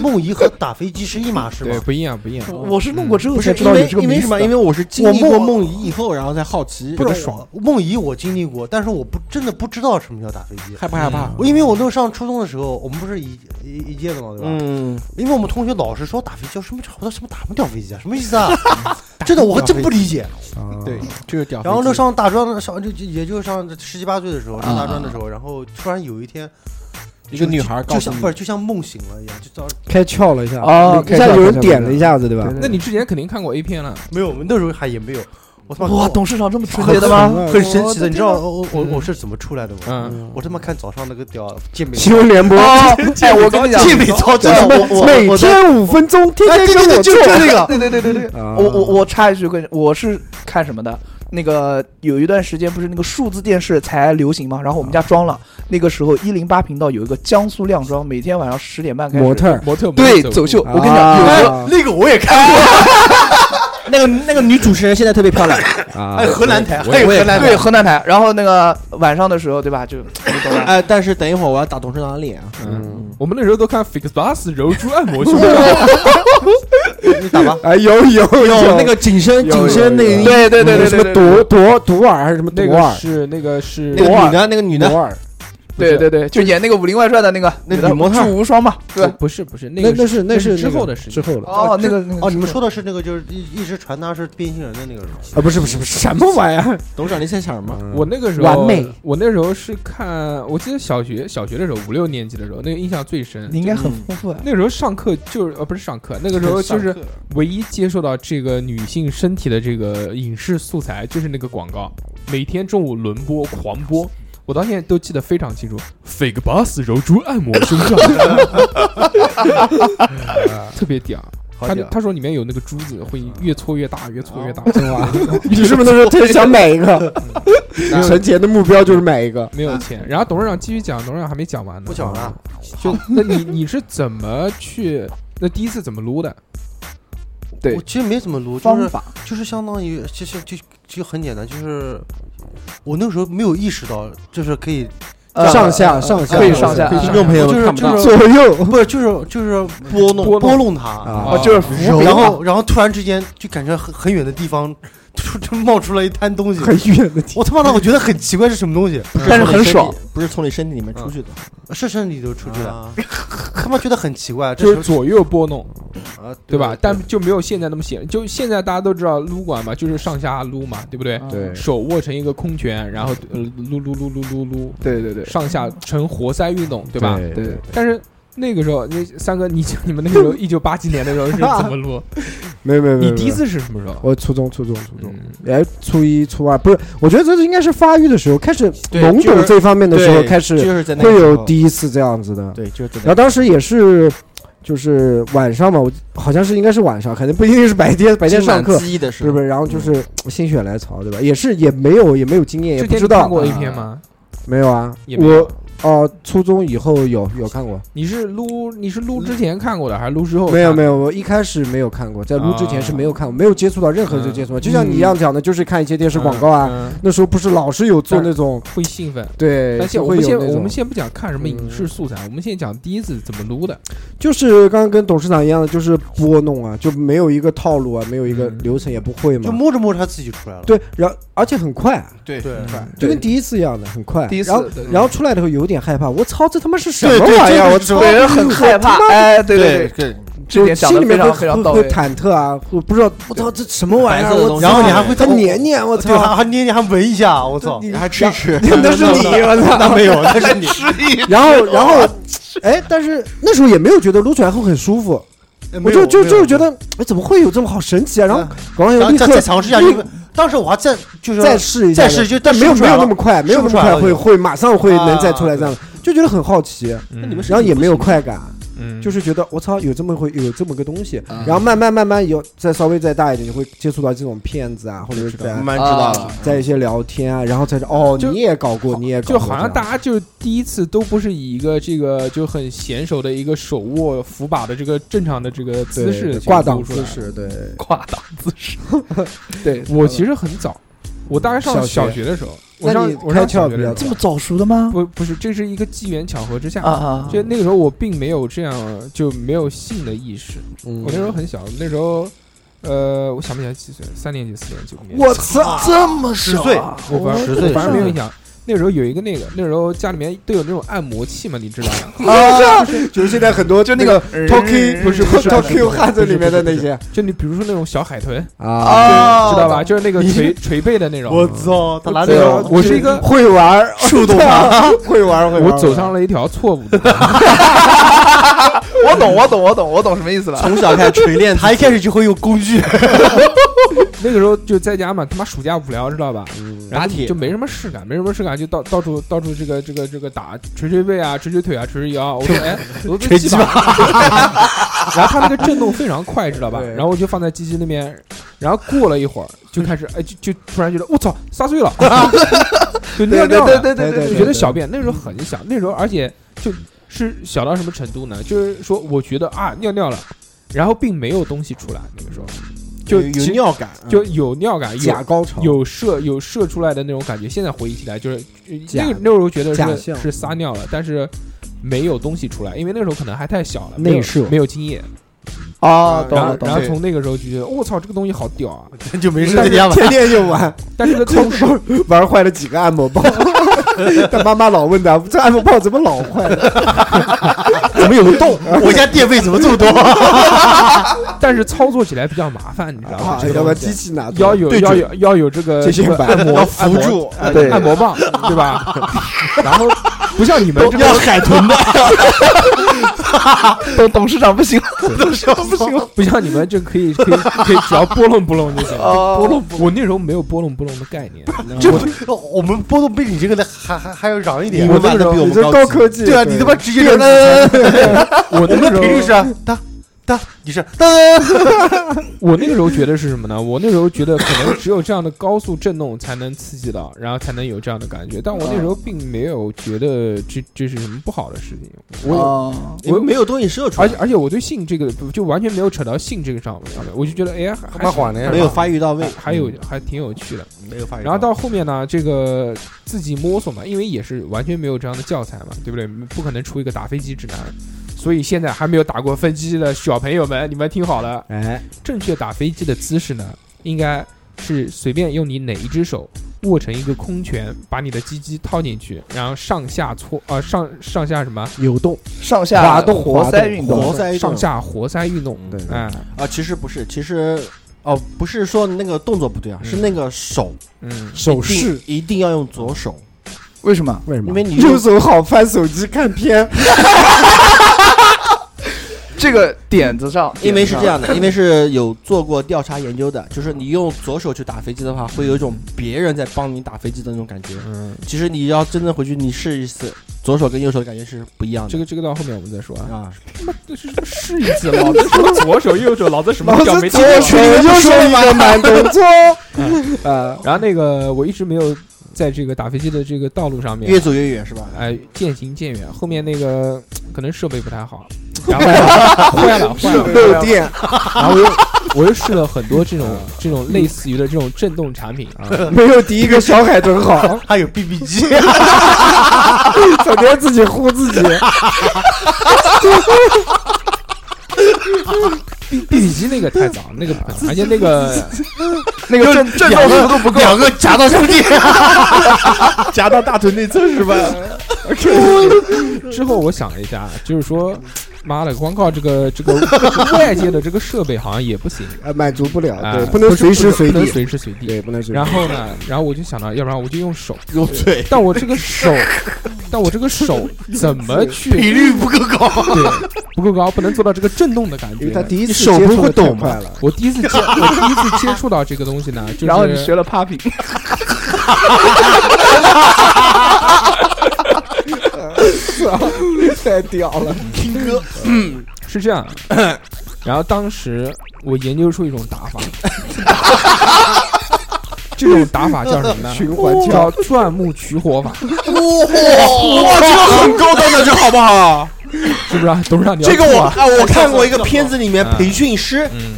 [SPEAKER 10] 梦遗和打飞机是一码事
[SPEAKER 7] 对
[SPEAKER 10] 吗？
[SPEAKER 7] 不一样，不一样。
[SPEAKER 3] 我是弄过之后
[SPEAKER 6] 不是
[SPEAKER 3] 才知
[SPEAKER 6] 因
[SPEAKER 3] 道有
[SPEAKER 6] 为
[SPEAKER 3] 这个
[SPEAKER 6] 因
[SPEAKER 3] 名
[SPEAKER 6] 为
[SPEAKER 3] 字
[SPEAKER 6] 什
[SPEAKER 3] 的
[SPEAKER 6] 么？因为我是经
[SPEAKER 10] 我
[SPEAKER 6] 历过
[SPEAKER 10] 梦
[SPEAKER 6] 梦遗以后，然后才好奇，
[SPEAKER 7] 不
[SPEAKER 10] 不
[SPEAKER 7] 能
[SPEAKER 10] 是
[SPEAKER 7] 爽
[SPEAKER 10] 我梦遗我经历过，但是我不真的不知道什么叫打飞机。
[SPEAKER 6] 害怕害怕。
[SPEAKER 10] 我因为我那时候上初中的时候，我们不是一一一届的嘛，对吧？
[SPEAKER 6] 嗯，
[SPEAKER 10] 因为我们同学老是说打飞机，什么好多什么打不掉飞机啊，什么意思啊？真的我还真不理解。
[SPEAKER 4] 啊
[SPEAKER 6] 对，就是屌。
[SPEAKER 10] 然后那上大专上就就也就上十七八岁的时候，上
[SPEAKER 3] 啊
[SPEAKER 10] 大专的时候，然后突然有一天
[SPEAKER 6] 一个女孩告
[SPEAKER 10] 就
[SPEAKER 6] 诉
[SPEAKER 10] 像
[SPEAKER 6] 你
[SPEAKER 10] 不，是就像梦醒了一样，就早
[SPEAKER 4] 开窍了一下，
[SPEAKER 3] 哦
[SPEAKER 4] 一下
[SPEAKER 3] 开窍
[SPEAKER 4] 有
[SPEAKER 3] 开
[SPEAKER 4] 人
[SPEAKER 3] 窍
[SPEAKER 4] 点了一下子，对吧？
[SPEAKER 7] 嗯那你之前肯定看过 A 片了，
[SPEAKER 10] 没有，我们那时候还也没有。我他妈
[SPEAKER 3] 哇，董事长这么纯洁的吗？
[SPEAKER 10] 很神奇的，你知道我我
[SPEAKER 7] 嗯
[SPEAKER 10] 我是怎么出来的吗？
[SPEAKER 7] 嗯，
[SPEAKER 10] 我他妈看早上那个屌健美
[SPEAKER 4] 新闻联播，
[SPEAKER 3] 哦，哎，我跟你讲，
[SPEAKER 10] 健美操，真的我我
[SPEAKER 4] 每
[SPEAKER 10] 我在嗯
[SPEAKER 4] 天五分钟，天
[SPEAKER 10] 哎
[SPEAKER 4] 天
[SPEAKER 10] 对
[SPEAKER 4] 跟
[SPEAKER 10] 对对，
[SPEAKER 4] 我做
[SPEAKER 10] 就，就那个，
[SPEAKER 3] 对对对对对，
[SPEAKER 4] 啊
[SPEAKER 3] 我我我插一句，跟我是看什么的？那个有一段时间不是那个数字电视才流行嘛，然后我们家装了，那个时候一零八频道有一个江苏靓装，每天晚上十点半开始
[SPEAKER 4] 模特儿，
[SPEAKER 7] 模特
[SPEAKER 3] 对
[SPEAKER 7] 模特
[SPEAKER 3] 走秀，
[SPEAKER 4] 啊
[SPEAKER 3] 我跟你讲，有时候
[SPEAKER 4] 啊
[SPEAKER 10] 那个我也看过。
[SPEAKER 6] 那个那个女主持人现在特别漂 亮，
[SPEAKER 7] 啊
[SPEAKER 10] 还有河南台，
[SPEAKER 6] 我
[SPEAKER 10] 还有河南
[SPEAKER 3] 对
[SPEAKER 10] 台，
[SPEAKER 3] 河南台，然后那个晚上的时候，对吧？就你懂吧？
[SPEAKER 6] 哎，但是等一会儿我要打董事长的脸啊！
[SPEAKER 7] 嗯，我们那时候都看 Fix Plus 柔珠按 摩秀，
[SPEAKER 10] 你打吧。
[SPEAKER 4] 哎，有有有
[SPEAKER 6] 那个紧身紧身内衣，
[SPEAKER 3] 对对对对
[SPEAKER 4] 什
[SPEAKER 3] 对
[SPEAKER 4] 么朵朵朵尔还是什么朵
[SPEAKER 7] 那个
[SPEAKER 4] 尔？
[SPEAKER 7] 是那个是
[SPEAKER 6] 那个女的，那个女
[SPEAKER 4] 朵
[SPEAKER 6] 的，
[SPEAKER 4] 尔，
[SPEAKER 3] 对对对，就演那个《武林外传》的那个
[SPEAKER 6] 那
[SPEAKER 3] 女的
[SPEAKER 6] 女模特
[SPEAKER 3] 祝无双嘛，对吧？
[SPEAKER 7] 不是不是那
[SPEAKER 4] 那
[SPEAKER 7] 个
[SPEAKER 4] 那是那是
[SPEAKER 7] 之
[SPEAKER 4] 那个
[SPEAKER 7] 后的事
[SPEAKER 4] 之
[SPEAKER 7] 情，
[SPEAKER 4] 后的
[SPEAKER 3] 哦，那个那个
[SPEAKER 10] 哦，你们说的是那个，就是一一直传达是变性人的那个是吧？
[SPEAKER 4] 啊，不是不是不是什么玩意儿？
[SPEAKER 6] 董事长你在想什么？
[SPEAKER 7] 我那个时候
[SPEAKER 4] 完美，
[SPEAKER 7] 我那时候是看，我记得小学小学的时候五六年级的时候，那个印象最深
[SPEAKER 3] 你。应该很丰富啊。
[SPEAKER 7] 那个时候上课就是呃不是上课，那个时候就是唯一接受到这个女性身体的这个影视素材就是那个广告，每天中午轮播狂播，我到现在都记得非常清楚。Fake Boss 柔珠按摩胸 罩，特别屌。嗯哦他
[SPEAKER 10] 屌
[SPEAKER 7] 他说里面有那个珠子会越搓越大，越搓越 大。
[SPEAKER 4] 你是不是那时候特别想买一个？存钱的目标就是买一个。
[SPEAKER 7] 没有钱，然后董事长继续讲，董事长还没讲完呢。
[SPEAKER 10] 不讲了，
[SPEAKER 7] 就那你你是怎么去？那第一次怎么撸的？
[SPEAKER 3] 对
[SPEAKER 10] 我其实没怎么撸，就
[SPEAKER 3] 方
[SPEAKER 10] 是
[SPEAKER 3] 法
[SPEAKER 10] 就是相当于，其实就就很简单，就是我那个时候没有意识到，就是可以
[SPEAKER 3] 呃
[SPEAKER 4] 上下上下
[SPEAKER 3] 可以上下
[SPEAKER 4] 可以
[SPEAKER 7] 听
[SPEAKER 4] 上
[SPEAKER 7] 众
[SPEAKER 10] 朋友就是
[SPEAKER 7] 看不到
[SPEAKER 10] 就是
[SPEAKER 4] 左右
[SPEAKER 10] 不是就是就是拨
[SPEAKER 7] 拨弄
[SPEAKER 10] 拨弄它，
[SPEAKER 4] 啊
[SPEAKER 7] 哦
[SPEAKER 3] 哦，就是服务
[SPEAKER 10] 然后然后突然之间就感觉很很远的地方
[SPEAKER 5] 突然冒出来一滩东西，
[SPEAKER 4] 很远的地
[SPEAKER 5] 我他妈的我觉得很奇怪是什么东西，
[SPEAKER 6] 不
[SPEAKER 3] 但是
[SPEAKER 6] 从你
[SPEAKER 3] 很
[SPEAKER 6] 身
[SPEAKER 3] 爽
[SPEAKER 6] 体，不是从你身体里面出去的，
[SPEAKER 5] 是身体都出去了，
[SPEAKER 10] 啊
[SPEAKER 5] 他妈觉得很奇怪，这
[SPEAKER 7] 就是左右拨弄，
[SPEAKER 5] 啊
[SPEAKER 7] 对吧？但就没有现在那么显，就现在大家都知道撸管嘛，就是上下撸嘛，对不 对？
[SPEAKER 3] 对
[SPEAKER 7] 手握成一个空拳，然后呃撸撸撸撸撸撸，
[SPEAKER 3] 对对对，
[SPEAKER 7] 上下成活塞运动，对吧？
[SPEAKER 3] 对对
[SPEAKER 7] 但是那个时候，那三哥，你你们那个时候一九八几年的时候是怎么 撸？
[SPEAKER 4] 没有没有没
[SPEAKER 7] 你
[SPEAKER 4] 有，
[SPEAKER 7] 第一
[SPEAKER 4] 没有
[SPEAKER 7] 次是什么时候？
[SPEAKER 4] 我初中初中初中，
[SPEAKER 7] 嗯
[SPEAKER 4] 哎，初一初二不是，我觉得这是应该是发育的时候开始
[SPEAKER 6] 对
[SPEAKER 4] 懵
[SPEAKER 6] 就
[SPEAKER 4] 懂
[SPEAKER 6] 是
[SPEAKER 4] 这方面的时候
[SPEAKER 6] 对
[SPEAKER 4] 开始
[SPEAKER 6] 就是在那
[SPEAKER 4] 会
[SPEAKER 6] 个时
[SPEAKER 4] 有
[SPEAKER 6] 候
[SPEAKER 4] 第一次这样子的，
[SPEAKER 6] 对，就是在
[SPEAKER 4] 然后当时也是。就是晚上嘛，我好像是应该是晚上，肯定不一定是白天，白
[SPEAKER 6] 白
[SPEAKER 4] 天上课，
[SPEAKER 6] 记忆的时
[SPEAKER 4] 是
[SPEAKER 6] 候
[SPEAKER 4] 不，是？然后就是心血来潮，对吧？也是也没有也没有经验，也
[SPEAKER 7] 之
[SPEAKER 4] 不
[SPEAKER 7] 前
[SPEAKER 4] 知
[SPEAKER 7] 你看
[SPEAKER 4] 道嗯
[SPEAKER 7] 过 A
[SPEAKER 3] 啊
[SPEAKER 7] 片吗？
[SPEAKER 4] 没有啊
[SPEAKER 7] 也。没有
[SPEAKER 4] 我哦，初中以后有有看过，
[SPEAKER 7] 你是撸你是撸之前看过的还啊是撸之后哦看的？
[SPEAKER 4] 没有没有，我一开始没有看过，在撸之前是没有看过，没有接触到任何就接触到，就像你一样讲的，就是看一些电视广告啊。
[SPEAKER 7] 嗯嗯，嗯
[SPEAKER 4] 那时候不是老是有做那种
[SPEAKER 7] 会兴奋。
[SPEAKER 4] 对，
[SPEAKER 7] 但先
[SPEAKER 4] 就
[SPEAKER 7] 我
[SPEAKER 4] 哎会
[SPEAKER 7] 们先
[SPEAKER 4] 有那
[SPEAKER 7] 我们
[SPEAKER 4] 种，嗯
[SPEAKER 7] 先不讲看什么影视素材，我们先讲第一次怎么撸的。
[SPEAKER 4] 就是刚刚跟董事长一样的，就是拨弄啊，就没有一个套路啊，没有一
[SPEAKER 7] 嗯
[SPEAKER 4] 个流程，也不会
[SPEAKER 10] 就
[SPEAKER 4] 嘛。
[SPEAKER 10] 摸着摸着它自己出来了。
[SPEAKER 4] 对，然后而且很快，啊
[SPEAKER 6] 对
[SPEAKER 10] 对
[SPEAKER 4] 就跟第一次一样的，很快。
[SPEAKER 3] 第一次
[SPEAKER 4] 然后
[SPEAKER 3] 对
[SPEAKER 4] 然后出来了以后有点害怕，我操，这他妈是什
[SPEAKER 10] 对
[SPEAKER 4] 么
[SPEAKER 10] 对
[SPEAKER 4] 玩意儿？啊
[SPEAKER 10] 这
[SPEAKER 4] 我
[SPEAKER 10] 就是
[SPEAKER 4] 操，
[SPEAKER 3] 对人哦很害怕，哎，对对，
[SPEAKER 6] 对，
[SPEAKER 3] 这点讲
[SPEAKER 4] 心
[SPEAKER 3] 的
[SPEAKER 4] 里
[SPEAKER 3] 非
[SPEAKER 4] 面
[SPEAKER 3] 常
[SPEAKER 4] 会
[SPEAKER 3] 非常
[SPEAKER 4] 会
[SPEAKER 3] 到
[SPEAKER 4] 会
[SPEAKER 3] 位。
[SPEAKER 4] 忐忑啊，我不知道，我操，这什么玩意
[SPEAKER 6] 白
[SPEAKER 4] 儿？啊
[SPEAKER 6] 色的
[SPEAKER 4] 我
[SPEAKER 6] 东西
[SPEAKER 4] 操
[SPEAKER 5] 然后你还会
[SPEAKER 4] 它黏黏，我
[SPEAKER 5] 对啊
[SPEAKER 4] 操，
[SPEAKER 5] 还还捏捏还闻一下，我操，
[SPEAKER 4] 你
[SPEAKER 6] 还吃 吃，
[SPEAKER 4] 那是 你，我 操，
[SPEAKER 5] 那没啊有，那是你，
[SPEAKER 4] 然后然后，哎，但是那时候也没有觉得撸出来后很舒服，我就就就是觉
[SPEAKER 5] 得，
[SPEAKER 4] 得，哎，怎么会有这么好神奇啊？然后
[SPEAKER 5] 嗯
[SPEAKER 4] 搞完以
[SPEAKER 5] 然
[SPEAKER 4] 后
[SPEAKER 5] 后
[SPEAKER 4] 立
[SPEAKER 5] 再
[SPEAKER 4] 刻
[SPEAKER 5] 再尝试一下，
[SPEAKER 4] 立
[SPEAKER 5] 因为当时我还在就是
[SPEAKER 4] 再试一下，
[SPEAKER 5] 再试，就
[SPEAKER 4] 但没有
[SPEAKER 5] 试不出
[SPEAKER 4] 没
[SPEAKER 5] 来
[SPEAKER 4] 有
[SPEAKER 5] 了
[SPEAKER 4] 那么快，没有那么快
[SPEAKER 5] 试不出来
[SPEAKER 4] 会
[SPEAKER 5] 了
[SPEAKER 4] 会马上会
[SPEAKER 5] 啊
[SPEAKER 4] 能再出来这样的，就觉得很好奇，
[SPEAKER 7] 那
[SPEAKER 6] 你们是
[SPEAKER 4] 然后也没有快感。
[SPEAKER 7] 嗯
[SPEAKER 4] 就是觉得我操，有这么会有这么个东西，
[SPEAKER 3] 嗯
[SPEAKER 4] 然后慢慢慢慢有再稍微再大一点，你会接触到这种骗子
[SPEAKER 7] 嗯
[SPEAKER 4] 啊，或者是在
[SPEAKER 6] 慢慢知道了，
[SPEAKER 4] 在一些聊天啊，然后才是哦，
[SPEAKER 7] 就
[SPEAKER 4] 你也搞过，你也搞过，
[SPEAKER 7] 就好像大
[SPEAKER 4] 家
[SPEAKER 7] 家就第一次都不是以一个这个就很娴熟的一个手握扶把的这个正常的这个姿势
[SPEAKER 4] 挂档
[SPEAKER 7] 姿
[SPEAKER 4] 姿。势，对，嗯
[SPEAKER 3] 挂档姿势，对
[SPEAKER 7] 我其实很早，我大概上
[SPEAKER 4] 小学
[SPEAKER 7] 小学的时候，我
[SPEAKER 4] 那
[SPEAKER 7] 上
[SPEAKER 4] 你
[SPEAKER 7] 我
[SPEAKER 4] 开
[SPEAKER 7] 上小
[SPEAKER 4] 窍
[SPEAKER 7] 学
[SPEAKER 4] 比
[SPEAKER 7] 的
[SPEAKER 4] 较
[SPEAKER 7] 时候
[SPEAKER 4] 早，
[SPEAKER 3] 早熟的吗？
[SPEAKER 7] 不不是，这是一个机缘巧合之下
[SPEAKER 3] 啊啊，
[SPEAKER 7] 就那个时候我并没有这样就没有性的意识，
[SPEAKER 4] 嗯
[SPEAKER 7] 我那时候很小，那时候呃，我想不起来几岁，三年级、四年级、五年级，
[SPEAKER 3] 我操，这么
[SPEAKER 5] 十
[SPEAKER 3] 小啊
[SPEAKER 5] 岁
[SPEAKER 7] 我反
[SPEAKER 10] 十
[SPEAKER 7] 正
[SPEAKER 10] 岁
[SPEAKER 7] 我反正
[SPEAKER 10] 是
[SPEAKER 7] 没有印象。那时候有一个那个，那时候家里面都有那种按摩器嘛，你知道吗？
[SPEAKER 4] 啊，就是现在很多就
[SPEAKER 3] 那个
[SPEAKER 4] Tokyo
[SPEAKER 7] 不是嗯不是
[SPEAKER 4] Tokyo 汉子里面的那些
[SPEAKER 7] 就你比如说那种小海豚，
[SPEAKER 4] 啊，
[SPEAKER 7] 知道吧？就是那个垂垂背的那种。
[SPEAKER 5] 我操，他拿那
[SPEAKER 7] 对啊
[SPEAKER 5] 个
[SPEAKER 7] 我是一个，
[SPEAKER 4] 会玩儿
[SPEAKER 5] 树 洞
[SPEAKER 4] 啊，会玩儿会玩儿，
[SPEAKER 7] 我走上了一条错误的。
[SPEAKER 3] 我懂，我懂，我懂，我懂什么意思了。
[SPEAKER 6] 从小开始锤炼自己，
[SPEAKER 5] 他一开始就会用工具，
[SPEAKER 7] 那个时候就在家嘛，他妈暑假无聊，知道吧？
[SPEAKER 6] 打
[SPEAKER 7] 然后
[SPEAKER 6] 铁
[SPEAKER 7] 就没什么事干，没什么事干，就到到处到处这个这个这个打捶捶背啊，捶捶腿啊，捶捶腰啊。我说哎，我
[SPEAKER 5] 捶
[SPEAKER 7] 鸡巴。 然后它那个震动非常快，知道吧？
[SPEAKER 4] 对
[SPEAKER 7] 然后我就放在机器那边，然后过了一会儿就开始哎，就就突然觉得我操，撒碎了，就尿
[SPEAKER 3] 对
[SPEAKER 7] 尿
[SPEAKER 3] 对
[SPEAKER 7] 了。
[SPEAKER 3] 对对
[SPEAKER 4] 对
[SPEAKER 7] 就
[SPEAKER 3] 对
[SPEAKER 7] 觉得小便那时候很小，那时候而且就是小到什么程度呢？就是说，我觉得啊尿尿了，然后并没有东西出来，那个时候就
[SPEAKER 6] 有有
[SPEAKER 7] 其实
[SPEAKER 6] 尿感，
[SPEAKER 7] 就有尿感，
[SPEAKER 4] 嗯假
[SPEAKER 7] 有
[SPEAKER 4] 高潮，
[SPEAKER 7] 有射有射出来的那种感觉。现在回忆起来，就是
[SPEAKER 4] 假
[SPEAKER 7] 那个那时候觉得
[SPEAKER 4] 假
[SPEAKER 7] 是
[SPEAKER 4] 象
[SPEAKER 7] 是撒尿了，但是没有东西出来，因为那时候可能还太小了，
[SPEAKER 4] 内
[SPEAKER 7] 没有
[SPEAKER 4] 射
[SPEAKER 7] 没有经验。
[SPEAKER 3] 啊，懂
[SPEAKER 7] 然
[SPEAKER 3] 了
[SPEAKER 7] 后
[SPEAKER 3] 懂
[SPEAKER 7] 然
[SPEAKER 3] 了
[SPEAKER 7] 后。从那个时候就觉得我操，这个东西好屌啊！
[SPEAKER 5] 就没事
[SPEAKER 7] 但
[SPEAKER 5] 在
[SPEAKER 7] 是
[SPEAKER 5] 家玩。
[SPEAKER 4] 天天就玩，
[SPEAKER 7] 但是这个
[SPEAKER 4] 同
[SPEAKER 7] 同
[SPEAKER 4] 时
[SPEAKER 7] 时
[SPEAKER 4] 玩坏了几个按 摩棒，他妈妈老问他这按摩棒怎么老坏 了，
[SPEAKER 5] 怎么有个洞？我家电费怎么这么 多？
[SPEAKER 7] 但是操作起来比较麻烦，你知道吗
[SPEAKER 4] 啊？
[SPEAKER 7] 这个
[SPEAKER 4] 要把
[SPEAKER 7] 东西
[SPEAKER 4] 机器拿走
[SPEAKER 7] 要有
[SPEAKER 5] 对
[SPEAKER 7] 要
[SPEAKER 5] 准
[SPEAKER 7] 有要有这个
[SPEAKER 4] 接线
[SPEAKER 7] 这个
[SPEAKER 4] 板
[SPEAKER 7] 按摩
[SPEAKER 5] 要扶住
[SPEAKER 7] 按摩
[SPEAKER 3] 对
[SPEAKER 7] 按摩棒，对吧？然后不像你们这
[SPEAKER 5] 要
[SPEAKER 7] 个，
[SPEAKER 5] 海豚的，
[SPEAKER 3] 董董事长不行了，
[SPEAKER 5] 都是不行。
[SPEAKER 7] 不像你们这可以可以可以只要拨弄拨弄就行了。
[SPEAKER 3] 哦
[SPEAKER 7] 拨弄，我那时候没有拨弄拨弄的概念，
[SPEAKER 5] 这不我们波动比你这个的还还还要嚷一点。
[SPEAKER 6] 我那个比我
[SPEAKER 4] 你
[SPEAKER 6] 们
[SPEAKER 4] 这
[SPEAKER 6] 高
[SPEAKER 4] 高
[SPEAKER 6] 级
[SPEAKER 4] 科技，
[SPEAKER 5] 对啊，你他妈直接就 啊
[SPEAKER 7] 我
[SPEAKER 5] 我
[SPEAKER 7] 那
[SPEAKER 5] 们
[SPEAKER 7] 个
[SPEAKER 5] 的
[SPEAKER 7] 时候
[SPEAKER 5] 频率是哒哒，你是哒，
[SPEAKER 7] 我那个时候觉得是什么呢？我那时候觉得可能只有这样的高速震动才能刺激到，然后才能有这样的感觉。但我那时候并没有觉得这这是什么不好的事情，我有
[SPEAKER 3] 哦
[SPEAKER 6] 我没有东西射出
[SPEAKER 7] 而
[SPEAKER 6] 来
[SPEAKER 7] 且，而且我对性这个就完全没有扯到性这个上面上面，我就觉得哎呀，还
[SPEAKER 10] 蛮好的呀
[SPEAKER 6] 没有发育到
[SPEAKER 7] 还
[SPEAKER 6] 位，
[SPEAKER 7] 还有还挺有趣的。
[SPEAKER 6] 没有发育。
[SPEAKER 7] 然后到后面呢，这个自己摸索嘛，因为也是完全没有这样的教材嘛，对不对？不可能出一个打飞机指南，所以现在还没有打过飞机的小朋友们，你们听好了，
[SPEAKER 4] 哎，
[SPEAKER 7] 正确打飞机的姿势呢，应该是随便用你哪一只手握成一个空拳，把你的鸡鸡套进去，然后上下搓呃上上下什么
[SPEAKER 4] 扭动，
[SPEAKER 3] 上下
[SPEAKER 4] 滑动
[SPEAKER 3] 活
[SPEAKER 4] 滑
[SPEAKER 3] 塞
[SPEAKER 4] 动
[SPEAKER 3] 运
[SPEAKER 4] 活
[SPEAKER 3] 动
[SPEAKER 6] 活，塞
[SPEAKER 7] 上下活塞运动，
[SPEAKER 4] 对对
[SPEAKER 7] 哎
[SPEAKER 6] 啊，其实不是，其实哦，不是说那个动作不对啊，是那个手
[SPEAKER 7] 嗯，
[SPEAKER 4] 手
[SPEAKER 6] 一定
[SPEAKER 4] 势，
[SPEAKER 6] 一定要用左手，
[SPEAKER 3] 为什么？
[SPEAKER 4] 为什么？
[SPEAKER 6] 因为你
[SPEAKER 4] 右手好翻手机看片，
[SPEAKER 3] 这个点子上，
[SPEAKER 6] 因为是这样
[SPEAKER 3] 的，
[SPEAKER 6] 的，因为是有做过调查研究的， 就是你用左手去打飞机的话，会有一种别人在帮你打飞机的那种感觉。
[SPEAKER 7] 嗯，
[SPEAKER 6] 其实你要真正回去你试一次，左手跟右手的感觉是不一样的。
[SPEAKER 7] 这个这个到后面我们再说啊。
[SPEAKER 6] 啊，
[SPEAKER 7] 这是什么试一次？老子说左手右手，老子什么叫没听
[SPEAKER 4] 左
[SPEAKER 7] 过
[SPEAKER 4] 手右手一个慢动作，啊，
[SPEAKER 7] 呃然后那个我一直没有在这个打飞机的这个道路上面
[SPEAKER 6] 越走越远是 吧？
[SPEAKER 7] 哎，渐行渐远。后面那个可能设备不太好，然后坏了
[SPEAKER 4] 呃
[SPEAKER 7] 坏了，
[SPEAKER 4] 漏电，
[SPEAKER 7] 然后我又我又试了很多这种这种类似于的这种震动产品啊，
[SPEAKER 4] 没有第一个小海真好，
[SPEAKER 5] 还有 BB 机，
[SPEAKER 4] 整天 自己呼自己，
[SPEAKER 7] B B 机那个太早，那个不可 能，而且那个
[SPEAKER 3] 那个震震动幅度不够，
[SPEAKER 5] 两个夹到兄弟，
[SPEAKER 6] 夹到大腿内侧是吧？
[SPEAKER 7] 之后我想了一下，就是说，妈的，光靠这个这个外界的这个设备好像也不行，
[SPEAKER 4] 呃，满足不了，
[SPEAKER 7] 啊
[SPEAKER 4] 对，不能随时随
[SPEAKER 7] 不能
[SPEAKER 4] 地，
[SPEAKER 7] 随时随地。
[SPEAKER 4] 对，不能随时
[SPEAKER 7] 然。后呢，然后我就想到，要不然我就用手，
[SPEAKER 6] 用嘴，
[SPEAKER 7] 但我这个手，但我这个手怎么去
[SPEAKER 5] 频率不够高，
[SPEAKER 7] 对不够高，不能做到这个震动的感
[SPEAKER 4] 因为他
[SPEAKER 7] 觉。
[SPEAKER 4] 第一次
[SPEAKER 10] 手
[SPEAKER 4] 接
[SPEAKER 10] 不
[SPEAKER 4] 触
[SPEAKER 10] 会
[SPEAKER 4] 的太
[SPEAKER 10] 抖吗
[SPEAKER 4] 快了，
[SPEAKER 7] 我第一次接，我第一次接触到这个东西呢，就是
[SPEAKER 3] 然后你学了 popping，
[SPEAKER 4] 太屌了，
[SPEAKER 7] 是这样。然后当时我研究出一种打 法，这种打法叫什么呢？
[SPEAKER 4] 循环跳。
[SPEAKER 7] 叫钻木取火法，
[SPEAKER 6] 哇，这个很高端的，这好不好？
[SPEAKER 7] 是不 是啊？董事长，你要
[SPEAKER 6] 这个我
[SPEAKER 7] 做啊
[SPEAKER 6] 啊，我看过一个片子里面
[SPEAKER 7] 嗯
[SPEAKER 6] 培训师
[SPEAKER 7] 嗯，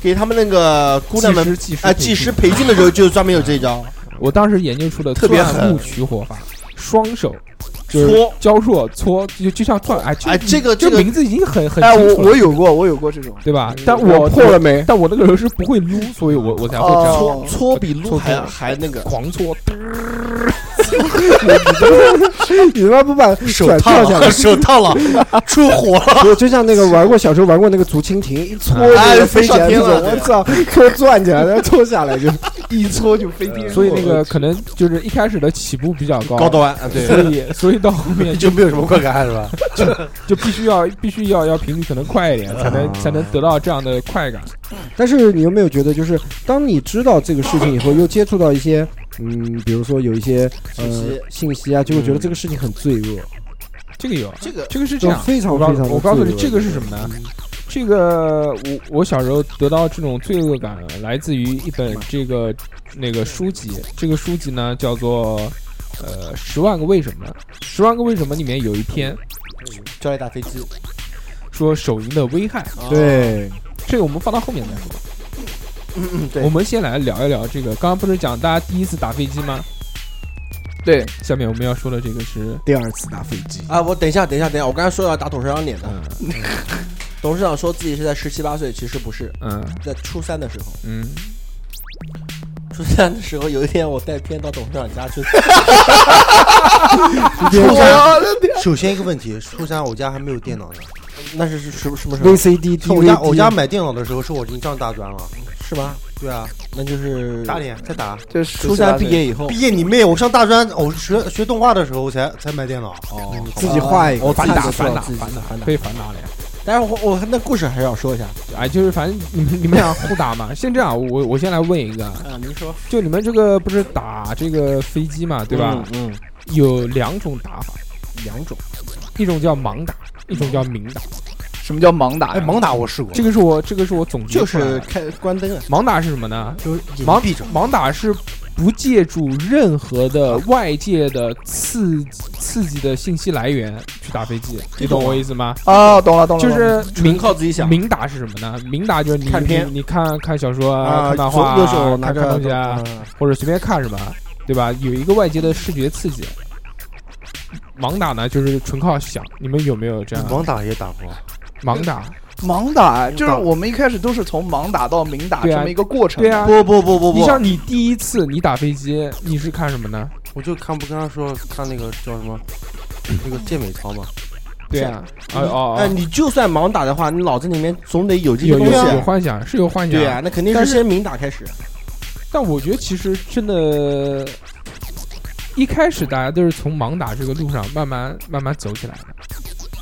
[SPEAKER 6] 给他们那个姑娘们
[SPEAKER 7] 技师
[SPEAKER 6] 啊技师，培训的时候，就专门有这一招，
[SPEAKER 7] 我当时研究出了
[SPEAKER 6] 特别
[SPEAKER 7] 钻木取火法，双手就是
[SPEAKER 6] 搓
[SPEAKER 7] 交错搓，就就像钻，哎，
[SPEAKER 6] 哎这个
[SPEAKER 7] 这
[SPEAKER 6] 这个
[SPEAKER 7] 名字已经很很
[SPEAKER 3] 哎，
[SPEAKER 7] 清
[SPEAKER 3] 我
[SPEAKER 7] 楚了
[SPEAKER 3] 我 有过，我有过这种，
[SPEAKER 7] 对吧？
[SPEAKER 6] 嗯
[SPEAKER 7] 但
[SPEAKER 4] 我
[SPEAKER 7] 我
[SPEAKER 4] 破了没？
[SPEAKER 7] 但我那个时候是不会撸，所以我我才会这样
[SPEAKER 3] 哦，
[SPEAKER 6] 搓比撸
[SPEAKER 7] 搓
[SPEAKER 6] 还
[SPEAKER 7] 搓
[SPEAKER 6] 还那个。
[SPEAKER 7] 狂搓，
[SPEAKER 4] 你他妈不 把
[SPEAKER 5] 手
[SPEAKER 4] 转
[SPEAKER 5] 烫
[SPEAKER 4] 跳下
[SPEAKER 5] 了，
[SPEAKER 4] 来？
[SPEAKER 5] 手烫了，出火了，
[SPEAKER 4] 我就像那个玩过小时候玩过那个竹蜻蜓，一搓
[SPEAKER 6] 哎
[SPEAKER 4] 那个啊飞起来
[SPEAKER 6] 上天
[SPEAKER 4] 那
[SPEAKER 6] 了
[SPEAKER 4] 种，我操，搓转起来，然后搓下来就
[SPEAKER 3] 一搓就飞天，
[SPEAKER 7] 所以那个可能就是一开始的起步比较高，
[SPEAKER 6] 高端啊，
[SPEAKER 7] 所
[SPEAKER 6] 对，
[SPEAKER 7] 以所以到后面就
[SPEAKER 5] 就没有什么快感是吧？
[SPEAKER 7] 就必须要必须要要频率可能快一点，才能才能得到这样的快感。
[SPEAKER 4] 但是你有没有觉得，就是当你知道这个事情以后，又接触到一些，嗯，比如说有一些呃
[SPEAKER 6] 信息
[SPEAKER 4] 信息啊，就会觉得这个事情很罪恶，
[SPEAKER 7] 这个有，啊
[SPEAKER 6] 这个
[SPEAKER 7] 这个是这
[SPEAKER 4] 就
[SPEAKER 7] 样，
[SPEAKER 4] 非常
[SPEAKER 7] 我
[SPEAKER 4] 非
[SPEAKER 7] 告
[SPEAKER 4] 常
[SPEAKER 7] 诉
[SPEAKER 4] 的
[SPEAKER 7] 你我告诉你，
[SPEAKER 4] 罪
[SPEAKER 7] 这
[SPEAKER 4] 恶
[SPEAKER 7] 个是什么
[SPEAKER 4] 嗯
[SPEAKER 7] 呢？这个我我小时候得到这种罪恶感，来自于一本
[SPEAKER 4] 嗯
[SPEAKER 7] 这个那个书籍，这个书籍呢叫做呃《十万个为什么》。《十万个为什么》里面有一篇
[SPEAKER 6] 教练打飞机，啊
[SPEAKER 7] 说手淫的危害，
[SPEAKER 4] 对，
[SPEAKER 7] 这个我们放到后面再说。
[SPEAKER 6] 嗯嗯，对
[SPEAKER 7] 我，们先来聊一聊这个，刚刚不是讲大家第一次打飞机吗？
[SPEAKER 3] 对，
[SPEAKER 7] 下面我们要说的这个是，
[SPEAKER 4] 第二次打飞机，
[SPEAKER 6] 啊，我等一下，等一下，等一下，我刚才说要打董事长脸的，
[SPEAKER 7] 嗯
[SPEAKER 6] 董事长说自己是在十七八岁，其实不是，
[SPEAKER 7] 嗯
[SPEAKER 6] 在初三的时候，
[SPEAKER 7] 嗯，
[SPEAKER 6] 初三的时候有一天我带片到董事长家去，
[SPEAKER 5] 初三，首先一个问题，初三我家还没有电脑呢。
[SPEAKER 6] 那是是什么什么时候？
[SPEAKER 4] VCD、
[SPEAKER 5] 是我家我家
[SPEAKER 4] DVD，
[SPEAKER 5] 买电脑的时候，是我已经上大专了。
[SPEAKER 6] 是吧？
[SPEAKER 5] 对啊，
[SPEAKER 6] 那就是
[SPEAKER 5] 打脸再打。
[SPEAKER 3] 这是
[SPEAKER 6] 初三毕业以后
[SPEAKER 5] 毕，业你妹！我上大专，我学学动画的时候我才才买电脑。
[SPEAKER 6] 哦，
[SPEAKER 4] 自己画一个
[SPEAKER 6] 我
[SPEAKER 7] 反
[SPEAKER 6] 自己
[SPEAKER 7] 打
[SPEAKER 6] 做
[SPEAKER 7] 反打
[SPEAKER 6] 自己
[SPEAKER 7] 反打
[SPEAKER 6] 反打
[SPEAKER 7] 可以反打脸。
[SPEAKER 6] 但是我我那故事还是要说一下
[SPEAKER 7] 哎，就是反正 你们你们俩互打嘛。先这样，我我先来问一个，
[SPEAKER 6] 啊，您说
[SPEAKER 7] 就你们这个不是打这个飞机嘛，对吧？？
[SPEAKER 6] 嗯，
[SPEAKER 7] 有两种打法，两种，一种叫盲打，一种叫明
[SPEAKER 6] 哦
[SPEAKER 7] 打。
[SPEAKER 3] 什么叫盲打
[SPEAKER 5] 哎，
[SPEAKER 3] 呀？
[SPEAKER 5] 盲打我试过，
[SPEAKER 7] 这个是我这个是我总结
[SPEAKER 6] 就
[SPEAKER 7] 出来
[SPEAKER 6] 是
[SPEAKER 7] 的
[SPEAKER 6] 开关灯啊，
[SPEAKER 7] 盲打是什么呢？
[SPEAKER 5] 就是隐
[SPEAKER 7] 盲
[SPEAKER 5] 蔽着。
[SPEAKER 7] 盲打是不借助任何的外界的刺刺激的信息来源去打飞机，你懂我意思吗？
[SPEAKER 3] 啊，懂了懂了，
[SPEAKER 7] 就
[SPEAKER 3] 懂了
[SPEAKER 7] 是
[SPEAKER 6] 纯
[SPEAKER 7] 明
[SPEAKER 6] 靠自己想。
[SPEAKER 7] 明打是什么呢？明打就是你
[SPEAKER 6] 看片
[SPEAKER 7] 你你看看小说啊，看漫画
[SPEAKER 6] 左
[SPEAKER 7] 啊，
[SPEAKER 6] 右手拿
[SPEAKER 7] 看
[SPEAKER 6] 着
[SPEAKER 7] 看东西啊，
[SPEAKER 6] 嗯
[SPEAKER 7] 或者随便看什么，对吧？有一个外界的视觉刺激。盲打呢，就是纯靠想。你们有没有这样
[SPEAKER 5] 盲打也打过，
[SPEAKER 7] 盲打？
[SPEAKER 3] 盲打就是我们一开始都是从盲打到明打
[SPEAKER 7] 对
[SPEAKER 3] 这
[SPEAKER 7] 啊
[SPEAKER 3] 么一个过程。
[SPEAKER 7] 对 啊，
[SPEAKER 6] 不不不不
[SPEAKER 7] 你
[SPEAKER 6] 不，
[SPEAKER 7] 像你第一次你打飞机，你是看什么呢？
[SPEAKER 10] 我就看不跟他说看那个叫什 么，那个健美操嘛，
[SPEAKER 7] 对啊，哦哦
[SPEAKER 6] 哎，
[SPEAKER 7] 哦，
[SPEAKER 6] 你就算盲打的话，你脑子里面总得有这些
[SPEAKER 7] 有
[SPEAKER 6] 东
[SPEAKER 7] 有
[SPEAKER 6] 西
[SPEAKER 7] 有
[SPEAKER 6] 啊。
[SPEAKER 7] 幻想，是有幻想。
[SPEAKER 6] 对啊，那肯定
[SPEAKER 7] 但
[SPEAKER 6] 是
[SPEAKER 7] 是
[SPEAKER 6] 先明打开始。啊
[SPEAKER 7] 但我觉得其实真的，一开始大家都是从盲打这个路上慢慢慢慢走起来的，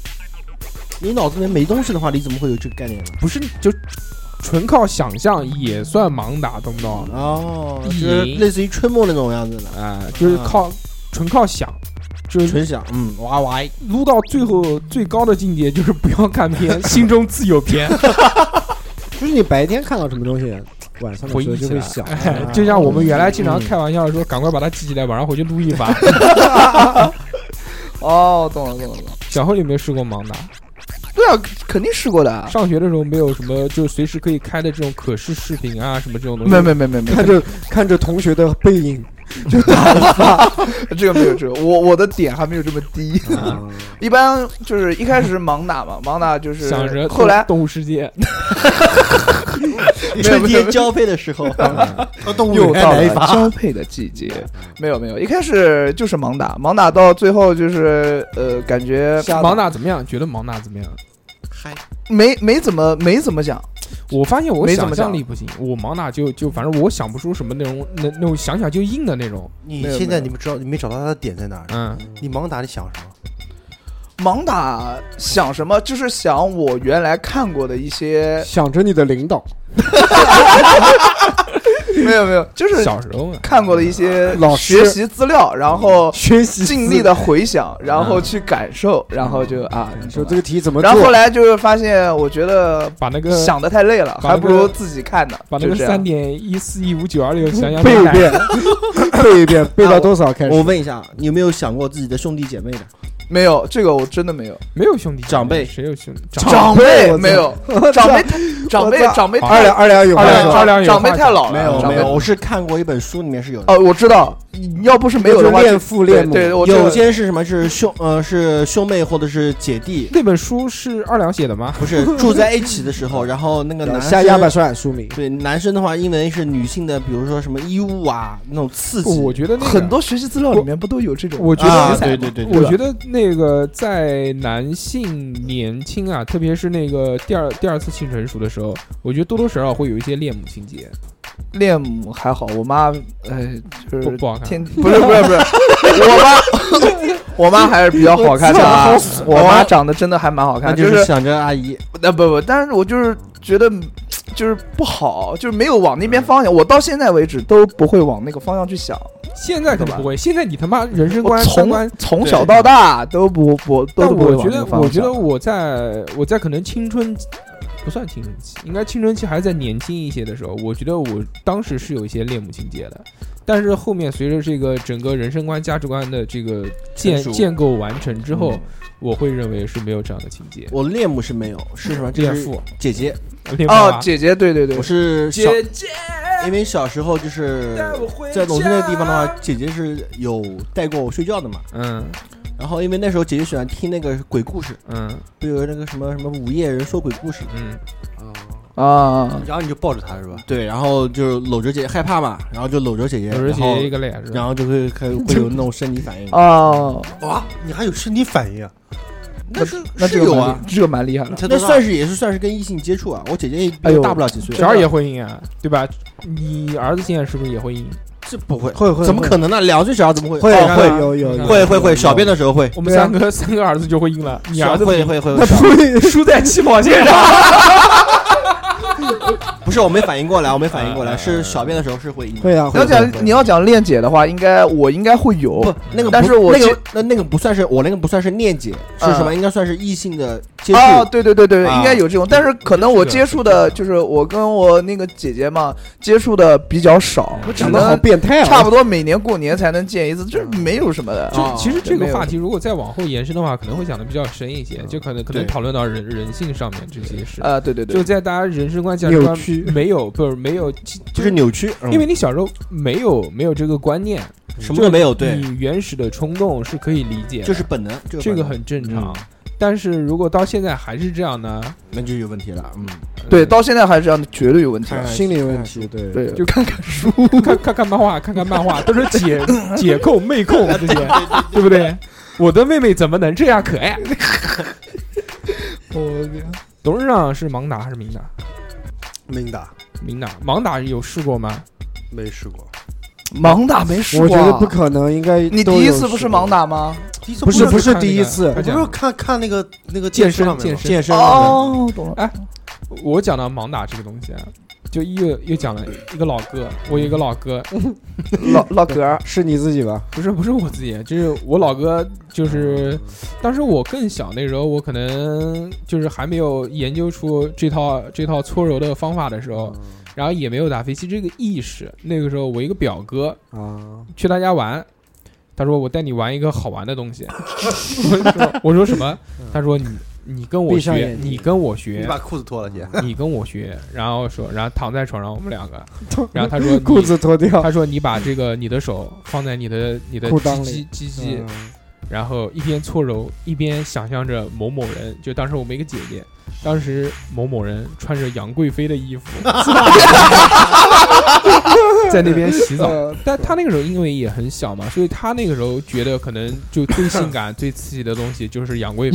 [SPEAKER 6] 你脑子里面没东西的话，你怎么会有这个概念呢？
[SPEAKER 7] 不是就纯靠想象也算盲打，懂不懂？
[SPEAKER 6] 哦，就是类似于春梦那种样子的，
[SPEAKER 7] 啊、就是靠纯靠想，就是
[SPEAKER 6] 嗯纯想，嗯，哇哇，
[SPEAKER 7] 撸到最后最高的境界就是不要看片，心中自 有片。
[SPEAKER 4] 就是你白天看到什么东西，晚上的
[SPEAKER 7] 回
[SPEAKER 4] 时候
[SPEAKER 7] 忆
[SPEAKER 4] 就
[SPEAKER 7] 起
[SPEAKER 4] 会
[SPEAKER 7] 来
[SPEAKER 4] 想，
[SPEAKER 7] 哎
[SPEAKER 6] 哦
[SPEAKER 7] 就像我们原来经
[SPEAKER 6] 嗯
[SPEAKER 7] 常开玩笑说，赶快把它记起来，晚上回去撸一把。
[SPEAKER 3] 哦，懂了懂了懂了。
[SPEAKER 7] 小何有没有试过盲打？
[SPEAKER 3] 对啊，肯定试过的啊。
[SPEAKER 7] 上学的时候没有什么，就是随时可以开的这种可视视频啊，什么这种东西。
[SPEAKER 3] 没没没没 没，
[SPEAKER 4] 看着看着同学的背影，
[SPEAKER 3] 这个没有这个，我我的点还没有这么低。 一般就是一开始是盲打嘛，盲打就是
[SPEAKER 7] 想着
[SPEAKER 3] 后来
[SPEAKER 7] 动物世界，
[SPEAKER 6] 春天交配的时候，
[SPEAKER 10] 哦
[SPEAKER 6] 动
[SPEAKER 3] 又到了交配的季节。没有没有，一开始就是盲打，盲打到最后就是呃，感觉
[SPEAKER 7] 盲打怎么样？觉得盲打怎么样？
[SPEAKER 3] 没没怎么没怎么想，
[SPEAKER 7] 我发现我
[SPEAKER 3] 没怎
[SPEAKER 7] 想
[SPEAKER 3] 么
[SPEAKER 7] 象力不行，我盲打就就反正我想不出什么那种那那种想想就硬的那种，
[SPEAKER 10] 你
[SPEAKER 3] 没有
[SPEAKER 10] 现
[SPEAKER 3] 没
[SPEAKER 10] 在
[SPEAKER 3] 有
[SPEAKER 10] 你们知道你没找到他的点在哪儿？
[SPEAKER 7] 嗯，
[SPEAKER 10] 你盲打你想什么？
[SPEAKER 3] 盲打想什么就是想我原来看过的一 些，
[SPEAKER 4] 想着你的领导，
[SPEAKER 3] 没有没有，就是
[SPEAKER 7] 小时候嘛，啊
[SPEAKER 3] 看过的一些
[SPEAKER 4] 老师
[SPEAKER 3] 学习资料，然后
[SPEAKER 4] 学习
[SPEAKER 3] 尽力的回想，然后去感受，然后就啊，你
[SPEAKER 4] 说
[SPEAKER 3] 说
[SPEAKER 4] 这个题怎么
[SPEAKER 3] 然后后
[SPEAKER 4] 做，
[SPEAKER 3] 来就是发现，我觉得
[SPEAKER 7] 把那个
[SPEAKER 3] 想的太累了，
[SPEAKER 7] 把那个
[SPEAKER 3] 还不如自己看呢。
[SPEAKER 7] 把那个
[SPEAKER 3] 就这样
[SPEAKER 7] 三点一四一五九二六想想
[SPEAKER 4] 背一
[SPEAKER 7] 哪
[SPEAKER 4] 遍， 背一遍，背到多少开
[SPEAKER 6] 我
[SPEAKER 4] 始？
[SPEAKER 6] 问一下，你有没有想过自己的兄弟姐妹的？
[SPEAKER 3] 没有这个，我真的没有
[SPEAKER 7] 没有兄弟姐妹
[SPEAKER 6] 长辈
[SPEAKER 7] 谁有兄弟
[SPEAKER 3] 长
[SPEAKER 4] 辈
[SPEAKER 3] 辈
[SPEAKER 4] 我操
[SPEAKER 3] 没有长辈太长辈
[SPEAKER 4] 我操
[SPEAKER 3] 长辈
[SPEAKER 4] 二
[SPEAKER 3] 太
[SPEAKER 4] 两二两有话
[SPEAKER 7] 二两
[SPEAKER 4] 说，
[SPEAKER 7] 二两有
[SPEAKER 3] 长辈
[SPEAKER 7] 话
[SPEAKER 3] 太老了，
[SPEAKER 6] 没有
[SPEAKER 3] 长
[SPEAKER 6] 没
[SPEAKER 3] 辈
[SPEAKER 6] 有，我是看过一本书，里面是有的。
[SPEAKER 3] 哦，我知道，你要不是没有的话，
[SPEAKER 4] 就是恋父
[SPEAKER 3] 对
[SPEAKER 4] 恋母
[SPEAKER 3] 对，我这个
[SPEAKER 6] 有些是什么？是兄呃是兄妹或者是姐 弟，
[SPEAKER 7] 那本书是二两写的吗？
[SPEAKER 6] 不是住在一起的时候，然后那个男
[SPEAKER 4] 下压
[SPEAKER 6] 生
[SPEAKER 4] 板帅书名，
[SPEAKER 6] 对男生的话，因为是女性的，比如说什么衣物啊那种刺激，
[SPEAKER 7] 不哦我觉得那个
[SPEAKER 3] 很，多学习资料里面不都有这种？
[SPEAKER 7] 我觉得
[SPEAKER 6] 啊
[SPEAKER 3] 题材
[SPEAKER 6] 对
[SPEAKER 3] 嘛
[SPEAKER 6] 对对对
[SPEAKER 7] 我觉得那个在男性年轻啊，特别是那个第二第二次性成熟的时候，我觉得多多少少会有一些恋母情节，
[SPEAKER 3] 恋母还好，我妈呃就
[SPEAKER 7] 不
[SPEAKER 3] 是
[SPEAKER 7] 不好看。
[SPEAKER 3] 天不是不是不是，我妈我妈还是比较好看的啊，我妈长得真的还蛮好
[SPEAKER 6] 那
[SPEAKER 3] 看，
[SPEAKER 6] 就
[SPEAKER 3] 就是是
[SPEAKER 6] 想着阿姨，
[SPEAKER 3] 呃不不，但是我就是觉得。就是不好，就是没有往那边方向。我到现在为止都不会往那个方向去想。
[SPEAKER 7] 现在可不会，现在你他妈人生
[SPEAKER 3] 我
[SPEAKER 7] 观三观
[SPEAKER 3] 从从小到大都不不都
[SPEAKER 7] 但
[SPEAKER 3] 不会
[SPEAKER 7] 我
[SPEAKER 3] 往
[SPEAKER 7] 觉
[SPEAKER 3] 那个
[SPEAKER 7] 得，
[SPEAKER 3] 方
[SPEAKER 7] 我
[SPEAKER 3] 向
[SPEAKER 7] 觉得
[SPEAKER 3] 想。
[SPEAKER 7] 我在我在可能青春不算青春期，应该青春期还在年轻一些的时候，我觉得我当时是有一些恋母情节的。但是后面随着这个整个人生观、价值观的这个建
[SPEAKER 6] 成熟
[SPEAKER 7] 建构完成之后，我会认为是没有这样的情节。
[SPEAKER 6] 我恋母是没有，是什么？这
[SPEAKER 7] 恋
[SPEAKER 6] 是
[SPEAKER 7] 父、
[SPEAKER 6] 姐姐，
[SPEAKER 7] 恋爸
[SPEAKER 3] 哦
[SPEAKER 7] 爸，，
[SPEAKER 3] 姐姐，对对对
[SPEAKER 6] 我，是小，
[SPEAKER 7] 姐姐
[SPEAKER 6] 因为小时候就是
[SPEAKER 7] 回
[SPEAKER 6] 在农村那个地方的话，姐姐是有带过我睡觉的嘛。
[SPEAKER 7] 嗯
[SPEAKER 6] 然后因为那时候姐姐喜欢听那个鬼故事，
[SPEAKER 7] 嗯
[SPEAKER 6] 比如那个什么什么午夜人说鬼故事，
[SPEAKER 7] 嗯，
[SPEAKER 3] 啊，
[SPEAKER 10] 然后你就抱着他是吧？
[SPEAKER 6] 对，然后就是搂着姐姐害怕嘛，然后就搂着姐姐，
[SPEAKER 7] 有时
[SPEAKER 6] 然
[SPEAKER 7] 姐
[SPEAKER 6] 后
[SPEAKER 7] 姐一个脸是
[SPEAKER 6] 然
[SPEAKER 7] 吧？
[SPEAKER 6] 后就会开会有那种生理反应。
[SPEAKER 3] 哦，
[SPEAKER 10] 哇，你还有身体反应啊？
[SPEAKER 3] 那
[SPEAKER 6] 是
[SPEAKER 3] 那
[SPEAKER 6] 是
[SPEAKER 3] 这个
[SPEAKER 6] 有
[SPEAKER 3] 蛮
[SPEAKER 6] 啊，
[SPEAKER 3] 厉，这个蛮厉害的。
[SPEAKER 10] 才
[SPEAKER 6] 那
[SPEAKER 10] 多大
[SPEAKER 6] 算是也是算是跟异性接触啊。我姐姐也比
[SPEAKER 3] 哎呦
[SPEAKER 6] 我大不了几岁，
[SPEAKER 7] 小二也会阴啊，对吧？你儿子现在是不是也会阴？
[SPEAKER 6] 这不会，
[SPEAKER 4] 会会
[SPEAKER 6] 怎么可能呢？两岁小孩怎么会？
[SPEAKER 4] 会
[SPEAKER 6] 哦
[SPEAKER 4] 会
[SPEAKER 6] 会
[SPEAKER 4] 有有有
[SPEAKER 6] 会会会，小便的时候会，
[SPEAKER 7] 我们
[SPEAKER 4] 对啊
[SPEAKER 7] 三个三个儿子就会阴了，你儿子
[SPEAKER 6] 会会会会，
[SPEAKER 4] 那不会
[SPEAKER 7] 输在起跑线上。
[SPEAKER 6] 不是我没反应过来，我没反应过来，
[SPEAKER 7] 嗯
[SPEAKER 6] 是小便的时候是会阴。
[SPEAKER 4] 会啊，
[SPEAKER 3] 你要
[SPEAKER 4] 会啊会啊
[SPEAKER 3] 讲你要讲恋姐的话，应该我应该会有
[SPEAKER 6] 不，那个不，
[SPEAKER 3] 但是我
[SPEAKER 6] 那
[SPEAKER 3] 记
[SPEAKER 6] 个那那个不算是我那个不算是恋姐，是什么？应该算是异性的接触。
[SPEAKER 3] 哦，对对对对，
[SPEAKER 6] 啊
[SPEAKER 3] 应该有这种，但是可能我
[SPEAKER 7] 是的
[SPEAKER 3] 接触的就是我跟我那个姐姐嘛接触的比较少，只
[SPEAKER 4] 讲的好
[SPEAKER 3] 能
[SPEAKER 4] 变态啊！
[SPEAKER 3] 差不多每年过年才能见一次，这没有什么的。
[SPEAKER 7] 就其实这个
[SPEAKER 3] 没有
[SPEAKER 7] 话题，如果再往后延伸的话，可能会讲的比较深一些，就可能可能
[SPEAKER 6] 对
[SPEAKER 7] 讨论到人人性上面这些事。
[SPEAKER 3] 啊，对对
[SPEAKER 7] 就
[SPEAKER 3] 对，
[SPEAKER 7] 在大家人生观、价值观
[SPEAKER 4] 扭曲
[SPEAKER 7] 没有，不是没有，其
[SPEAKER 6] 就
[SPEAKER 7] 就是
[SPEAKER 6] 扭曲，嗯
[SPEAKER 7] 因为你小时候没有没有这个观念，
[SPEAKER 6] 什么都没有，对，
[SPEAKER 7] 你原始的冲动是可以理解的，
[SPEAKER 6] 就是本能，
[SPEAKER 7] 这
[SPEAKER 6] 个本
[SPEAKER 7] 个
[SPEAKER 6] 能
[SPEAKER 7] 很正常。但是如果到现在还是这样呢，呃
[SPEAKER 6] 那就有问题了。嗯，
[SPEAKER 3] 对，到现在还是这样的，绝对有问题。
[SPEAKER 4] 心理问题，对
[SPEAKER 3] 对，
[SPEAKER 7] 就看看书， 看看看漫画，看看漫 画，都是解解控、妹控这些，对不对？我的妹妹怎么能这样可 爱？哦
[SPEAKER 3] 我天，
[SPEAKER 7] 董事长是盲打还是明打？
[SPEAKER 10] 明达
[SPEAKER 7] 明打，盲打有试过吗？
[SPEAKER 10] 没试过，
[SPEAKER 3] 盲打没试
[SPEAKER 4] 我
[SPEAKER 3] 过啊，
[SPEAKER 4] 觉得不可能，应该
[SPEAKER 3] 你
[SPEAKER 4] 都
[SPEAKER 3] 第一
[SPEAKER 4] 有
[SPEAKER 3] 次不
[SPEAKER 4] 试
[SPEAKER 3] 是
[SPEAKER 4] 过
[SPEAKER 3] 盲打吗？
[SPEAKER 10] 第一次
[SPEAKER 4] 不是
[SPEAKER 10] 我
[SPEAKER 4] 不是
[SPEAKER 7] 看那
[SPEAKER 4] 第一
[SPEAKER 7] 个
[SPEAKER 4] 次
[SPEAKER 7] 他
[SPEAKER 10] 不
[SPEAKER 7] 讲
[SPEAKER 10] 是看看那个那个
[SPEAKER 7] 健
[SPEAKER 10] 身上
[SPEAKER 7] 身
[SPEAKER 10] 面
[SPEAKER 7] 健
[SPEAKER 10] 吗
[SPEAKER 7] 身。
[SPEAKER 6] 健身
[SPEAKER 3] 哦，懂了。
[SPEAKER 7] 我讲到盲打这个东西啊，就又又讲了一个老哥，我有一个老哥，
[SPEAKER 3] 老老哥儿，
[SPEAKER 4] 是你自己吧？
[SPEAKER 7] 不是不是我自己，就是我老哥，就是当时我更小那时候，我可能就是还没有研究出这套这套搓揉的方法的时候，
[SPEAKER 4] 嗯
[SPEAKER 7] 然后也没有打飞机这个意识。那个时候我一个表哥
[SPEAKER 4] 啊，
[SPEAKER 7] 去他家玩，他说我带你玩一个好玩的东 西，我说我说什么？他说你你跟我
[SPEAKER 4] 嗯闭上
[SPEAKER 7] 学
[SPEAKER 4] 眼，睛
[SPEAKER 7] 你跟我
[SPEAKER 10] 你
[SPEAKER 7] 学，
[SPEAKER 10] 把裤子脱了，姐。
[SPEAKER 7] 你跟我学，然后说，然后躺在床上我们两 个，然后他说
[SPEAKER 4] 裤子脱
[SPEAKER 7] 你。
[SPEAKER 4] 掉，
[SPEAKER 7] 他说：“你把这个你的手放在你的你的
[SPEAKER 4] 裤裆
[SPEAKER 7] 鸡
[SPEAKER 4] 里
[SPEAKER 7] 鸡鸡鸡，
[SPEAKER 4] 嗯
[SPEAKER 7] 然后一边搓揉，一边想象着某某人，就当时我们一个姐姐，当时某某人穿着杨贵妃的衣服，在那边洗澡。
[SPEAKER 4] 呃
[SPEAKER 7] 但他那个时候因为也很小嘛，所以他那个时候觉得可能就最性感、最刺激的东西就是杨贵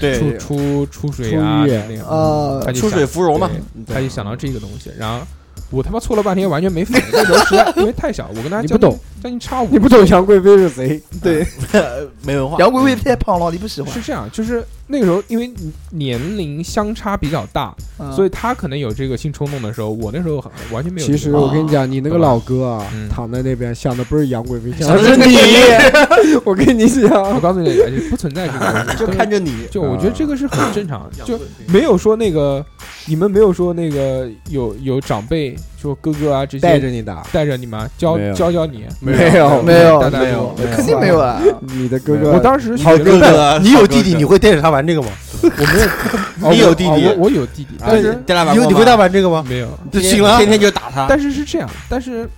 [SPEAKER 7] 妃出出出水啊
[SPEAKER 4] 出浴
[SPEAKER 7] 那样，
[SPEAKER 3] 呃
[SPEAKER 7] 他就
[SPEAKER 6] 出
[SPEAKER 7] 想
[SPEAKER 6] 水芙蓉嘛，
[SPEAKER 7] 对他就想到这个东西，然后。”我他妈搓了半天，完全没反应。那时候实在因为太小，我跟他
[SPEAKER 4] 你
[SPEAKER 7] 将
[SPEAKER 4] 不
[SPEAKER 7] 近
[SPEAKER 4] 懂
[SPEAKER 7] 将近差五
[SPEAKER 4] 你不懂杨贵妃是谁？
[SPEAKER 6] 没文化。
[SPEAKER 3] 杨贵妃太胖了，你不喜欢
[SPEAKER 7] 是，这样，就是那个时候，因为年龄相差比较大，
[SPEAKER 3] 嗯
[SPEAKER 7] 所以他可能有这个性冲动的时候，我那时候完全没有这
[SPEAKER 4] 其
[SPEAKER 7] 个。
[SPEAKER 4] 实我跟你讲，你那个老哥啊
[SPEAKER 7] 嗯，
[SPEAKER 4] 躺在那边想的不是杨贵妃，
[SPEAKER 3] 想
[SPEAKER 4] 想
[SPEAKER 3] 的
[SPEAKER 4] 的
[SPEAKER 3] 是
[SPEAKER 4] 是
[SPEAKER 3] 你
[SPEAKER 4] 你。我跟你
[SPEAKER 7] 我
[SPEAKER 4] 讲，
[SPEAKER 7] 告诉你，而且不存在这个东西，
[SPEAKER 6] 就
[SPEAKER 7] 都是
[SPEAKER 6] 看着你，
[SPEAKER 7] 就我觉得这个是很正常，就
[SPEAKER 10] 杨贵妃
[SPEAKER 7] 没有说那个你们没有说那个有有长辈就哥哥啊这些
[SPEAKER 4] 带着你打，
[SPEAKER 7] 带着你吗？教
[SPEAKER 4] 没有
[SPEAKER 7] 教教你，
[SPEAKER 4] 没有
[SPEAKER 3] 没有
[SPEAKER 7] 带带
[SPEAKER 3] 没
[SPEAKER 7] 有
[SPEAKER 3] 肯定没有啊。
[SPEAKER 4] 你的哥哥，
[SPEAKER 7] 我当时
[SPEAKER 6] 好
[SPEAKER 7] 觉
[SPEAKER 6] 哥
[SPEAKER 7] 得
[SPEAKER 6] 哥，
[SPEAKER 10] 你有弟弟，你会带着他玩这个吗？
[SPEAKER 7] 我没有，哦
[SPEAKER 6] 你有
[SPEAKER 7] 我
[SPEAKER 6] 弟
[SPEAKER 7] 哦
[SPEAKER 6] 弟
[SPEAKER 7] 我我有弟弟，但是
[SPEAKER 6] 带他
[SPEAKER 10] 你有你会带玩这个吗？
[SPEAKER 7] 没有。
[SPEAKER 10] 就行了
[SPEAKER 6] 天，天就打他。
[SPEAKER 7] 但是是这样，但是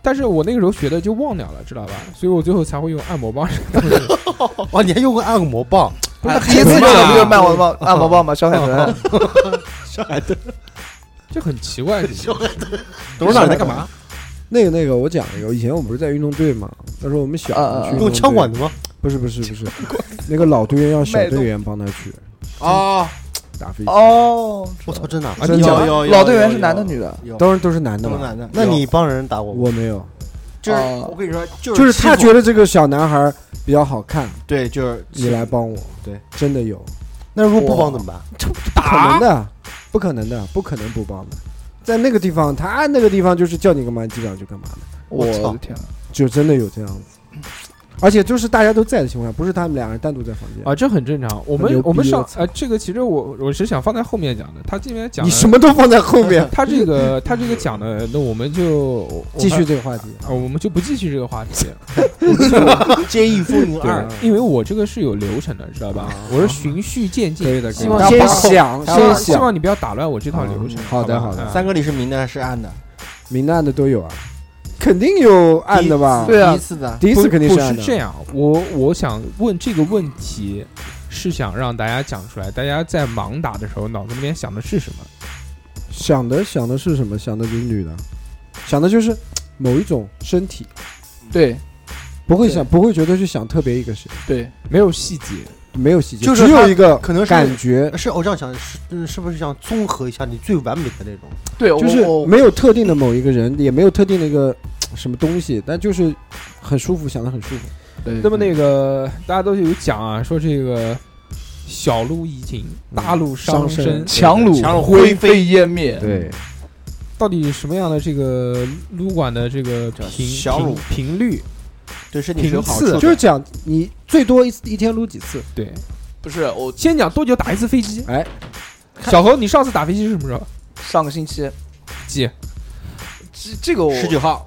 [SPEAKER 7] 但是我那个时候学的就忘掉了，知道吧？所以我最后才会用按摩棒这个东西。
[SPEAKER 10] 哇，哦你还用过按摩棒？
[SPEAKER 3] 第一次就有没有卖我啊棒按摩棒吗？小海豚，
[SPEAKER 7] 就很奇怪，
[SPEAKER 6] 董事长在干嘛？
[SPEAKER 4] 那个那个，我讲一个，以前我们不是在运动队嘛，那时候我们小
[SPEAKER 3] 啊啊啊
[SPEAKER 4] 去运动队
[SPEAKER 10] 用枪管的吗？
[SPEAKER 4] 不是不是不是，那个老队员 让小
[SPEAKER 3] 脉动
[SPEAKER 4] 队员帮他去
[SPEAKER 6] 哦，
[SPEAKER 4] 打飞机，
[SPEAKER 3] 哦，
[SPEAKER 10] 啊我操，真的啊？
[SPEAKER 7] 啊你讲吧
[SPEAKER 6] 有
[SPEAKER 3] 老队员是男的？女的？
[SPEAKER 6] 有
[SPEAKER 4] 当然都是男的
[SPEAKER 6] 都是
[SPEAKER 4] 嘛，
[SPEAKER 6] 男的。
[SPEAKER 10] 那你帮人打我吗？
[SPEAKER 4] 我没有，
[SPEAKER 6] 就是
[SPEAKER 3] 哦
[SPEAKER 6] 我跟你说，就
[SPEAKER 4] 就是是他
[SPEAKER 6] 欺负
[SPEAKER 4] 觉得这个小男孩比较好看，
[SPEAKER 6] 对，就是
[SPEAKER 4] 你来帮我，
[SPEAKER 6] 对，
[SPEAKER 4] 真的有，
[SPEAKER 10] 那如果不帮怎么办？
[SPEAKER 4] 不可能的，不可能的，不可能不帮的，在那个地方，他那个地方就是叫你干嘛，基本上就干嘛的，
[SPEAKER 3] 我
[SPEAKER 10] 我操
[SPEAKER 3] 的天啊！
[SPEAKER 4] 就真的有这样子，而且就是大家都在的情况下，不是他们两个人单独在房间
[SPEAKER 7] 啊，这很正常。我们
[SPEAKER 4] 牛逼
[SPEAKER 7] 我们上
[SPEAKER 4] 我操
[SPEAKER 7] 呃，这个其实我我是想放在后面讲的。他这边讲
[SPEAKER 4] 你
[SPEAKER 7] 的，
[SPEAKER 4] 什么都放在后面
[SPEAKER 7] 他这个他这个讲的，那我们就
[SPEAKER 4] 继续这个话题。
[SPEAKER 7] 啊，我们就不继续这个话题。
[SPEAKER 6] 接一风云
[SPEAKER 7] 对
[SPEAKER 6] 二，，
[SPEAKER 7] 因为我这个是有流程的，知道吧？我是循序渐进，
[SPEAKER 4] 啊可以的，
[SPEAKER 7] 希望
[SPEAKER 4] 可以的
[SPEAKER 3] 大家
[SPEAKER 4] 先想，
[SPEAKER 7] 希望
[SPEAKER 4] 先
[SPEAKER 7] 希
[SPEAKER 4] 想，
[SPEAKER 7] 望你不要打乱我这套流程。
[SPEAKER 4] 好的
[SPEAKER 7] 吧
[SPEAKER 4] 好的
[SPEAKER 7] 嗯
[SPEAKER 6] 三个里是明的，是暗的，
[SPEAKER 4] 明的暗的都有啊，肯定有暗的吧？
[SPEAKER 3] 对啊
[SPEAKER 6] 第一次的
[SPEAKER 4] 第一
[SPEAKER 7] 不
[SPEAKER 4] 次肯定
[SPEAKER 7] 不
[SPEAKER 4] 暗
[SPEAKER 7] 是
[SPEAKER 4] 的。
[SPEAKER 7] 这样，我我想问这个问题，是想让大家讲出来，大家在盲打的时候脑子里面想的是什么？
[SPEAKER 4] 想的想的是什么？想的就是女的，想的就是某一种身体，
[SPEAKER 3] 对
[SPEAKER 4] 不会
[SPEAKER 3] 对
[SPEAKER 4] 想，不会觉得去想特别一个谁，
[SPEAKER 3] 对，
[SPEAKER 7] 没有细节，
[SPEAKER 4] 没有细节，
[SPEAKER 10] 就是
[SPEAKER 4] 只有
[SPEAKER 10] 他
[SPEAKER 4] 一个
[SPEAKER 10] 可能是
[SPEAKER 4] 感觉，
[SPEAKER 10] 是偶像想是嗯是不是想综合一下你最完美的那种？
[SPEAKER 3] 对，
[SPEAKER 4] 就是
[SPEAKER 3] 我
[SPEAKER 4] 没有特定的某一个人，也没有特定的一个什么东西，但就是很舒服，想的很舒服。
[SPEAKER 7] 那么那个大家都有讲啊，说这个小鹿怡情，大鹿伤
[SPEAKER 4] 伤身
[SPEAKER 3] 强弩
[SPEAKER 6] 强弩
[SPEAKER 3] 灰
[SPEAKER 6] 灰
[SPEAKER 3] 飞烟灭，
[SPEAKER 4] 对，
[SPEAKER 7] 到底什么样的这个撸管的这个
[SPEAKER 6] 叫
[SPEAKER 7] 频
[SPEAKER 6] 小
[SPEAKER 7] 频
[SPEAKER 6] 乳
[SPEAKER 7] 频率？
[SPEAKER 6] 对身体是有好处
[SPEAKER 7] 频
[SPEAKER 6] 的，
[SPEAKER 7] 次
[SPEAKER 4] 就是讲你最多一次一天撸几次，
[SPEAKER 7] 对，
[SPEAKER 3] 不是我
[SPEAKER 7] 先讲多久打一次飞机？
[SPEAKER 4] 哎，
[SPEAKER 7] 小侯，你上次打飞机是什么时候？
[SPEAKER 3] 上个星期
[SPEAKER 7] 几？
[SPEAKER 3] 这这个我
[SPEAKER 6] 十九号，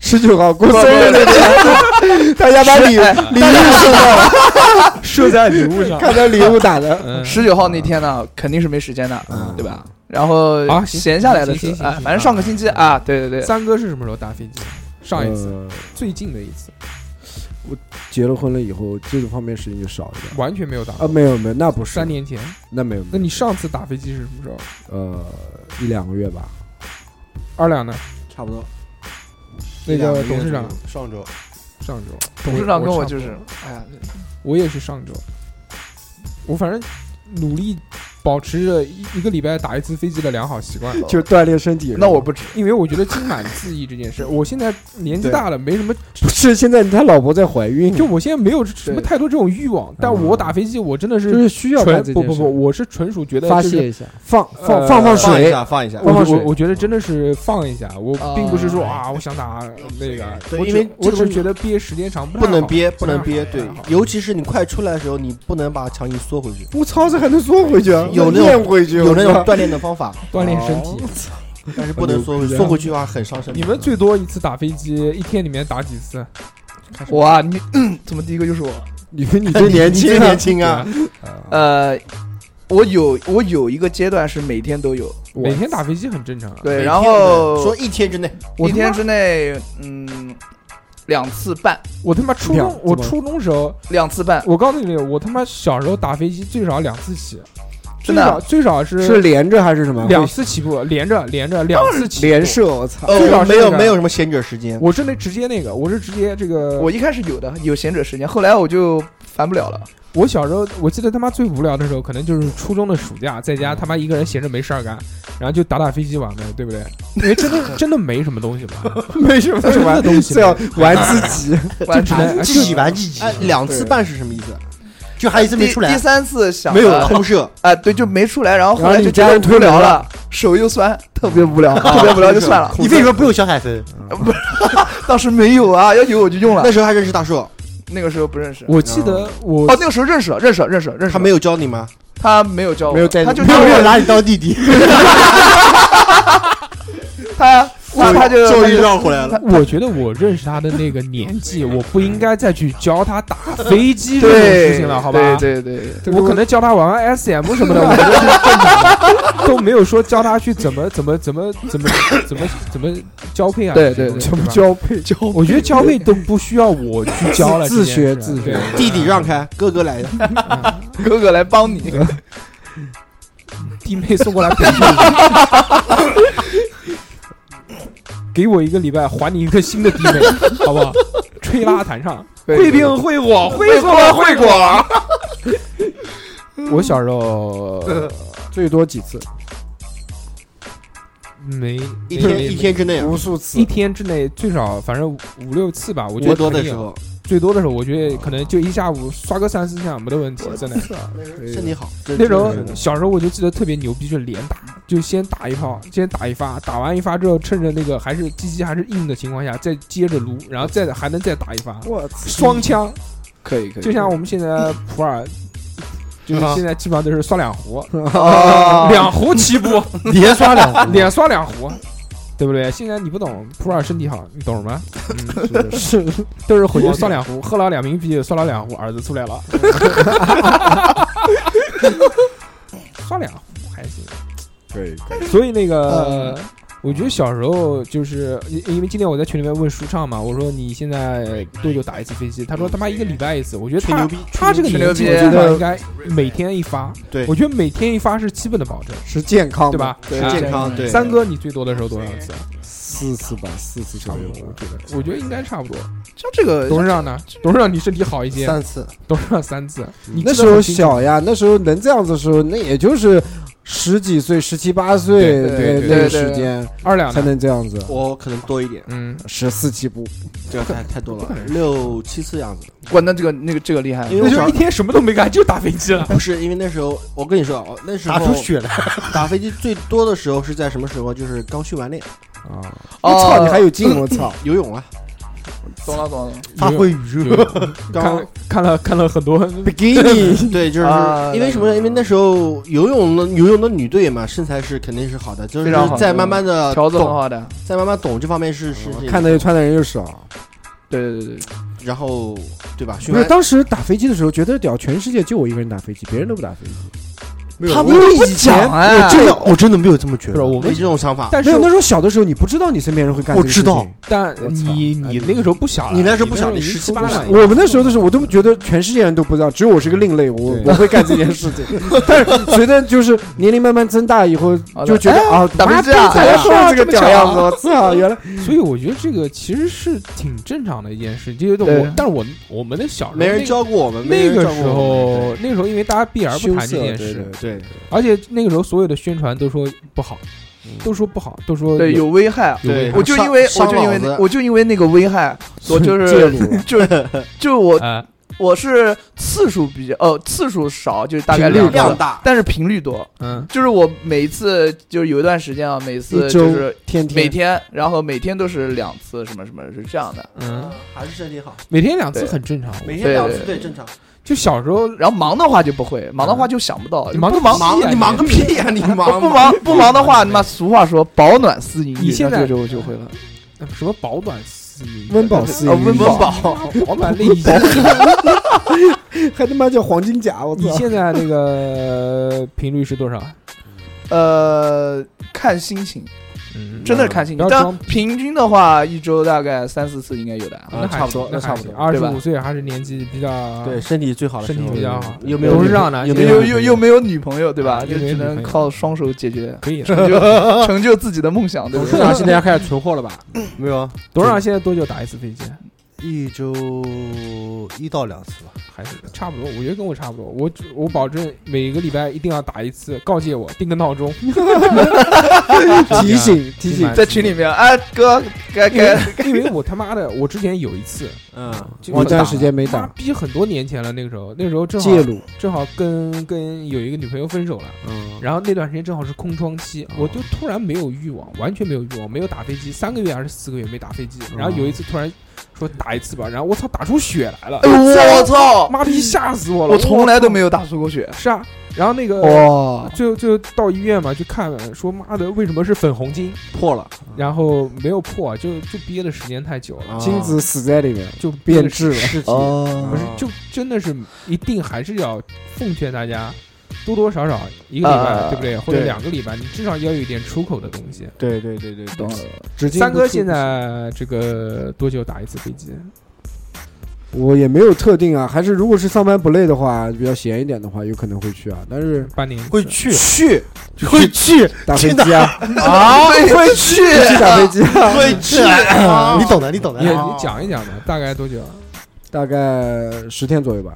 [SPEAKER 4] 十九号过生日那天， 大家把礼
[SPEAKER 3] 哎
[SPEAKER 4] 礼物收到了，
[SPEAKER 7] 射在礼物上。
[SPEAKER 4] 看到礼物打的。
[SPEAKER 7] 嗯，
[SPEAKER 3] 十九号那天呢，肯定是没时间的，
[SPEAKER 4] 啊
[SPEAKER 3] 对吧？然后
[SPEAKER 7] 啊行
[SPEAKER 3] 闲下来的时
[SPEAKER 7] 行行
[SPEAKER 3] 候，
[SPEAKER 7] 行
[SPEAKER 3] 哎，
[SPEAKER 7] 行
[SPEAKER 3] 反正上个星期啊，对对对，
[SPEAKER 7] 三哥是什么时候打飞机？上一次，
[SPEAKER 4] 呃
[SPEAKER 7] 最近的一次。
[SPEAKER 4] 我结了婚了以后，这个方面事情就少一点。
[SPEAKER 7] 完全没有打
[SPEAKER 4] 啊，
[SPEAKER 7] 过。
[SPEAKER 4] 没有没有，那不是
[SPEAKER 7] 三，年前，
[SPEAKER 4] 那没有，
[SPEAKER 7] 那你上次打飞机是什么时候？
[SPEAKER 4] 呃一两个月吧，
[SPEAKER 7] 二两呢？
[SPEAKER 4] 差不多。
[SPEAKER 7] 那
[SPEAKER 10] 呃
[SPEAKER 7] 个董事长
[SPEAKER 10] 上周
[SPEAKER 7] 上周，
[SPEAKER 3] 董事长跟
[SPEAKER 7] 我
[SPEAKER 3] 我
[SPEAKER 7] 差不
[SPEAKER 3] 就是
[SPEAKER 7] 多，
[SPEAKER 3] 哎呀，
[SPEAKER 7] 我也是上周，我反正努力保持着一一个礼拜打一次飞机的良好习 惯。
[SPEAKER 4] 就锻炼身体。
[SPEAKER 3] 那我不止，
[SPEAKER 7] 因为我觉得金满记忆这件 事，我现在年纪大了，没什么，
[SPEAKER 4] 不是现在他老婆在怀孕，
[SPEAKER 7] 就我现在没有什么太多这种欲望。但我打飞机，我真的
[SPEAKER 4] 嗯就是是需要干
[SPEAKER 7] 纯
[SPEAKER 4] 这
[SPEAKER 7] 不
[SPEAKER 4] 件
[SPEAKER 7] 不
[SPEAKER 4] 事
[SPEAKER 7] 不，我是纯属觉得
[SPEAKER 4] 发
[SPEAKER 7] 就是
[SPEAKER 4] 泄一下，放放
[SPEAKER 7] 呃
[SPEAKER 4] 放放
[SPEAKER 6] 放一
[SPEAKER 4] 水，
[SPEAKER 6] 下，放一下。
[SPEAKER 7] 我
[SPEAKER 4] 放水
[SPEAKER 7] 我我觉得真的是放一下，我
[SPEAKER 3] 啊
[SPEAKER 7] 并不是说啊，我想打那个，
[SPEAKER 6] 对
[SPEAKER 7] 我只
[SPEAKER 6] 因为
[SPEAKER 7] 我只
[SPEAKER 6] 这
[SPEAKER 7] 是
[SPEAKER 6] 个
[SPEAKER 7] 觉得憋时间长不
[SPEAKER 6] 不
[SPEAKER 7] 太
[SPEAKER 6] 能
[SPEAKER 7] 好
[SPEAKER 6] 憋，不能
[SPEAKER 7] 太
[SPEAKER 6] 憋，
[SPEAKER 7] 好
[SPEAKER 6] 对
[SPEAKER 7] 不太，好
[SPEAKER 6] 尤其是你快出来的时候，你不能把肠衣缩回去，
[SPEAKER 4] 我操，这还能缩回去 啊？
[SPEAKER 6] 有那种
[SPEAKER 4] 练回去，
[SPEAKER 6] 有那种
[SPEAKER 4] 我操
[SPEAKER 6] 锻炼的方法，
[SPEAKER 7] 锻炼身体。
[SPEAKER 6] 但是不能缩回去，缩回去的话很伤身体。
[SPEAKER 7] 你们最多一次打飞机，一天里面打几次？
[SPEAKER 3] 哇，啊你嗯怎么第一个就是我？
[SPEAKER 4] 你说 你这年轻
[SPEAKER 6] 你这
[SPEAKER 4] 啊
[SPEAKER 6] 年，轻啊，
[SPEAKER 3] 呃，我有我有一个阶段是每天都有，
[SPEAKER 7] 每天打飞机很正常啊。
[SPEAKER 3] 对，
[SPEAKER 6] 每
[SPEAKER 3] 然
[SPEAKER 6] 天
[SPEAKER 3] 后
[SPEAKER 6] 对说一天之内，
[SPEAKER 7] 我
[SPEAKER 3] 一天之内，嗯，两次半，
[SPEAKER 7] 我他妈初
[SPEAKER 4] 两
[SPEAKER 7] 中，我
[SPEAKER 4] 怎么
[SPEAKER 7] 初中时候，
[SPEAKER 3] 两次半，
[SPEAKER 7] 我告诉你，我他妈小时候打飞机最少两次起，最
[SPEAKER 3] 真的
[SPEAKER 7] 少
[SPEAKER 3] 啊
[SPEAKER 7] 最少是
[SPEAKER 4] 是连着还是什么？
[SPEAKER 7] 两
[SPEAKER 4] 会
[SPEAKER 7] 次起步，连着连着两次起步
[SPEAKER 4] 连。射，我操！
[SPEAKER 6] 呃
[SPEAKER 7] 最少，
[SPEAKER 6] 我
[SPEAKER 7] 是
[SPEAKER 6] 没有
[SPEAKER 7] 那个
[SPEAKER 6] 没有什么闲者时间，
[SPEAKER 7] 我是那直接那个，我是直接这个，
[SPEAKER 3] 我一开始有的有闲者时间，后来我就烦不了了。
[SPEAKER 7] 我小时候，我记得他妈最无聊的时候，可能就是初中的暑假，在家他妈一个人闲着没事儿干，然后就打打飞机玩呗，对不对？因为 真的真的没什么东西玩，
[SPEAKER 4] 没什么
[SPEAKER 7] 什么东西
[SPEAKER 4] 最好 玩自 己。
[SPEAKER 3] 完
[SPEAKER 7] 只能
[SPEAKER 10] 自己玩自己，
[SPEAKER 6] 哎，两次半是什么意思？
[SPEAKER 10] 就还一次
[SPEAKER 3] 第
[SPEAKER 10] 没出来
[SPEAKER 3] 第，三次想
[SPEAKER 6] 没有
[SPEAKER 3] 了
[SPEAKER 6] 空射，
[SPEAKER 3] 啊，对，就没出来，然后后
[SPEAKER 4] 然后
[SPEAKER 3] 来
[SPEAKER 4] 你
[SPEAKER 3] 就
[SPEAKER 4] 家
[SPEAKER 3] 觉
[SPEAKER 4] 人
[SPEAKER 3] 得
[SPEAKER 4] 推
[SPEAKER 3] 无聊
[SPEAKER 4] 了
[SPEAKER 3] 了，手又酸，特别无聊，特别无聊就算了。
[SPEAKER 10] 你为什么不用小海参？
[SPEAKER 3] 当时没有啊，要有我就用了
[SPEAKER 6] 那。时候还认识大硕，
[SPEAKER 3] 那个时候不认识。
[SPEAKER 7] 我记得我
[SPEAKER 3] 哦，那个时候认识了，认识了，认识了，认识了。
[SPEAKER 6] 他没有教你吗？
[SPEAKER 3] 他没有教我，
[SPEAKER 4] 没有在
[SPEAKER 3] 他就
[SPEAKER 10] 没
[SPEAKER 3] 教
[SPEAKER 10] 有
[SPEAKER 3] 我
[SPEAKER 10] 人拿你当弟 弟，
[SPEAKER 3] 他他他就
[SPEAKER 6] 终于
[SPEAKER 3] 他就
[SPEAKER 6] 绕回来了。
[SPEAKER 7] 我觉得我认识他的那个年纪，我不应该再去教他打飞机这种
[SPEAKER 3] 对
[SPEAKER 7] 事情了，好吧？
[SPEAKER 3] 对对对，
[SPEAKER 7] 我可能教他玩玩 SM 什么的，我觉得是正常的，都没有说教他去怎么怎么怎么怎么怎么怎么交配啊，
[SPEAKER 3] 对对对
[SPEAKER 7] 怎么
[SPEAKER 4] 交配交
[SPEAKER 7] 我觉得交配都不需要我去教了，
[SPEAKER 4] 自
[SPEAKER 7] 这件事
[SPEAKER 4] 自学
[SPEAKER 7] 对
[SPEAKER 4] 自
[SPEAKER 6] 弟弟让开，哥哥来的。
[SPEAKER 3] 哥哥来帮你。
[SPEAKER 7] 弟妹送过来培训你， 给我一个礼拜，还你一个新的弟妹，好不好？吹拉弹唱，
[SPEAKER 3] 贵宾
[SPEAKER 7] 会火，
[SPEAKER 3] 会
[SPEAKER 7] 火
[SPEAKER 3] 果会果，
[SPEAKER 7] 我小时候
[SPEAKER 6] 嗯
[SPEAKER 4] 最多几次？
[SPEAKER 7] 没
[SPEAKER 6] 一
[SPEAKER 7] 没
[SPEAKER 6] 天一天之内啊，
[SPEAKER 4] 无数
[SPEAKER 7] 一
[SPEAKER 4] 次。
[SPEAKER 7] 天之内最少反正五五六次吧，我觉得
[SPEAKER 6] 最多的
[SPEAKER 7] 肯
[SPEAKER 6] 时
[SPEAKER 7] 定有，
[SPEAKER 6] 候
[SPEAKER 7] 最多的时候，我觉得可能就一下午刷个三四下没得问题，真的。
[SPEAKER 6] 身体好。真
[SPEAKER 7] 那时候
[SPEAKER 6] 真的是
[SPEAKER 7] 小时候我就记得特别牛逼，就是连打，就先打一炮，先打一发，打完一发之后，趁着那个还是鸡鸡还是硬的情况下，再接着撸，然后再还能再打一发，
[SPEAKER 4] 我操！
[SPEAKER 7] 双枪，
[SPEAKER 3] 可以可以，
[SPEAKER 7] 就像我们现在普洱，就是现在基本上都是刷两壶，
[SPEAKER 3] 啊，
[SPEAKER 7] 两壶起步，
[SPEAKER 10] 连刷两回，
[SPEAKER 7] 连刷两壶。对不对？现在你不懂，普洱身体好，你懂什么？嗯，是都是回去刷两壶，喝了两瓶啤酒，刷了两壶，儿子出来了，刷两壶还行。
[SPEAKER 4] 可以，可以
[SPEAKER 7] 所以那个，
[SPEAKER 3] 嗯
[SPEAKER 7] 我觉得小时候就是因因为今天我在群里面问舒畅嘛，我说你现在多久打一次飞机？他说他妈一个礼拜一次。我觉得
[SPEAKER 6] 吹
[SPEAKER 7] 他
[SPEAKER 6] 牛逼，
[SPEAKER 7] 他这个
[SPEAKER 3] 吹
[SPEAKER 7] 年
[SPEAKER 3] 牛
[SPEAKER 7] 纪，
[SPEAKER 3] 逼啊
[SPEAKER 7] 我觉得应该每天一发。
[SPEAKER 6] 对
[SPEAKER 7] 我觉得每天一发是基本的保证，
[SPEAKER 4] 是健康
[SPEAKER 7] 对
[SPEAKER 4] 的？
[SPEAKER 7] 吧？
[SPEAKER 3] 对
[SPEAKER 7] 啊
[SPEAKER 6] 健康对
[SPEAKER 7] 三哥，你最多的时候多少次？
[SPEAKER 4] 四次吧，四次
[SPEAKER 7] 差
[SPEAKER 4] 左
[SPEAKER 7] 不
[SPEAKER 4] 右
[SPEAKER 7] 多，。我觉得，我觉得应该差不多。
[SPEAKER 3] 像这个
[SPEAKER 7] 董事长呢？董事长，你身体好一些。
[SPEAKER 10] 三次。
[SPEAKER 7] 董事长三次，
[SPEAKER 6] 嗯
[SPEAKER 7] 你
[SPEAKER 4] 那
[SPEAKER 7] 记
[SPEAKER 4] 时
[SPEAKER 7] 得
[SPEAKER 4] 候
[SPEAKER 7] 很清楚
[SPEAKER 4] 小呀，那时候能这样子的时候，那也就是十几岁、十七八岁
[SPEAKER 7] 对对
[SPEAKER 4] 那
[SPEAKER 7] 对
[SPEAKER 4] 那
[SPEAKER 3] 对
[SPEAKER 4] 个
[SPEAKER 3] 对
[SPEAKER 4] 时间
[SPEAKER 7] 二两
[SPEAKER 4] 才
[SPEAKER 7] 呢？
[SPEAKER 4] 能这样子，啊
[SPEAKER 6] 我可能多一点，
[SPEAKER 7] 嗯，
[SPEAKER 4] 十四起步。
[SPEAKER 6] 这个太太多了，六七次样子。
[SPEAKER 3] 哇，那这个那个这个厉害，
[SPEAKER 6] 因为我
[SPEAKER 7] 那就
[SPEAKER 6] 小
[SPEAKER 7] 是一天什么都没干，就打飞机 了。
[SPEAKER 6] 不是因为那时候，我跟你说，啊，那时候
[SPEAKER 10] 打出血来，
[SPEAKER 6] 打飞机最多的时候是在什么时候？就是刚训完练，
[SPEAKER 7] 啊，
[SPEAKER 4] 我操，你还有劲！我操，
[SPEAKER 6] 游泳啊，
[SPEAKER 3] 哦懂了懂了，
[SPEAKER 10] 发挥宇宙。
[SPEAKER 6] 刚
[SPEAKER 7] 看看了看了很多
[SPEAKER 4] 比基 尼
[SPEAKER 6] 对，就是
[SPEAKER 3] 啊
[SPEAKER 6] 因为什么呢？因为那时候游泳的游泳的女队嘛，身材是肯定是好的，就是
[SPEAKER 3] 非常好嗯
[SPEAKER 6] 在慢慢的
[SPEAKER 3] 条子很
[SPEAKER 6] 懂，
[SPEAKER 3] 好的，
[SPEAKER 6] 在慢慢懂这方面是是是
[SPEAKER 4] 看的又穿的人又少。
[SPEAKER 3] 对对对对，
[SPEAKER 6] 然后对吧？训
[SPEAKER 4] 不是，
[SPEAKER 6] 完
[SPEAKER 4] 当时打飞机的时候觉得屌，全世界就我一个人打飞机，别人都不打飞机。
[SPEAKER 2] 没有
[SPEAKER 3] 他
[SPEAKER 2] 我
[SPEAKER 3] 不
[SPEAKER 2] 啊不
[SPEAKER 3] 不讲哎，
[SPEAKER 2] 真的我真的没有这么觉
[SPEAKER 7] 不是
[SPEAKER 2] 得。
[SPEAKER 7] 我
[SPEAKER 6] 没
[SPEAKER 7] 们，
[SPEAKER 6] 这种想法。
[SPEAKER 7] 但
[SPEAKER 4] 没
[SPEAKER 7] 是
[SPEAKER 4] 有，那时候小的时候你不知道你身边人会干这
[SPEAKER 2] 我
[SPEAKER 4] 个事
[SPEAKER 2] 知
[SPEAKER 4] 情。
[SPEAKER 2] 道，
[SPEAKER 7] 但
[SPEAKER 4] 我操哎
[SPEAKER 7] 你你那个时候不想了，
[SPEAKER 6] 你那时候不想
[SPEAKER 7] 你
[SPEAKER 6] 你
[SPEAKER 7] 已经
[SPEAKER 6] 17
[SPEAKER 7] 初中了
[SPEAKER 6] 了
[SPEAKER 4] 我们那时候的时候，我都觉得全世界人都不知道，只有我是个另类，我
[SPEAKER 7] 对
[SPEAKER 4] 我会干这件事情。但是随着就是年龄慢慢增大以后，就觉得
[SPEAKER 3] 哎
[SPEAKER 4] 啊，
[SPEAKER 3] 打不
[SPEAKER 4] 妈
[SPEAKER 3] 是这样
[SPEAKER 4] 逼才
[SPEAKER 3] 哎
[SPEAKER 4] 说这
[SPEAKER 3] 这么
[SPEAKER 4] 个
[SPEAKER 3] 巧
[SPEAKER 4] 屌
[SPEAKER 3] 啊
[SPEAKER 4] 样子，我操，原来
[SPEAKER 7] 所以我觉得这个其实是挺正常的一件事。就是我
[SPEAKER 3] 对，
[SPEAKER 7] 但是我我们的小时候
[SPEAKER 6] 没人
[SPEAKER 7] 那
[SPEAKER 6] 教过我们，没
[SPEAKER 7] 那
[SPEAKER 6] 人
[SPEAKER 7] 个
[SPEAKER 6] 教
[SPEAKER 7] 时
[SPEAKER 6] 过我们
[SPEAKER 7] 候，那个时候因为大家避而不谈这件事，
[SPEAKER 6] 对对
[SPEAKER 7] 而且那个时候所有的宣传都说不好，都说不好，都说
[SPEAKER 3] 对有危害。啊
[SPEAKER 7] 有
[SPEAKER 6] 对
[SPEAKER 3] 我就因为我
[SPEAKER 6] 伤
[SPEAKER 3] 就因为
[SPEAKER 6] 伤脑子
[SPEAKER 3] 我就因为那个危害，我就
[SPEAKER 4] 介
[SPEAKER 3] 是
[SPEAKER 4] 入了
[SPEAKER 3] 就是我
[SPEAKER 7] 啊，
[SPEAKER 3] 我是次数比较呃次数少，就是大概
[SPEAKER 4] 频率
[SPEAKER 3] 两
[SPEAKER 6] 量
[SPEAKER 3] 次，
[SPEAKER 6] 大，
[SPEAKER 3] 但是频率多。
[SPEAKER 7] 嗯，
[SPEAKER 3] 就是我每次就是有一段时间啊，每次
[SPEAKER 4] 一周
[SPEAKER 3] 就是
[SPEAKER 4] 天
[SPEAKER 3] 每
[SPEAKER 4] 天
[SPEAKER 3] 天，然后每天都是两次什么什么是这样的。
[SPEAKER 7] 嗯，
[SPEAKER 6] 还是身体好，
[SPEAKER 7] 每天两次
[SPEAKER 3] 对
[SPEAKER 7] 很正常。
[SPEAKER 6] 每
[SPEAKER 3] 对
[SPEAKER 6] 天两次
[SPEAKER 3] 对
[SPEAKER 6] 对正常。
[SPEAKER 7] 就小时候
[SPEAKER 3] 然后忙的话就不会，忙的话就想不到，
[SPEAKER 7] 你忙
[SPEAKER 3] 不
[SPEAKER 7] 个
[SPEAKER 3] 忙。
[SPEAKER 7] 屁啊
[SPEAKER 6] 忙你忙个屁呀！你忙
[SPEAKER 3] 不忙不忙的话，他妈俗话说保暖思淫欲，
[SPEAKER 7] 你现在
[SPEAKER 3] 那这个就就会了。
[SPEAKER 7] 什么保暖思淫，
[SPEAKER 4] 温饱思淫
[SPEAKER 2] 啊
[SPEAKER 3] 呃温
[SPEAKER 4] 欲
[SPEAKER 3] 饱
[SPEAKER 7] 保保暖类型。
[SPEAKER 4] 还他妈叫黄金甲，我
[SPEAKER 7] 你
[SPEAKER 4] 操！
[SPEAKER 7] 现在那个频率是多少？
[SPEAKER 3] 呃，看心情，
[SPEAKER 7] 嗯，
[SPEAKER 3] 真的是看心
[SPEAKER 7] 不
[SPEAKER 3] 情
[SPEAKER 7] 要。
[SPEAKER 3] 但
[SPEAKER 7] 装。
[SPEAKER 3] 平均的话，一周大概三四次应该有的。
[SPEAKER 6] 啊差不多
[SPEAKER 7] 那
[SPEAKER 6] 那差不多
[SPEAKER 7] 二
[SPEAKER 3] 对
[SPEAKER 7] 十
[SPEAKER 3] 吧
[SPEAKER 7] 五岁还是年纪比较
[SPEAKER 6] 对，身体最好的时
[SPEAKER 7] 身
[SPEAKER 6] 候，
[SPEAKER 7] 体比较好，
[SPEAKER 6] 有没有
[SPEAKER 7] 都是让的，
[SPEAKER 6] 有没
[SPEAKER 3] 又
[SPEAKER 6] 有
[SPEAKER 3] 又又没有女朋友，对吧？
[SPEAKER 7] 啊
[SPEAKER 3] 就
[SPEAKER 7] 又没有
[SPEAKER 3] 只
[SPEAKER 7] 女朋
[SPEAKER 3] 能
[SPEAKER 7] 友
[SPEAKER 3] 靠双手解决，
[SPEAKER 7] 可以？
[SPEAKER 3] 成 就成就自己的梦想，对
[SPEAKER 6] 董
[SPEAKER 3] 不
[SPEAKER 6] 事
[SPEAKER 3] 对？
[SPEAKER 6] 长现在要开始存货了吧？
[SPEAKER 2] 没有啊，
[SPEAKER 7] 董事长现在 多久打一次飞机？
[SPEAKER 2] 一周一到两次吧。
[SPEAKER 7] 还是差不多，我觉得跟我差不多。我只我保证每个礼拜一定要打一次，告诫我定个闹钟，
[SPEAKER 4] 提醒提醒，
[SPEAKER 3] 在群里 面，哎哥，该
[SPEAKER 7] 因为
[SPEAKER 3] 该
[SPEAKER 7] 因为我他妈的，我之前有一次，
[SPEAKER 6] 嗯，
[SPEAKER 7] 就
[SPEAKER 4] 我
[SPEAKER 7] 是
[SPEAKER 4] 这段时间没
[SPEAKER 7] 妈
[SPEAKER 4] 打
[SPEAKER 7] 逼很多年前了，那个时候那个时候正好
[SPEAKER 4] 介入，
[SPEAKER 7] 正好跟跟有一个女朋友分手了，
[SPEAKER 6] 嗯，
[SPEAKER 7] 然后那段时间正好是空窗期，我就突然没有欲望，完全没有欲望，没有打飞机，三个月还是四个月没打飞机。然后有一次突然说打一次吧，然后我操打出血来了，
[SPEAKER 3] 我操！
[SPEAKER 7] 妈逼吓死我了！
[SPEAKER 3] 哎我从来都没有哦打出过血。
[SPEAKER 7] 是啊，然后那个
[SPEAKER 3] 哇！
[SPEAKER 7] 最后最后到医院嘛，去看了，说妈的为什么是粉红巾？
[SPEAKER 6] 破了，
[SPEAKER 7] 然后没有破，就就憋的时间太久了，
[SPEAKER 4] 精子死在里面，
[SPEAKER 7] 就憋
[SPEAKER 4] 啊变
[SPEAKER 7] 的
[SPEAKER 4] 质了
[SPEAKER 7] 尸体
[SPEAKER 3] 哦
[SPEAKER 7] 不是，就真的是一定还是要奉劝大家，多多少少一个礼拜，
[SPEAKER 3] 啊
[SPEAKER 7] 对不对？或者
[SPEAKER 4] 对
[SPEAKER 7] 两个礼拜，你至少要有一点出口的东西。
[SPEAKER 4] 对对对对，
[SPEAKER 3] 懂了。
[SPEAKER 4] 纸巾
[SPEAKER 7] 三
[SPEAKER 4] 不
[SPEAKER 7] 哥
[SPEAKER 4] 出
[SPEAKER 7] 现在这个多久打一次飞机？
[SPEAKER 4] 我也没有特定啊，还是如果是上班不累的话，比较闲一点的话，有可能会去啊。但是
[SPEAKER 7] 半年一次
[SPEAKER 2] 会
[SPEAKER 6] 嗯
[SPEAKER 2] 去
[SPEAKER 4] 去
[SPEAKER 2] 会去，
[SPEAKER 4] 打飞机啊，
[SPEAKER 3] 啊，会去
[SPEAKER 4] 去打飞机啊，
[SPEAKER 2] 会去，
[SPEAKER 6] 哦
[SPEAKER 2] 啊你懂的，你懂的
[SPEAKER 7] 你。你讲一讲吧，大概多久啊？
[SPEAKER 4] 大概十天左右吧。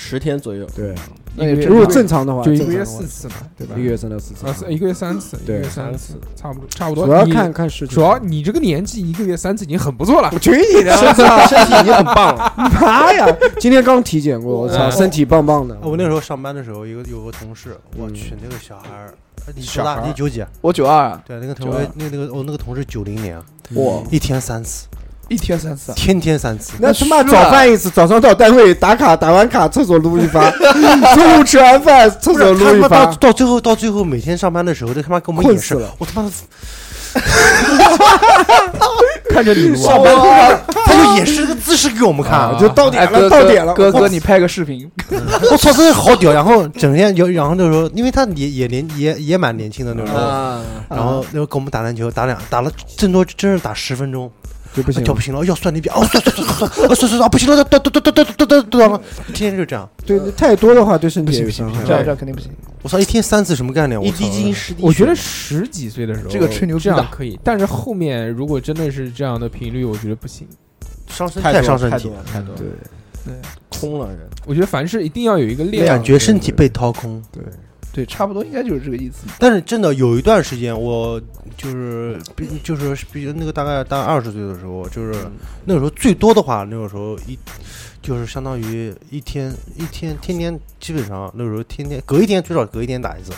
[SPEAKER 6] 十天左右，
[SPEAKER 4] 对，
[SPEAKER 3] 那也
[SPEAKER 7] 一个月
[SPEAKER 4] 如果
[SPEAKER 7] 一个
[SPEAKER 4] 正常的话，
[SPEAKER 7] 就一
[SPEAKER 4] 正
[SPEAKER 7] 个
[SPEAKER 4] 常
[SPEAKER 7] 月
[SPEAKER 4] 的话
[SPEAKER 7] 四次嘛，对吧？
[SPEAKER 4] 一个月三到四次
[SPEAKER 7] 啊，，是一个月三次，一个
[SPEAKER 4] 对
[SPEAKER 7] 月三次，差不多，差不多。
[SPEAKER 4] 主要
[SPEAKER 7] 你
[SPEAKER 4] 看看事情。
[SPEAKER 7] 主要你这个年纪，一个月三次已经很不错了。
[SPEAKER 4] 我去你的，我操，
[SPEAKER 6] 身体已经很棒了。
[SPEAKER 4] 妈呀！今天刚体检过，我操，
[SPEAKER 7] 嗯
[SPEAKER 4] 身体棒棒的。
[SPEAKER 2] 哦我那时候上班的时候，有个有个同事，我去那个小孩儿，哎你多
[SPEAKER 7] 小孩
[SPEAKER 2] 大？
[SPEAKER 7] 儿
[SPEAKER 2] 你九几啊？
[SPEAKER 3] 我九二，
[SPEAKER 2] 对，那个同学，那个那个我那个同事九零年，啊
[SPEAKER 3] 我
[SPEAKER 2] 一天三次，
[SPEAKER 3] 一天三次。
[SPEAKER 2] 天天三次。啊
[SPEAKER 4] 那他妈
[SPEAKER 3] 是啊
[SPEAKER 4] 早饭一次，早上到单位打卡，打完卡厕所撸一发，中午吃完饭厕
[SPEAKER 2] 不
[SPEAKER 4] 所
[SPEAKER 2] 是他
[SPEAKER 4] 撸一
[SPEAKER 2] 妈到
[SPEAKER 4] 发，
[SPEAKER 2] 到最后到最后每天上班的时候，都他妈跟我们
[SPEAKER 4] 困
[SPEAKER 2] 演
[SPEAKER 4] 死
[SPEAKER 2] 示，
[SPEAKER 4] 了。
[SPEAKER 2] 我他妈的
[SPEAKER 7] 看着你撸啊，
[SPEAKER 2] 他就演示那个姿势给我们看，啊
[SPEAKER 4] 就到点
[SPEAKER 3] 哎，哥
[SPEAKER 4] 了，到点了，
[SPEAKER 3] 哥哥，
[SPEAKER 4] 我操
[SPEAKER 3] 你拍个视频，
[SPEAKER 2] 我操，真的好屌！然后整天有，然后那时候，因为他也也年也也蛮年轻的那时候，
[SPEAKER 6] 啊，
[SPEAKER 2] 然后那时候跟我们打篮球，打两打了最多真是打十分钟，
[SPEAKER 4] 就不行
[SPEAKER 2] 就
[SPEAKER 4] 了。
[SPEAKER 2] 不行了，要算你比，哦算算算算算算，不行了，得得得得得得得了，一天就这样，
[SPEAKER 4] 对，太多的话对身体也有伤害。
[SPEAKER 3] 这样这样肯定不行。
[SPEAKER 2] 我操，一天三次什么概念？
[SPEAKER 6] 一滴精十滴
[SPEAKER 7] 我觉得十几岁的时候
[SPEAKER 3] 这个吹牛逼
[SPEAKER 7] 这
[SPEAKER 3] 的
[SPEAKER 7] 样可以，但是后面如果真的是这样的频率，我觉得不行。
[SPEAKER 2] 伤身
[SPEAKER 6] 太
[SPEAKER 2] 太伤身体，
[SPEAKER 6] 了，太多了，空了人。
[SPEAKER 7] 我觉得凡事一定要有一个量
[SPEAKER 2] 感，觉身体被掏空。
[SPEAKER 3] 对，差不多应该就是这个意思。
[SPEAKER 2] 但是真的有一段时间，我就是比就是比那个大概大概二十岁的时候，就是那个时候最多的话，那个时候一就是相当于一天一天天天基本上那个时候天天隔一天最少隔一天打一次，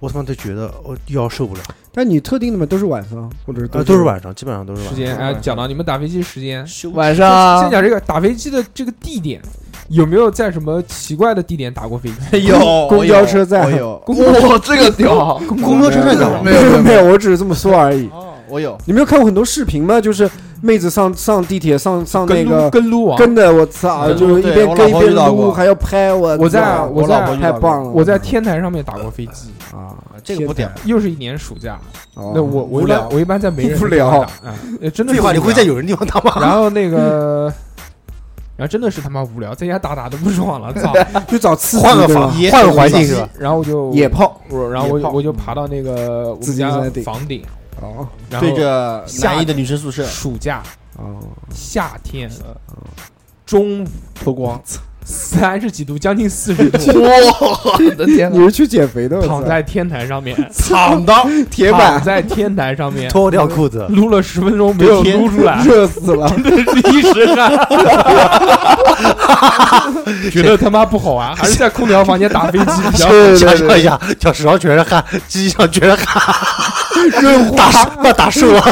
[SPEAKER 2] 我他妈都觉得我腰受不了，
[SPEAKER 4] 但你特定的嘛，都是晚上，或者是
[SPEAKER 2] 啊，
[SPEAKER 4] 都
[SPEAKER 2] 都是晚上，基本上都是晚
[SPEAKER 7] 时
[SPEAKER 2] 上。
[SPEAKER 7] 间。哎，讲到你们打飞机时间，
[SPEAKER 3] 晚
[SPEAKER 7] 先先
[SPEAKER 3] 上啊
[SPEAKER 7] 讲这个打飞机的这个地点，有没有在什么奇怪的地点打过飞机？
[SPEAKER 3] 有
[SPEAKER 4] 公交车站
[SPEAKER 3] 我有，
[SPEAKER 7] 公交
[SPEAKER 3] 哇，这个屌，
[SPEAKER 2] 公交车站
[SPEAKER 3] 没有没有没
[SPEAKER 4] 没
[SPEAKER 3] 有，
[SPEAKER 4] 有，我只是这么说而已。
[SPEAKER 6] 哦，我有，
[SPEAKER 4] 你没有看过很多视频吗？就是妹子上上地铁上上哦那
[SPEAKER 7] 跟撸
[SPEAKER 4] 个
[SPEAKER 7] 跟撸王，
[SPEAKER 4] 跟的，我操，
[SPEAKER 6] 跟
[SPEAKER 4] 就是一
[SPEAKER 6] 对
[SPEAKER 4] 边
[SPEAKER 6] 我
[SPEAKER 4] 跟一
[SPEAKER 6] 老婆
[SPEAKER 4] 边
[SPEAKER 6] 遇到
[SPEAKER 4] 撸，
[SPEAKER 6] 过
[SPEAKER 4] 还要拍我操，
[SPEAKER 7] 我在
[SPEAKER 4] 我
[SPEAKER 7] 我
[SPEAKER 6] 老婆
[SPEAKER 7] 在
[SPEAKER 6] 遇
[SPEAKER 4] 太
[SPEAKER 6] 到过
[SPEAKER 4] 棒了，
[SPEAKER 7] 我在天台上面打过飞机，
[SPEAKER 4] 啊，
[SPEAKER 6] 啊这个不屌，
[SPEAKER 7] 又是一年暑假，
[SPEAKER 4] 哦
[SPEAKER 7] 那我我一
[SPEAKER 4] 无
[SPEAKER 7] 般
[SPEAKER 4] 聊
[SPEAKER 7] 我一般在没人
[SPEAKER 4] 无
[SPEAKER 7] 的地方
[SPEAKER 4] 聊
[SPEAKER 7] 打，啊呃真的
[SPEAKER 10] 废
[SPEAKER 7] 是
[SPEAKER 10] 话，你
[SPEAKER 7] 无
[SPEAKER 10] 会
[SPEAKER 7] 聊
[SPEAKER 10] 在有人地方打吗？
[SPEAKER 7] 然后那个，然后真的是他妈无聊，在家打打的不爽了，操！
[SPEAKER 4] 就找刺激
[SPEAKER 10] 换个
[SPEAKER 4] 对吧
[SPEAKER 10] 房，换个环境是吧？
[SPEAKER 7] 然后我就
[SPEAKER 4] 野炮
[SPEAKER 7] 我，然后我
[SPEAKER 4] 野炮
[SPEAKER 7] 我就爬到那个我
[SPEAKER 4] 自
[SPEAKER 7] 们
[SPEAKER 4] 己
[SPEAKER 7] 家
[SPEAKER 4] 在顶
[SPEAKER 7] 房顶，
[SPEAKER 4] 哦
[SPEAKER 7] 然后
[SPEAKER 6] 对着南一的女生宿舍，
[SPEAKER 7] 暑假
[SPEAKER 4] 哦，
[SPEAKER 7] 夏天中午脱光，三十几度，将近四十度，
[SPEAKER 3] 我的天
[SPEAKER 4] 你
[SPEAKER 3] 哪！
[SPEAKER 4] 是去减肥的？我
[SPEAKER 7] 躺
[SPEAKER 4] 操
[SPEAKER 7] 在天台上面，
[SPEAKER 4] 躺到铁
[SPEAKER 7] 躺
[SPEAKER 4] 板，
[SPEAKER 7] 在天台 上面
[SPEAKER 10] 脱掉裤子，
[SPEAKER 7] 撸了十分钟没有撸出来，
[SPEAKER 4] 热死了。
[SPEAKER 7] 一身汗，觉得他妈不好玩，还是在空调房间打飞机比较好。
[SPEAKER 10] 想象一下，脚趾上全是汗，鸡上全是汗，润滑那打瘦了。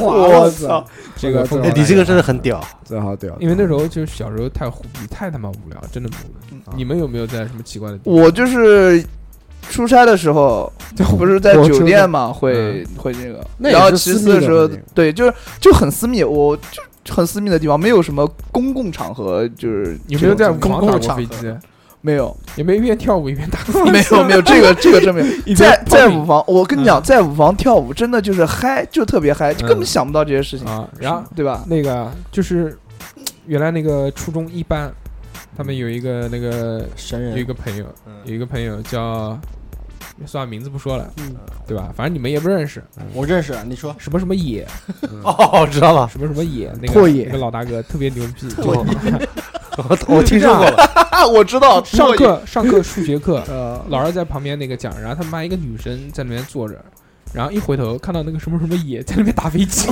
[SPEAKER 4] 我操，
[SPEAKER 7] 这个疯狂
[SPEAKER 4] 这个
[SPEAKER 2] 哎
[SPEAKER 7] 来
[SPEAKER 10] 你这个真的很屌，
[SPEAKER 4] 真好啊屌！
[SPEAKER 7] 因为那时候就是小时候太虎逼，太他妈无聊，真的无聊。你们有没有在什么奇怪的地
[SPEAKER 3] 我就是出差的时候，
[SPEAKER 7] 方？
[SPEAKER 3] 不是在
[SPEAKER 4] 我
[SPEAKER 3] 酒
[SPEAKER 4] 知
[SPEAKER 3] 店嘛，会会这个。
[SPEAKER 4] 那也
[SPEAKER 3] 然后
[SPEAKER 4] 是
[SPEAKER 3] 其
[SPEAKER 4] 私
[SPEAKER 3] 次的
[SPEAKER 4] 密的
[SPEAKER 3] 时候
[SPEAKER 4] 环境，
[SPEAKER 3] 对，就是就很私密，我就就很私密的地方，没有什么公共场合，就是
[SPEAKER 7] 有没有在
[SPEAKER 3] 这
[SPEAKER 7] 舞
[SPEAKER 3] 种公
[SPEAKER 7] 堂打
[SPEAKER 3] 共
[SPEAKER 7] 过
[SPEAKER 3] 场
[SPEAKER 7] 飞
[SPEAKER 3] 合？
[SPEAKER 7] 机？
[SPEAKER 3] 没有，
[SPEAKER 7] 有没有一边跳舞一边 打飞机？
[SPEAKER 3] 没有，没有，这 个这个真没有。
[SPEAKER 7] 一边
[SPEAKER 3] 在
[SPEAKER 7] 泡
[SPEAKER 3] 在
[SPEAKER 7] 饼
[SPEAKER 3] 舞房，我跟你
[SPEAKER 7] 嗯
[SPEAKER 3] 讲，在舞房跳舞真的就是嗨，就特别嗨，就根本想不到这些事情，
[SPEAKER 7] 啊，然后
[SPEAKER 3] 对吧？
[SPEAKER 7] 那个就是原来那个初中一班，他们有一个那个
[SPEAKER 6] 神
[SPEAKER 7] 有一
[SPEAKER 6] 人，
[SPEAKER 7] 个朋友，
[SPEAKER 6] 嗯
[SPEAKER 7] 有一个朋友叫。算了，名字不说了，
[SPEAKER 6] 嗯
[SPEAKER 7] 对吧？反正你们也不认识，
[SPEAKER 6] 我认识，啊你说
[SPEAKER 7] 什么什么野，
[SPEAKER 10] 哦，知道了，
[SPEAKER 7] 什么什么野，
[SPEAKER 6] 嗯
[SPEAKER 7] 那个
[SPEAKER 4] 拓野
[SPEAKER 7] 那个老大哥特别牛逼，就
[SPEAKER 10] 我我听说过了，
[SPEAKER 3] 啊，我知 道，
[SPEAKER 7] 上课上课数学课，
[SPEAKER 6] 哦
[SPEAKER 3] 呃，
[SPEAKER 7] 老师在旁边那个讲，然后他妈一个女生在那边坐着，然后一回头看到那个什么什么野在那边打飞机，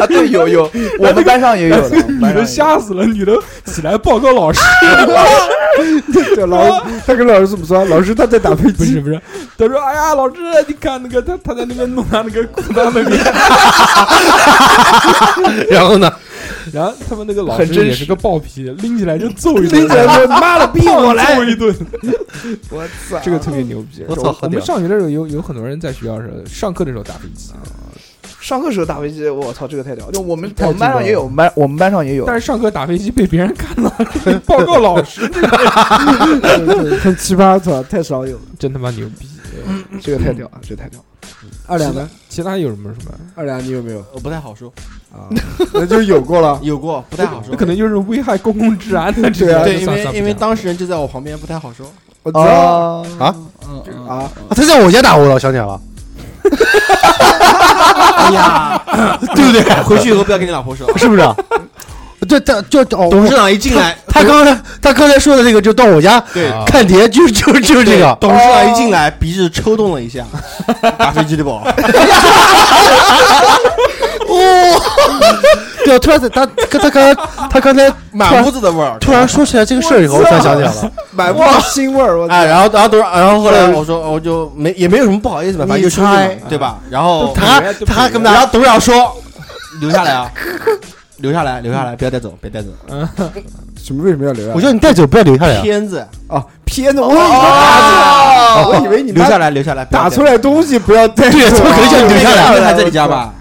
[SPEAKER 3] 啊，对，有有，我们班
[SPEAKER 7] 哎
[SPEAKER 3] 上也 有的，
[SPEAKER 7] 女
[SPEAKER 3] 班上
[SPEAKER 7] 的
[SPEAKER 3] 也有
[SPEAKER 7] 吓死了，女的起来报告 老师，
[SPEAKER 4] 对，老师他跟老师怎么说？老师他在打飞
[SPEAKER 7] 不是
[SPEAKER 4] 机，
[SPEAKER 7] 不是，他说哎呀老师，你看那个他他在那边弄他那个裤裆那 边，
[SPEAKER 10] 然后呢，
[SPEAKER 7] 然后他们那个老
[SPEAKER 3] 很
[SPEAKER 7] 师
[SPEAKER 3] 真
[SPEAKER 7] 也
[SPEAKER 3] 实
[SPEAKER 7] 是个暴脾气，拎起来就揍一顿，
[SPEAKER 4] 拎起来说妈的逼我来
[SPEAKER 7] 揍，一顿，
[SPEAKER 3] 我操，
[SPEAKER 7] 这个特别牛逼。
[SPEAKER 10] 我操
[SPEAKER 7] 我
[SPEAKER 10] 好
[SPEAKER 7] 我们
[SPEAKER 10] 屌
[SPEAKER 7] 上学的时候有有很多人在学校的时候上课的时候打飞机，
[SPEAKER 3] 上课时候打飞机，我操，这个太屌！就我们
[SPEAKER 7] 太
[SPEAKER 3] 我们班
[SPEAKER 7] 劲爆
[SPEAKER 3] 上也
[SPEAKER 7] 了
[SPEAKER 3] 有，我们班我们班上也有，
[SPEAKER 7] 但是上课打飞机被别人看到， 报告老师，
[SPEAKER 4] 很 奇葩，操，太少有了。
[SPEAKER 7] 真他妈牛逼。
[SPEAKER 3] 这个太屌了，这个太屌了！
[SPEAKER 4] 二两呢？
[SPEAKER 7] 其他有什么什么？
[SPEAKER 4] 二两你有没有
[SPEAKER 6] 我呃不太好说，
[SPEAKER 4] 啊？那就有过了。
[SPEAKER 6] 有过不太好说
[SPEAKER 7] 那，可能就是危害公共治安的这
[SPEAKER 4] 对
[SPEAKER 7] 个
[SPEAKER 4] 啊
[SPEAKER 6] 对，
[SPEAKER 7] 就
[SPEAKER 6] 因
[SPEAKER 7] 算算
[SPEAKER 6] 为
[SPEAKER 7] 不
[SPEAKER 6] 因为
[SPEAKER 7] 上
[SPEAKER 6] 当事人就在我旁边，不太好说。
[SPEAKER 4] 我知道
[SPEAKER 3] 啊
[SPEAKER 10] 啊
[SPEAKER 3] 嗯
[SPEAKER 4] 啊，
[SPEAKER 10] 他在我家打我了，我想起来了，对不对？
[SPEAKER 6] 回去以后不要跟你老婆说。
[SPEAKER 10] 是不是？这他就哦，
[SPEAKER 6] 董事长一进来，
[SPEAKER 10] 他刚才他刚才说的这个，就到我家
[SPEAKER 6] 对
[SPEAKER 7] 啊
[SPEAKER 10] 看碟，就是就是就是这个。
[SPEAKER 6] 董事长一进来，鼻子抽动了一下，打飞机的宝，
[SPEAKER 10] 对，突然在他他他刚才他刚才
[SPEAKER 6] 满屋子的味儿。
[SPEAKER 10] 突然说起来这个事儿以后，我突然想起来了，
[SPEAKER 4] 买不到腥味儿，我
[SPEAKER 6] 哎，然后然后董事，然后后来我说我就没也没有什么不好意思吧，反正就兄弟嘛，对吧？然后
[SPEAKER 10] 他他还跟他
[SPEAKER 6] 董事长说留下来啊，留下来，留下来，不要带走，别带走。
[SPEAKER 4] 什么为什么要留下来？
[SPEAKER 10] 我叫你带走，不要留下来啊。
[SPEAKER 6] 片子
[SPEAKER 4] 啊，偏的，我以为
[SPEAKER 6] 哦
[SPEAKER 4] 打出来，我以为你
[SPEAKER 6] 留
[SPEAKER 4] 们
[SPEAKER 6] 下来，留下来，不要
[SPEAKER 4] 打
[SPEAKER 6] 带
[SPEAKER 4] 出
[SPEAKER 6] 走。
[SPEAKER 4] 来东西不要带走。
[SPEAKER 10] 对怎么可能叫你留下来
[SPEAKER 6] 那个还在你家吧？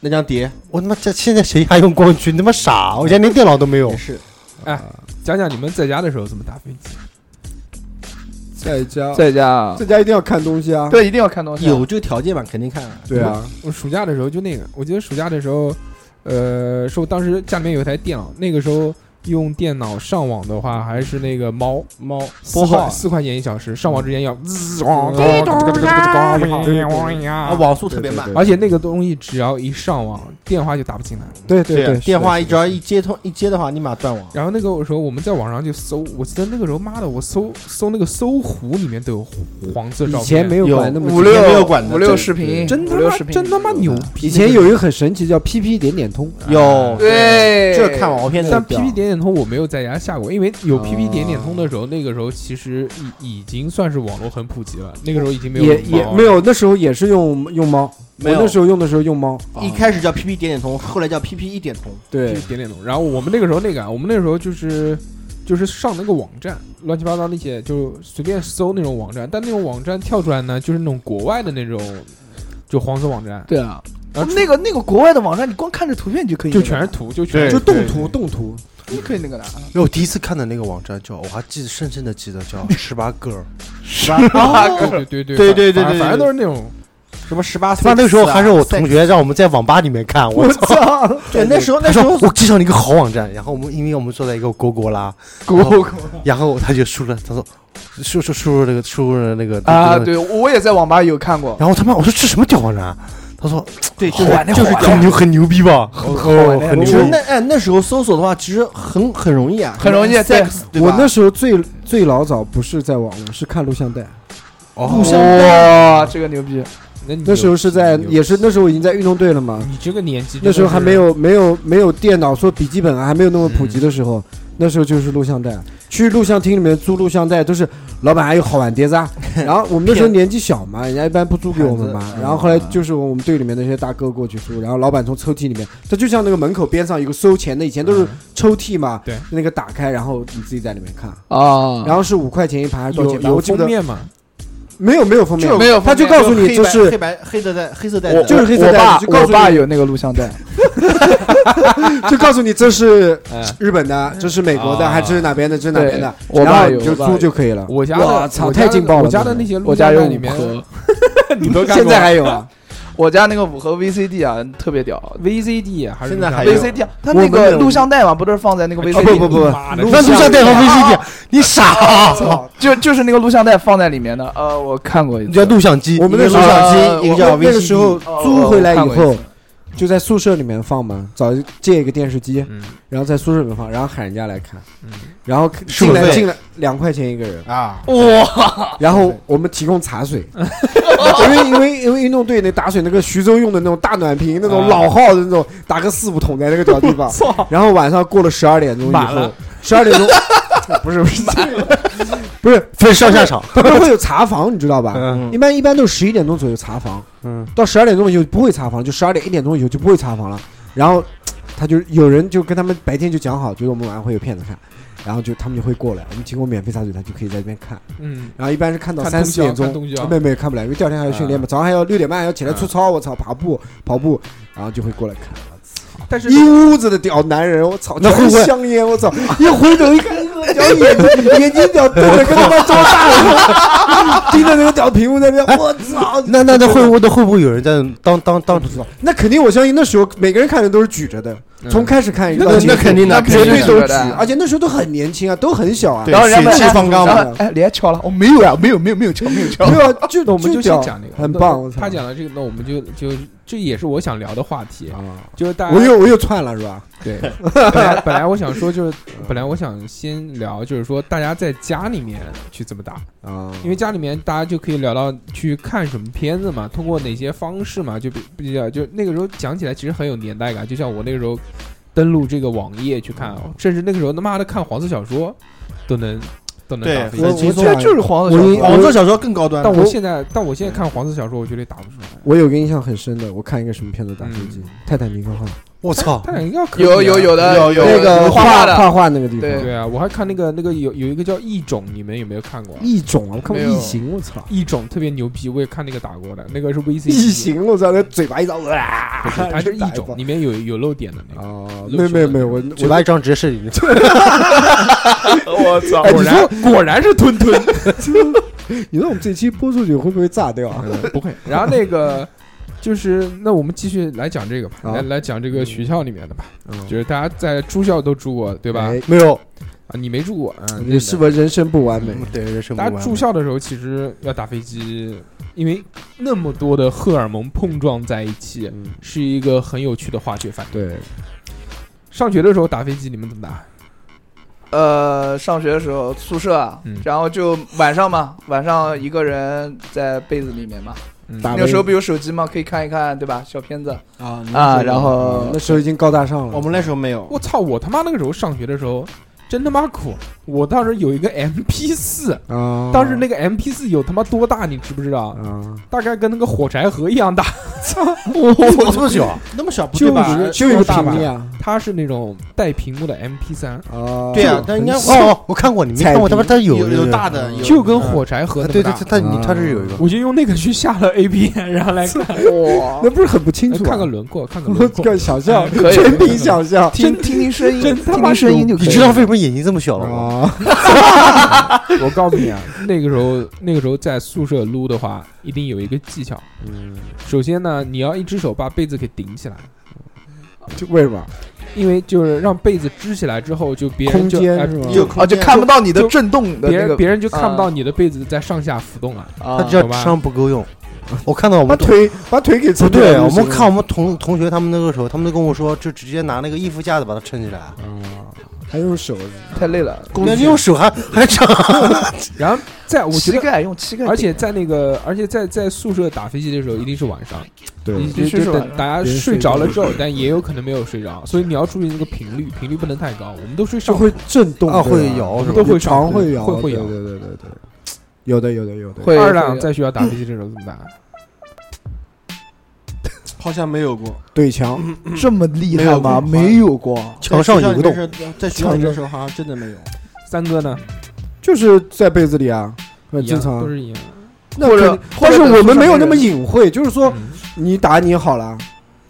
[SPEAKER 6] 那张碟
[SPEAKER 10] 我他妈这现在谁还用光驱？你他妈傻！啊我家连电脑都没有
[SPEAKER 6] 也。是，
[SPEAKER 7] 讲讲你们在家的时候怎么打飞机？
[SPEAKER 4] 在家，
[SPEAKER 3] 在家啊
[SPEAKER 4] 在家一定要看东西啊。
[SPEAKER 3] 对，一定要看东西啊。
[SPEAKER 6] 有这个条件嘛，肯定看啊。
[SPEAKER 4] 对啊，
[SPEAKER 7] 我暑假的时候就那个，我记得暑假的时候，呃，是我当时家里面有一台电脑，那个时候用电脑上网的话还是那个猫猫拨号嗯四块钱一小时，上网之前要滋咣咣咣咣咣咣咣
[SPEAKER 6] 啊，
[SPEAKER 7] 咣
[SPEAKER 6] 网速特别慢。
[SPEAKER 7] 而且那个东西只要一上网，电话就打不进来。
[SPEAKER 4] 对对对，
[SPEAKER 6] 电话一只
[SPEAKER 4] 直
[SPEAKER 6] 要一接通一接的话，立马断网。
[SPEAKER 7] 然后那个时候我们在网上就搜，我记得那个时候妈的，我搜搜那个搜狐里面都有黄色照片，
[SPEAKER 4] 以前没有
[SPEAKER 6] 有
[SPEAKER 4] 管那么
[SPEAKER 3] 五
[SPEAKER 4] 紧
[SPEAKER 3] 六
[SPEAKER 6] 没有管的
[SPEAKER 3] 五六
[SPEAKER 6] 真
[SPEAKER 3] 视频，
[SPEAKER 7] 真
[SPEAKER 3] 五
[SPEAKER 7] 他
[SPEAKER 3] 六
[SPEAKER 7] 妈
[SPEAKER 3] 视频，
[SPEAKER 7] 真他妈牛逼。
[SPEAKER 4] 以前有一个很神奇叫 PP 点点通，
[SPEAKER 6] 有
[SPEAKER 3] 对，
[SPEAKER 6] 这看网片子，
[SPEAKER 7] 但 PP 点点通我没有在家下过，因为有
[SPEAKER 4] 啊
[SPEAKER 7] PP 点点通的时候，那个时候其实已已经算是网络很普及了，那个时候已经没有
[SPEAKER 4] 也也
[SPEAKER 7] 网
[SPEAKER 4] 没有，那时候也是用用猫，我
[SPEAKER 6] 没有
[SPEAKER 4] 那时候用的时候用猫，
[SPEAKER 6] 一开始叫 PP 点点通，后来叫 PP 一点通。
[SPEAKER 4] 对
[SPEAKER 7] PP 点点通。然后我们那个时候那个啊，我们那时候就是就是上那个网站，乱七八糟那些就随便搜那种网站，但那种网站跳出来呢，就是那种国外的那种就黄色网站，
[SPEAKER 3] 对啊，那个那个国外的网站，你光看着图片就可以，
[SPEAKER 7] 就全是，图，就全
[SPEAKER 4] 就是动图动图，
[SPEAKER 3] 你可以那个啊的。
[SPEAKER 10] 因为我第一次看的那个网站叫，我还记得深深的记得叫十八个，
[SPEAKER 4] 哦
[SPEAKER 7] 对对对对对对，反正都是那种
[SPEAKER 6] 什么十八岁，啊
[SPEAKER 10] 他那时候还是我同学让我们在网吧里面看，我操！
[SPEAKER 6] 对那时候那
[SPEAKER 10] 他
[SPEAKER 6] 时候
[SPEAKER 10] 说我介绍你一个好网站，然后我们因为我们坐在一个狗狗啦，
[SPEAKER 3] 狗狗
[SPEAKER 10] 然后他就输了，他说输输输入那个输入了那个
[SPEAKER 3] 啊，，对我也在网吧有看过，
[SPEAKER 10] 然后他妈我说这什么屌网站啊？他说
[SPEAKER 6] 对
[SPEAKER 3] 好玩的
[SPEAKER 10] 就是很牛很牛逼吧，
[SPEAKER 3] 很好玩的
[SPEAKER 10] 很
[SPEAKER 6] 其
[SPEAKER 10] 牛
[SPEAKER 6] 实
[SPEAKER 10] 逼
[SPEAKER 6] 那哎那时候搜索的话，其实很很容易啊，
[SPEAKER 3] 很容易
[SPEAKER 6] 什么 sex 对吧
[SPEAKER 4] 我那时候最最老早不是在网络，是看录像带。
[SPEAKER 7] 哦，
[SPEAKER 3] 哇，这个牛逼！
[SPEAKER 7] 那你
[SPEAKER 4] 那时候是在，
[SPEAKER 7] 牛
[SPEAKER 4] 也是那时候我已经在运动队了嘛。
[SPEAKER 7] 你这个年纪，
[SPEAKER 4] 那时候还没有没有没有电脑，说笔记本啊还没有那么普及的时候，那时候就是录像带，去录像厅里面租录像带，都是老板还有好碗碟子啊。然后我们那时候年纪小嘛，人家一般不租给我们嘛。然后后来就是我们队里面那些大哥过去租，然后老板从抽屉里面，他就像那个门口边上有个收钱的，以前都是抽屉嘛，
[SPEAKER 7] 对，
[SPEAKER 4] 那个打开，然后你自己在里面看。
[SPEAKER 3] 啊，
[SPEAKER 4] 然后是五块钱一盘还是多少
[SPEAKER 7] 有
[SPEAKER 4] 钱一盘？
[SPEAKER 7] 有
[SPEAKER 4] 我记不
[SPEAKER 7] 封
[SPEAKER 4] 得
[SPEAKER 7] 面嘛，
[SPEAKER 4] 没有没有封面，
[SPEAKER 3] 没有
[SPEAKER 4] 他就告诉你这是
[SPEAKER 6] 黑白黑的带黑色带
[SPEAKER 3] 我
[SPEAKER 6] 子，
[SPEAKER 4] 就是黑色
[SPEAKER 3] 我
[SPEAKER 4] 带
[SPEAKER 3] 爸
[SPEAKER 4] 就告
[SPEAKER 3] 我
[SPEAKER 4] 诉
[SPEAKER 3] 爸
[SPEAKER 4] 你
[SPEAKER 3] 有那个录像带，
[SPEAKER 4] 就告诉你这是
[SPEAKER 7] 嗯
[SPEAKER 4] 日本的，这是美国的，
[SPEAKER 7] 啊
[SPEAKER 4] 还这是哪边的，这是哪边的，
[SPEAKER 3] 对我
[SPEAKER 4] 然
[SPEAKER 3] 爸
[SPEAKER 4] 后
[SPEAKER 3] 有
[SPEAKER 4] 你就
[SPEAKER 3] 我爸
[SPEAKER 4] 租
[SPEAKER 3] 有
[SPEAKER 4] 就可以了。
[SPEAKER 7] 我家
[SPEAKER 4] 哇
[SPEAKER 7] 的
[SPEAKER 4] 操
[SPEAKER 7] 我家的
[SPEAKER 4] 太劲爆了
[SPEAKER 7] 我家的那些录
[SPEAKER 3] 我家
[SPEAKER 7] 像
[SPEAKER 3] 有
[SPEAKER 7] 带里
[SPEAKER 3] 五
[SPEAKER 7] 面，
[SPEAKER 3] 盒，
[SPEAKER 7] 你都看过
[SPEAKER 4] 现在还有啊？
[SPEAKER 3] 我家那个五盒 VCD 啊，特别屌。
[SPEAKER 7] VCD 还是
[SPEAKER 6] 现在还有
[SPEAKER 3] VCD，啊它那个录像带嘛，不都是放在那个 VCD？
[SPEAKER 4] 不不不
[SPEAKER 7] 妈的
[SPEAKER 4] 录
[SPEAKER 10] 那录像带和 VCD，你傻啊？
[SPEAKER 3] 就就是那个录像带放在里面的。呃，我看过一
[SPEAKER 10] 你叫
[SPEAKER 3] 次。
[SPEAKER 10] 录像机，
[SPEAKER 4] 我们那时候啊
[SPEAKER 3] 呃
[SPEAKER 4] 我
[SPEAKER 6] 一个叫
[SPEAKER 4] 那个时候
[SPEAKER 3] VCD 哦
[SPEAKER 4] 租回来以
[SPEAKER 3] 我看过
[SPEAKER 4] 后，就在宿舍里面放嘛，找一借一个电视机，
[SPEAKER 7] 嗯
[SPEAKER 4] 然后在宿舍里面放，然后喊人家来看
[SPEAKER 7] 嗯，
[SPEAKER 4] 然后
[SPEAKER 6] 是
[SPEAKER 4] 进来
[SPEAKER 6] 对
[SPEAKER 4] 进来两块钱一个人，
[SPEAKER 6] 啊，
[SPEAKER 4] 然后我们提供 茶水，因为因为因为运动队那打水那个徐州用的那种大暖瓶，那种
[SPEAKER 7] 啊
[SPEAKER 4] 老号的那种，打个四五桶在那个小 地方，然后晚上过了十二点钟以
[SPEAKER 7] 满
[SPEAKER 4] 后
[SPEAKER 7] 了，
[SPEAKER 4] 十二点钟不是不是不是
[SPEAKER 10] 分上下场，
[SPEAKER 4] 他们会有茶房，你知道吧？
[SPEAKER 10] 嗯
[SPEAKER 4] 一般一般都是十一点钟左右茶房，
[SPEAKER 10] 嗯，
[SPEAKER 4] 到十二点钟以后就不会查房，就十二点一点钟以后就不会查房了。然后他就有人就跟他们白天就讲好，就是我们晚上会有片子看，然后就他们就会过来，我们提供免费茶水，他就可以在这边看。
[SPEAKER 7] 嗯，
[SPEAKER 4] 然后一般是看到
[SPEAKER 7] 看
[SPEAKER 4] 三
[SPEAKER 7] 通
[SPEAKER 4] 四
[SPEAKER 7] 宵
[SPEAKER 4] 点
[SPEAKER 7] 看
[SPEAKER 4] 钟
[SPEAKER 7] 通宵，
[SPEAKER 4] 没有没有看不来，因为第二天还要训练嘛，早上还要六点半还要起来粗糙，我操，跑步跑步，然后就会过来看。
[SPEAKER 7] 但是
[SPEAKER 4] 一屋子的屌男人，我操，
[SPEAKER 10] 那会
[SPEAKER 4] 全
[SPEAKER 10] 不
[SPEAKER 4] 是
[SPEAKER 10] 会
[SPEAKER 4] 香烟，我操！一回头一看，一个屌眼睛眼睛屌瞪的跟他妈招大了，盯着那个屌屏幕那边，我操！
[SPEAKER 10] 那那那会不会那会不会有人在当当当？
[SPEAKER 4] 那肯定，我相信那时候每个人看的都是举着的，从开始看一直到结束
[SPEAKER 10] 定的，
[SPEAKER 4] 绝对都
[SPEAKER 3] 是
[SPEAKER 4] 举
[SPEAKER 3] 的，
[SPEAKER 4] 而且那时候都很年轻啊，都很小啊，
[SPEAKER 10] 对
[SPEAKER 3] 然后人家
[SPEAKER 10] 血气方刚
[SPEAKER 3] 然
[SPEAKER 10] 嘛。
[SPEAKER 3] 后哎，脸敲了，我没有呀，没有没有没有敲，没有敲。
[SPEAKER 4] 对啊，就
[SPEAKER 7] 那我们就先
[SPEAKER 4] 屌
[SPEAKER 7] 讲这个，
[SPEAKER 4] 很
[SPEAKER 7] 那
[SPEAKER 4] 棒，我操！
[SPEAKER 7] 他讲的这个，那我们就就这也是我想聊的话题，
[SPEAKER 4] 啊，
[SPEAKER 7] 就是大家
[SPEAKER 4] 我又我又窜了是吧？
[SPEAKER 7] 对，本来本来我想说就是，本来我想先聊就是说大家在家里面去怎么打，
[SPEAKER 4] 啊，
[SPEAKER 7] 因为家里面大家就可以聊到去看什么片子嘛，通过哪些方式嘛，就比比较就那个时候讲起来其实很有年代感，就像我那个时候登录这个网页去看，哦甚至那个时候他妈的看黄色小说都能都能打
[SPEAKER 6] 对
[SPEAKER 7] 飞
[SPEAKER 4] 我
[SPEAKER 7] 机。
[SPEAKER 6] 轻
[SPEAKER 4] 我
[SPEAKER 6] 松
[SPEAKER 4] 这
[SPEAKER 6] 啊
[SPEAKER 4] 就是
[SPEAKER 3] 黄
[SPEAKER 4] 色小说
[SPEAKER 6] 网络小说更高端了，
[SPEAKER 7] 但我现在但我现在看黄色小说，我绝对打不出来。
[SPEAKER 4] 我有个印象很深的，我看一个什么片子打飞机，
[SPEAKER 7] 嗯
[SPEAKER 4] 泰坦尼克号》
[SPEAKER 10] 我操！
[SPEAKER 7] 但应该可以啊
[SPEAKER 3] 有有有的有
[SPEAKER 4] 那个
[SPEAKER 3] 画
[SPEAKER 4] 画画那个地
[SPEAKER 3] 对
[SPEAKER 4] 方，
[SPEAKER 7] 对啊，我还看那个那个有有一个叫异种，你们有没有看过啊？
[SPEAKER 4] 异种啊，我看过
[SPEAKER 3] 没有
[SPEAKER 4] 异形，我操！
[SPEAKER 7] 异种特别牛逼，我也看那个打过的，那个是 VC
[SPEAKER 4] 异，形，我操！那嘴巴一张，哇
[SPEAKER 7] 不是，它是异
[SPEAKER 4] 打一
[SPEAKER 7] 种，
[SPEAKER 4] 棒
[SPEAKER 7] 里面有有漏点的那个。
[SPEAKER 4] 哦，没有没有没有，我
[SPEAKER 10] 嘴
[SPEAKER 4] 我
[SPEAKER 10] 巴一张直接射 进去，
[SPEAKER 7] 哎，你说果然是吞吞，
[SPEAKER 4] 你说我们这期播出去会不会炸掉啊？
[SPEAKER 7] 不会。然后那个就是，那我们继续来讲这个吧，
[SPEAKER 4] 好
[SPEAKER 7] 来来讲这个学校里面的吧，就是大家在住校都住过，对吧？
[SPEAKER 4] 哎
[SPEAKER 10] 没有，
[SPEAKER 7] 啊，你没住过，嗯，
[SPEAKER 4] 你是不是人生不完
[SPEAKER 6] 嗯
[SPEAKER 4] 美？
[SPEAKER 10] 对，人生
[SPEAKER 7] 大家住校的时候，其实要打飞机，因为那么多的荷尔蒙碰撞在一起，是一个很有趣的化学反应。
[SPEAKER 4] 对，
[SPEAKER 7] 上学的时候打飞机，你们怎么打？
[SPEAKER 3] 呃，上学的时候宿舍啊
[SPEAKER 7] 嗯，
[SPEAKER 3] 然后就晚上嘛，晚上一个人在被子里面嘛，
[SPEAKER 7] 嗯
[SPEAKER 4] 打
[SPEAKER 3] 那时候
[SPEAKER 4] 了
[SPEAKER 3] 不有手机嘛，可以看一看，对吧？小片子
[SPEAKER 6] 啊
[SPEAKER 3] 啊，然后
[SPEAKER 4] 那时候已经高大上了。
[SPEAKER 6] 我们那时候没有，
[SPEAKER 7] 我操！我他妈那个时候上学的时候，真他妈苦！我当时有一个 MP 四，
[SPEAKER 4] 啊，
[SPEAKER 7] 当时那个 MP 四有他妈多大，你知不知道？
[SPEAKER 4] 啊，
[SPEAKER 7] 大概跟那个火柴盒一样大。操！
[SPEAKER 2] 怎么这么小？
[SPEAKER 6] 那么小不
[SPEAKER 4] 就
[SPEAKER 6] 对吧？
[SPEAKER 4] 一个就一个
[SPEAKER 7] 大
[SPEAKER 4] 屏
[SPEAKER 7] 吧
[SPEAKER 4] 幕呀，
[SPEAKER 7] 它是那种带屏幕的 MP 3
[SPEAKER 4] 啊，
[SPEAKER 6] 对啊，但应该
[SPEAKER 2] 哦哦，我看过，你没看过，他
[SPEAKER 4] 彩
[SPEAKER 2] 他
[SPEAKER 4] 屏
[SPEAKER 2] 他
[SPEAKER 6] 有
[SPEAKER 2] 有
[SPEAKER 6] 大的，有嗯
[SPEAKER 7] 就跟火柴盒
[SPEAKER 2] 对
[SPEAKER 7] 那么
[SPEAKER 2] 对，
[SPEAKER 7] 大
[SPEAKER 2] 他。他你他这有一个，
[SPEAKER 7] 我就用那个去下了 A P，然后来看，
[SPEAKER 3] 哇，
[SPEAKER 4] 那不是很不清楚啊？
[SPEAKER 7] 看个轮廓，看个
[SPEAKER 4] 我
[SPEAKER 7] 轮廓
[SPEAKER 4] 靠，，想象，
[SPEAKER 3] 可以
[SPEAKER 4] 全凭想象
[SPEAKER 3] 听听听声音，
[SPEAKER 7] 真他
[SPEAKER 3] 听
[SPEAKER 7] 妈
[SPEAKER 3] 听声
[SPEAKER 6] 嗯
[SPEAKER 3] 音就可
[SPEAKER 2] 你
[SPEAKER 3] 以了。
[SPEAKER 2] 知道为什么眼睛这么小了
[SPEAKER 6] 哦
[SPEAKER 2] 吗？
[SPEAKER 4] 啊！
[SPEAKER 7] 我告诉你啊，那个时候那个时候在宿舍撸的话，一定有一个技巧。首先呢，你要一只手把被子给顶起来，
[SPEAKER 4] 就为什么？
[SPEAKER 7] 因为就是让被子支起来之后，就别人
[SPEAKER 4] 空
[SPEAKER 7] 就
[SPEAKER 4] 间
[SPEAKER 7] 哎
[SPEAKER 4] 是吗
[SPEAKER 6] 有
[SPEAKER 3] 啊，就看不到你的
[SPEAKER 7] 就
[SPEAKER 3] 震动的
[SPEAKER 7] 别
[SPEAKER 3] 那
[SPEAKER 7] 人
[SPEAKER 3] 个
[SPEAKER 7] 别人就看不到你的被子在上下浮动啊。
[SPEAKER 3] 啊
[SPEAKER 2] 他只要智商不够用。我看到我
[SPEAKER 4] 把
[SPEAKER 2] 们同
[SPEAKER 4] 腿把腿给
[SPEAKER 2] 不
[SPEAKER 4] 撑
[SPEAKER 2] 对，啊我们
[SPEAKER 4] 们
[SPEAKER 2] 看我们同同学他们那个时候，他们都跟我说，就直接拿那个衣服架子把它撑起来，
[SPEAKER 4] 还用手
[SPEAKER 3] 太累了，
[SPEAKER 2] 那用手还还 长。
[SPEAKER 7] 然后在我觉
[SPEAKER 3] 膝
[SPEAKER 7] 得，
[SPEAKER 3] 盖用膝盖顶，
[SPEAKER 7] 而且在那个而且在在宿舍打飞机的时候，一定是晚上，
[SPEAKER 4] 对
[SPEAKER 7] 你就
[SPEAKER 3] 必须是
[SPEAKER 7] 就
[SPEAKER 3] 晚
[SPEAKER 7] 等
[SPEAKER 3] 上
[SPEAKER 7] 大家
[SPEAKER 4] 人
[SPEAKER 7] 睡
[SPEAKER 4] 睡
[SPEAKER 7] 着
[SPEAKER 4] 着
[SPEAKER 7] 了
[SPEAKER 4] 了
[SPEAKER 7] 之后，但也有可能没有睡着，所以你要注意那个频率，频率不能太高。我们都睡
[SPEAKER 4] 就
[SPEAKER 7] 上
[SPEAKER 4] 会震动
[SPEAKER 2] 啊
[SPEAKER 4] 对吧
[SPEAKER 2] 会摇是吧
[SPEAKER 7] 都会
[SPEAKER 4] 床
[SPEAKER 7] 上
[SPEAKER 4] 摇，
[SPEAKER 7] 会会
[SPEAKER 4] 对
[SPEAKER 7] 摇
[SPEAKER 4] 对对对对，有的有的有的。
[SPEAKER 3] 会
[SPEAKER 7] 二
[SPEAKER 3] 会
[SPEAKER 7] 两在学校打飞机这种怎么办？
[SPEAKER 6] 好像没有过。
[SPEAKER 4] 怼墙，
[SPEAKER 3] 这么厉害吗？没
[SPEAKER 6] 没
[SPEAKER 3] 有过，
[SPEAKER 2] 墙上有个洞
[SPEAKER 6] 在学校里面是，在学校里面的时候好像真的没有。
[SPEAKER 7] 三哥呢？
[SPEAKER 4] 就是在被子里啊，很
[SPEAKER 7] 一样
[SPEAKER 4] 正常
[SPEAKER 7] 都
[SPEAKER 4] 啊。
[SPEAKER 7] 是一样。
[SPEAKER 4] 那
[SPEAKER 3] 或者
[SPEAKER 4] 肯
[SPEAKER 3] 或
[SPEAKER 4] 定但
[SPEAKER 3] 者
[SPEAKER 4] 是
[SPEAKER 3] 在
[SPEAKER 4] 我们
[SPEAKER 3] 书
[SPEAKER 4] 没有
[SPEAKER 3] 上
[SPEAKER 4] 那么
[SPEAKER 3] 面
[SPEAKER 4] 隐晦，就是说
[SPEAKER 7] 嗯
[SPEAKER 4] 你打你好了，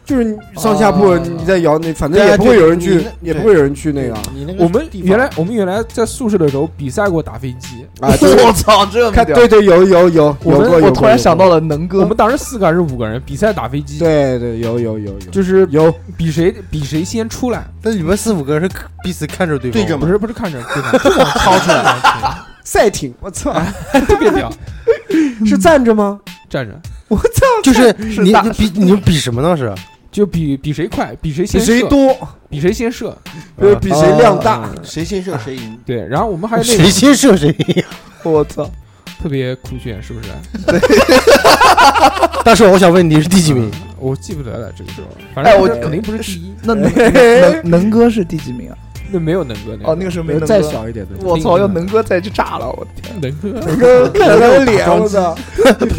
[SPEAKER 4] 就是你上下铺
[SPEAKER 3] 啊
[SPEAKER 4] 你在摇，你反正
[SPEAKER 6] 对啊
[SPEAKER 4] 也不会
[SPEAKER 6] 对
[SPEAKER 4] 有人
[SPEAKER 6] 你
[SPEAKER 4] 去
[SPEAKER 6] 那，
[SPEAKER 4] 也不
[SPEAKER 6] 对
[SPEAKER 4] 会有人去那个啊
[SPEAKER 6] 你那个
[SPEAKER 7] 我们
[SPEAKER 6] 地方
[SPEAKER 7] 原来我们原来在宿舍的时候比赛过打飞机，
[SPEAKER 4] 啊。对
[SPEAKER 3] 我操，这么
[SPEAKER 4] 看，
[SPEAKER 3] 屌！
[SPEAKER 4] 对对，有有有
[SPEAKER 3] 我
[SPEAKER 4] 有过，
[SPEAKER 3] 们
[SPEAKER 4] 有
[SPEAKER 3] 我
[SPEAKER 4] 过
[SPEAKER 3] 突然
[SPEAKER 4] 有
[SPEAKER 3] 想
[SPEAKER 4] 过
[SPEAKER 3] 到了能
[SPEAKER 7] 我
[SPEAKER 3] 哥
[SPEAKER 7] 们，当时四个还是五个人比赛打飞机，
[SPEAKER 4] 对对有有有有，
[SPEAKER 7] 就是
[SPEAKER 4] 有
[SPEAKER 7] 比谁比谁先出来，
[SPEAKER 2] 但你们四五个人是彼此看着对方，
[SPEAKER 6] 对着
[SPEAKER 7] 不
[SPEAKER 6] 嘛，
[SPEAKER 7] 是不是看着对方，就往掏出来，
[SPEAKER 4] 赛艇，我操，
[SPEAKER 7] 特别屌，
[SPEAKER 4] 是站着吗？
[SPEAKER 7] 站着
[SPEAKER 4] 我操，
[SPEAKER 2] 就是
[SPEAKER 3] 是
[SPEAKER 2] 你
[SPEAKER 3] 大
[SPEAKER 2] 你比你们比什么呢？是
[SPEAKER 7] 就比比谁快，比谁
[SPEAKER 4] 比
[SPEAKER 7] 先
[SPEAKER 4] 谁
[SPEAKER 7] 射，
[SPEAKER 4] 多，
[SPEAKER 7] 比谁先射，
[SPEAKER 4] 就是比谁量大，
[SPEAKER 7] 嗯
[SPEAKER 6] 谁先射谁赢。
[SPEAKER 7] 对，然后我们还有那
[SPEAKER 2] 谁
[SPEAKER 7] 种
[SPEAKER 2] 先射谁？
[SPEAKER 3] 我操，
[SPEAKER 7] 特别酷炫，是不是？
[SPEAKER 2] 大师，我想问你是第几 名？
[SPEAKER 7] 嗯我记不得了，这个时候，反
[SPEAKER 3] 哎
[SPEAKER 7] 正
[SPEAKER 3] 我
[SPEAKER 7] 肯定不是第一，
[SPEAKER 3] 那能能能哥是第几名啊？
[SPEAKER 7] 那没有能哥那
[SPEAKER 3] 哦，那个时候没能
[SPEAKER 4] 再
[SPEAKER 3] 哥，
[SPEAKER 4] 小一点的，
[SPEAKER 3] 我操，要能哥再去炸了，我的天！
[SPEAKER 7] 能哥
[SPEAKER 4] 能哥看着他 的脸，哎我操，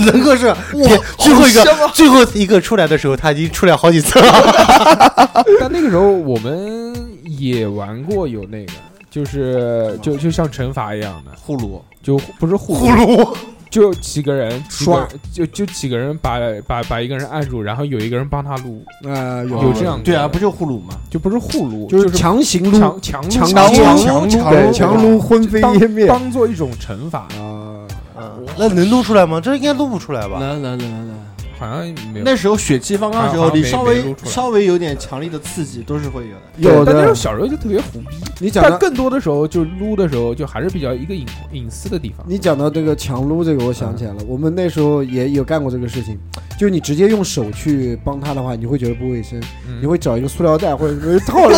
[SPEAKER 2] 能哥是别最后一
[SPEAKER 3] 好香
[SPEAKER 2] 个最后一个出来的时候，他已经出来好几次了。
[SPEAKER 7] 但那个时候我们也玩过有那个，就是就就像惩罚一样的呼噜，就不是呼噜，
[SPEAKER 2] 噜，
[SPEAKER 7] 就几个人几个
[SPEAKER 4] 刷
[SPEAKER 7] 就就几个人把把把一个人按住，然后有一个人帮他撸，
[SPEAKER 4] 啊，有
[SPEAKER 7] 有这样的
[SPEAKER 6] 对啊，不就呼噜吗？
[SPEAKER 7] 就不是护撸，
[SPEAKER 4] 就
[SPEAKER 7] 就是
[SPEAKER 4] 强行撸，
[SPEAKER 7] 强强
[SPEAKER 4] 强
[SPEAKER 7] 强
[SPEAKER 4] 撸
[SPEAKER 7] 撸
[SPEAKER 4] 强
[SPEAKER 7] 强
[SPEAKER 4] 对，
[SPEAKER 7] 撸
[SPEAKER 4] 强撸灰飞
[SPEAKER 7] 当
[SPEAKER 4] 烟灭
[SPEAKER 7] 当做一种惩罚，
[SPEAKER 4] 啊，
[SPEAKER 2] 嗯那能录出来吗？这应该录不出来吧？
[SPEAKER 6] 来来来来来，
[SPEAKER 7] 好像没有。
[SPEAKER 6] 那时候血气方刚的时
[SPEAKER 7] 好
[SPEAKER 6] 候，
[SPEAKER 7] 像
[SPEAKER 6] 你
[SPEAKER 7] 没
[SPEAKER 6] 稍
[SPEAKER 7] 没撸
[SPEAKER 6] 微
[SPEAKER 7] 出来
[SPEAKER 6] 稍微有点强力的刺激都是会 有的。
[SPEAKER 4] 有
[SPEAKER 7] 但那时候
[SPEAKER 4] 的，
[SPEAKER 7] 小时候就特别虎逼，
[SPEAKER 4] 你讲
[SPEAKER 7] 但
[SPEAKER 4] 到
[SPEAKER 7] 更多的时候就撸的时候，就还是比较一个隐隐私的地方。
[SPEAKER 4] 你讲到这个强撸这个，我想起来了，我们那时候也有干过这个事情，就你直接用手去帮他的话，你会觉得不卫生，
[SPEAKER 7] 嗯
[SPEAKER 4] 你会找一个塑料袋或者什么套着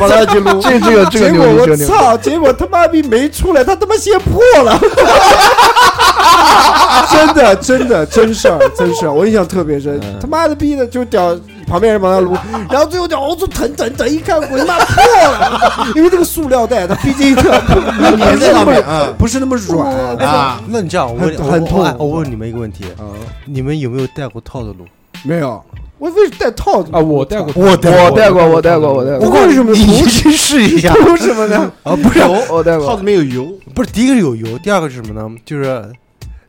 [SPEAKER 4] 帮他去撸。
[SPEAKER 3] 这这个 这个
[SPEAKER 4] 结
[SPEAKER 3] 牛逼，
[SPEAKER 4] 果
[SPEAKER 3] 这
[SPEAKER 4] 我
[SPEAKER 3] 个牛逼！
[SPEAKER 4] 操！结果他妈逼没出来，他他妈先破了。 真的，真的，真事儿，真事儿，我印象特别深。
[SPEAKER 7] 嗯
[SPEAKER 4] 他妈的逼的，就屌旁边人帮他撸，然后最后屌，我就疼疼疼，一看我他妈破了， 因为这个塑料袋它毕 竟它不不是那么不是
[SPEAKER 3] 嗯
[SPEAKER 4] 那么软
[SPEAKER 6] 哎
[SPEAKER 2] 啊，那你这样，我问
[SPEAKER 4] 很很痛
[SPEAKER 2] 我我我问你们一个问题：
[SPEAKER 4] 啊，
[SPEAKER 2] 你们有没有带过套的录？
[SPEAKER 4] 没有，我为什么戴套子
[SPEAKER 7] 啊，我 带过，
[SPEAKER 2] 我
[SPEAKER 3] 我带过，我带过，我带
[SPEAKER 4] 我
[SPEAKER 3] 过，
[SPEAKER 4] 为什么
[SPEAKER 2] 你你去试一下
[SPEAKER 4] 撸什么呢？
[SPEAKER 2] 啊！不是
[SPEAKER 3] 我我带
[SPEAKER 6] 套
[SPEAKER 3] 过
[SPEAKER 6] 子。里面 有油，
[SPEAKER 2] 不是，第一个是有油，第二个是什么呢？就是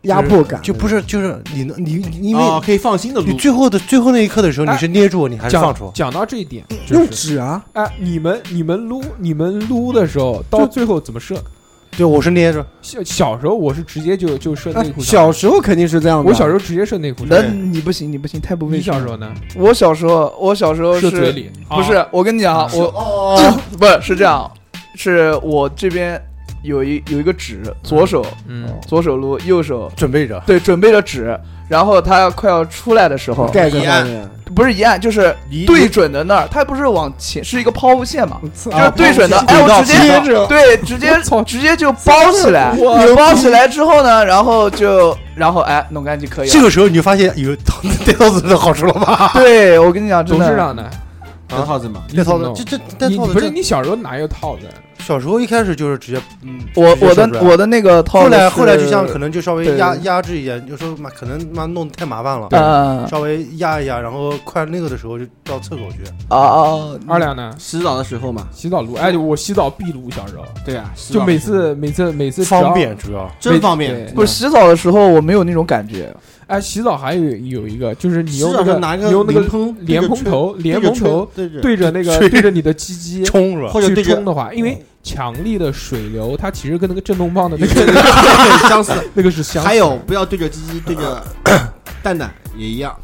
[SPEAKER 4] 压迫感
[SPEAKER 2] 就不是就是你能你你因为
[SPEAKER 6] 啊，可以放心的
[SPEAKER 2] 你
[SPEAKER 6] 撸。
[SPEAKER 2] 最后的最后那一刻的时候，
[SPEAKER 7] 哎
[SPEAKER 2] 你是捏住你还是放
[SPEAKER 7] 讲
[SPEAKER 2] 出？
[SPEAKER 7] 讲到这一点，就
[SPEAKER 4] 用
[SPEAKER 7] 是
[SPEAKER 4] 纸啊，
[SPEAKER 7] 哎，你们你们撸你们撸的时候，到最后怎么射？
[SPEAKER 2] 对，我是捏住。
[SPEAKER 7] 小小时候我是直接就就射内
[SPEAKER 4] 哎
[SPEAKER 7] 裤上，
[SPEAKER 4] 小时候肯定是这样的。
[SPEAKER 7] 我小时候直接射内裤上
[SPEAKER 3] 那。你不行，你不行，太不卫
[SPEAKER 7] 你
[SPEAKER 3] 生。
[SPEAKER 7] 小时候呢？
[SPEAKER 3] 我小时候，我小时候
[SPEAKER 7] 射嘴
[SPEAKER 3] 是，
[SPEAKER 7] 里？
[SPEAKER 3] 不
[SPEAKER 7] 啊，
[SPEAKER 3] 是？我跟你讲啊，我
[SPEAKER 6] 哦，
[SPEAKER 3] 不是是这样，是我这边有一有一个纸，左手
[SPEAKER 7] 嗯，
[SPEAKER 3] 左手撸，右手
[SPEAKER 2] 准备着，
[SPEAKER 3] 对准备着纸，然后他快要出来的时候，
[SPEAKER 4] 盖在上面，
[SPEAKER 3] 不是一按就是
[SPEAKER 6] 你
[SPEAKER 3] 对准的那儿，他不是往前是一个抛物线嘛，
[SPEAKER 4] 我操
[SPEAKER 3] 就是对准的，
[SPEAKER 2] 抛物
[SPEAKER 3] 哎，
[SPEAKER 2] 线
[SPEAKER 3] 我直接
[SPEAKER 4] 贴着
[SPEAKER 3] 对直接直接就包起来，包起来之后呢，然后就然后哎弄干净可以
[SPEAKER 2] 这
[SPEAKER 3] 了。啊
[SPEAKER 2] 个时候你就发现有套带套子的好处了吧？
[SPEAKER 3] 对我跟你讲，真
[SPEAKER 7] 董事长
[SPEAKER 3] 的，
[SPEAKER 7] 呢？
[SPEAKER 6] 啊有套子嘛，
[SPEAKER 7] 你怎么弄
[SPEAKER 2] 这这带
[SPEAKER 7] 你
[SPEAKER 2] 套
[SPEAKER 7] 你
[SPEAKER 2] 子
[SPEAKER 7] 不是
[SPEAKER 2] 这
[SPEAKER 7] 你小时候哪有套子？
[SPEAKER 10] 小时候一开始就是直接，嗯，
[SPEAKER 3] 我
[SPEAKER 10] 直接
[SPEAKER 3] 我
[SPEAKER 10] 射出
[SPEAKER 3] 的
[SPEAKER 10] 来
[SPEAKER 3] 我的那个套路
[SPEAKER 10] 后
[SPEAKER 3] 是，
[SPEAKER 10] 来后来就像可能就稍微
[SPEAKER 3] 对
[SPEAKER 10] 压压制一点，就说嘛，可能妈弄得太麻烦了，
[SPEAKER 3] 啊
[SPEAKER 10] 稍微压一压，然后快那个的时候就到厕所去。
[SPEAKER 3] 啊啊，
[SPEAKER 7] 二两呢？
[SPEAKER 6] 洗澡的时候嘛，
[SPEAKER 7] 洗澡炉，哎，我洗澡必炉，小时候
[SPEAKER 6] 对啊，洗澡
[SPEAKER 7] 就每次每次每次只要
[SPEAKER 10] 方便主要，
[SPEAKER 6] 真方便，
[SPEAKER 7] 对
[SPEAKER 3] 不是洗澡的时候我没有那种感觉，
[SPEAKER 7] 哎，洗澡还有有一个就是你
[SPEAKER 6] 洗
[SPEAKER 7] 用
[SPEAKER 6] 澡
[SPEAKER 7] 那
[SPEAKER 6] 时候拿
[SPEAKER 7] 你用那
[SPEAKER 6] 莲
[SPEAKER 7] 个
[SPEAKER 6] 蓬对
[SPEAKER 7] 莲
[SPEAKER 6] 着
[SPEAKER 7] 蓬
[SPEAKER 6] 吹
[SPEAKER 7] 头，莲
[SPEAKER 6] 对
[SPEAKER 7] 蓬
[SPEAKER 6] 着吹
[SPEAKER 7] 头
[SPEAKER 6] 对着
[SPEAKER 7] 对着那个对着你的鸡鸡
[SPEAKER 10] 冲是吧？
[SPEAKER 6] 或者
[SPEAKER 7] 去
[SPEAKER 6] 对着
[SPEAKER 7] 冲的话，因为强力的水流它其实跟那个震动棒的 那
[SPEAKER 6] 对
[SPEAKER 7] 个
[SPEAKER 6] 对相似。
[SPEAKER 7] 那个是相似的
[SPEAKER 6] 还有不要对着鸡鸡，对着蛋蛋也一样，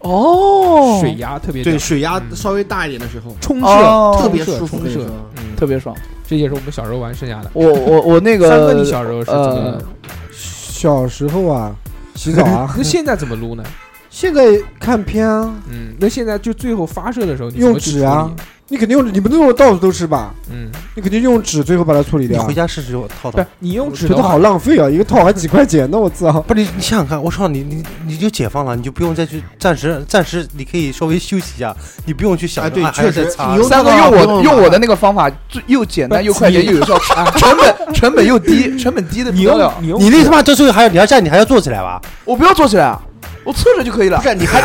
[SPEAKER 3] 哦，
[SPEAKER 7] 水压特别
[SPEAKER 6] 对
[SPEAKER 7] 大
[SPEAKER 6] 水压
[SPEAKER 7] 嗯
[SPEAKER 6] 稍微大一点的时候，
[SPEAKER 7] 冲射，
[SPEAKER 3] 哦
[SPEAKER 6] 特别
[SPEAKER 7] 冲射
[SPEAKER 6] 舒服
[SPEAKER 7] 冲
[SPEAKER 6] 那
[SPEAKER 7] 射
[SPEAKER 6] 个时候，
[SPEAKER 7] 嗯，
[SPEAKER 3] 特别爽。
[SPEAKER 7] 这也是我们小时候玩剩下的。
[SPEAKER 3] 我我我那
[SPEAKER 7] 三哥，你
[SPEAKER 3] 个
[SPEAKER 7] 小时候是怎么
[SPEAKER 3] 呃
[SPEAKER 7] 撸？
[SPEAKER 4] 小时候啊，洗澡啊，
[SPEAKER 7] 那现在怎么撸呢？
[SPEAKER 4] 现在看片啊，
[SPEAKER 7] 嗯，那现在就最后发射的时候，你
[SPEAKER 4] 用
[SPEAKER 7] 怎么去
[SPEAKER 4] 纸
[SPEAKER 7] 处
[SPEAKER 4] 啊
[SPEAKER 7] 理，
[SPEAKER 4] 你肯定用，你不能用到处都是吧？
[SPEAKER 7] 嗯，
[SPEAKER 4] 你肯定用纸最后把它处理
[SPEAKER 10] 你
[SPEAKER 4] 掉啊
[SPEAKER 10] 回。家试试我套
[SPEAKER 7] 不
[SPEAKER 10] 套
[SPEAKER 7] 是。你用纸
[SPEAKER 4] 觉
[SPEAKER 7] 的
[SPEAKER 4] 得
[SPEAKER 7] 话
[SPEAKER 4] 好，浪费啊，一个套还几块钱呢，我操！
[SPEAKER 10] 不是你，你想想看，我操你，你你就解放了，你就不用再去暂时暂时，你可以稍微休息一下，你不用去想
[SPEAKER 6] 哎
[SPEAKER 10] 着
[SPEAKER 6] 对
[SPEAKER 10] 啊还要
[SPEAKER 6] 确实
[SPEAKER 10] 再擦
[SPEAKER 6] 你用
[SPEAKER 3] 三哥
[SPEAKER 6] 这个
[SPEAKER 3] 用
[SPEAKER 6] 啊不
[SPEAKER 3] 我
[SPEAKER 6] 用
[SPEAKER 3] 用
[SPEAKER 6] 了
[SPEAKER 3] 我的那个方法，最又简单又快捷又有 效，成本成本又低，成本低的不
[SPEAKER 7] 你
[SPEAKER 3] 得
[SPEAKER 7] 用
[SPEAKER 3] 了。
[SPEAKER 7] 你用
[SPEAKER 10] 你那
[SPEAKER 7] 纸
[SPEAKER 10] 他妈这时候还要你要站，你还要坐起来吧？
[SPEAKER 3] 我不要坐起来啊，我侧着就可以了
[SPEAKER 6] 不。是 你还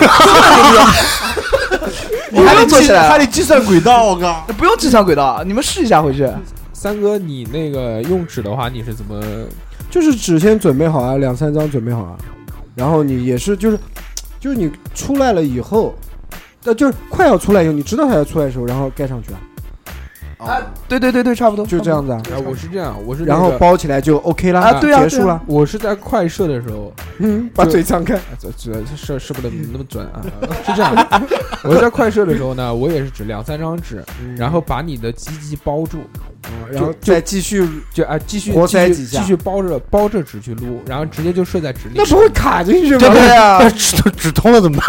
[SPEAKER 3] 我还能坐起来啊，
[SPEAKER 6] 还得计算轨道，我靠！
[SPEAKER 3] 不用计算轨道，你们试一下回去。
[SPEAKER 7] 三哥，你那个用纸的话，你是怎么？
[SPEAKER 4] 就是纸先准备好啊，两三张准备好啊，然后你也是就是，就是你出来了以后，呃，就是快要出来以后，你知道它要出来的时候，然后盖上去啊，
[SPEAKER 3] 啊对对对对，差不多，
[SPEAKER 4] 就这样子啊，
[SPEAKER 7] 哎，我是这样，我是那
[SPEAKER 4] 然后
[SPEAKER 7] 个
[SPEAKER 4] 包起来就 OK 了
[SPEAKER 3] 啊对啊
[SPEAKER 4] 结束了，
[SPEAKER 7] 我是在快射的时候，
[SPEAKER 4] 嗯，把嘴张开，
[SPEAKER 7] 哎这这这射射不能那么准啊， 是这样的。我在快射的时候呢，我也是纸两三张纸，然后把你的鸡鸡包住，
[SPEAKER 4] 嗯然后
[SPEAKER 7] 就
[SPEAKER 4] 再继续，
[SPEAKER 7] 就啊继续
[SPEAKER 4] 活塞
[SPEAKER 7] 继
[SPEAKER 4] 几
[SPEAKER 7] 续
[SPEAKER 4] 下
[SPEAKER 7] 继续包着包着纸去撸，然后直接就射在纸里。
[SPEAKER 4] 那不会卡进去
[SPEAKER 3] 对不？
[SPEAKER 4] 吗
[SPEAKER 3] 对啊？
[SPEAKER 10] 只只通了怎么办？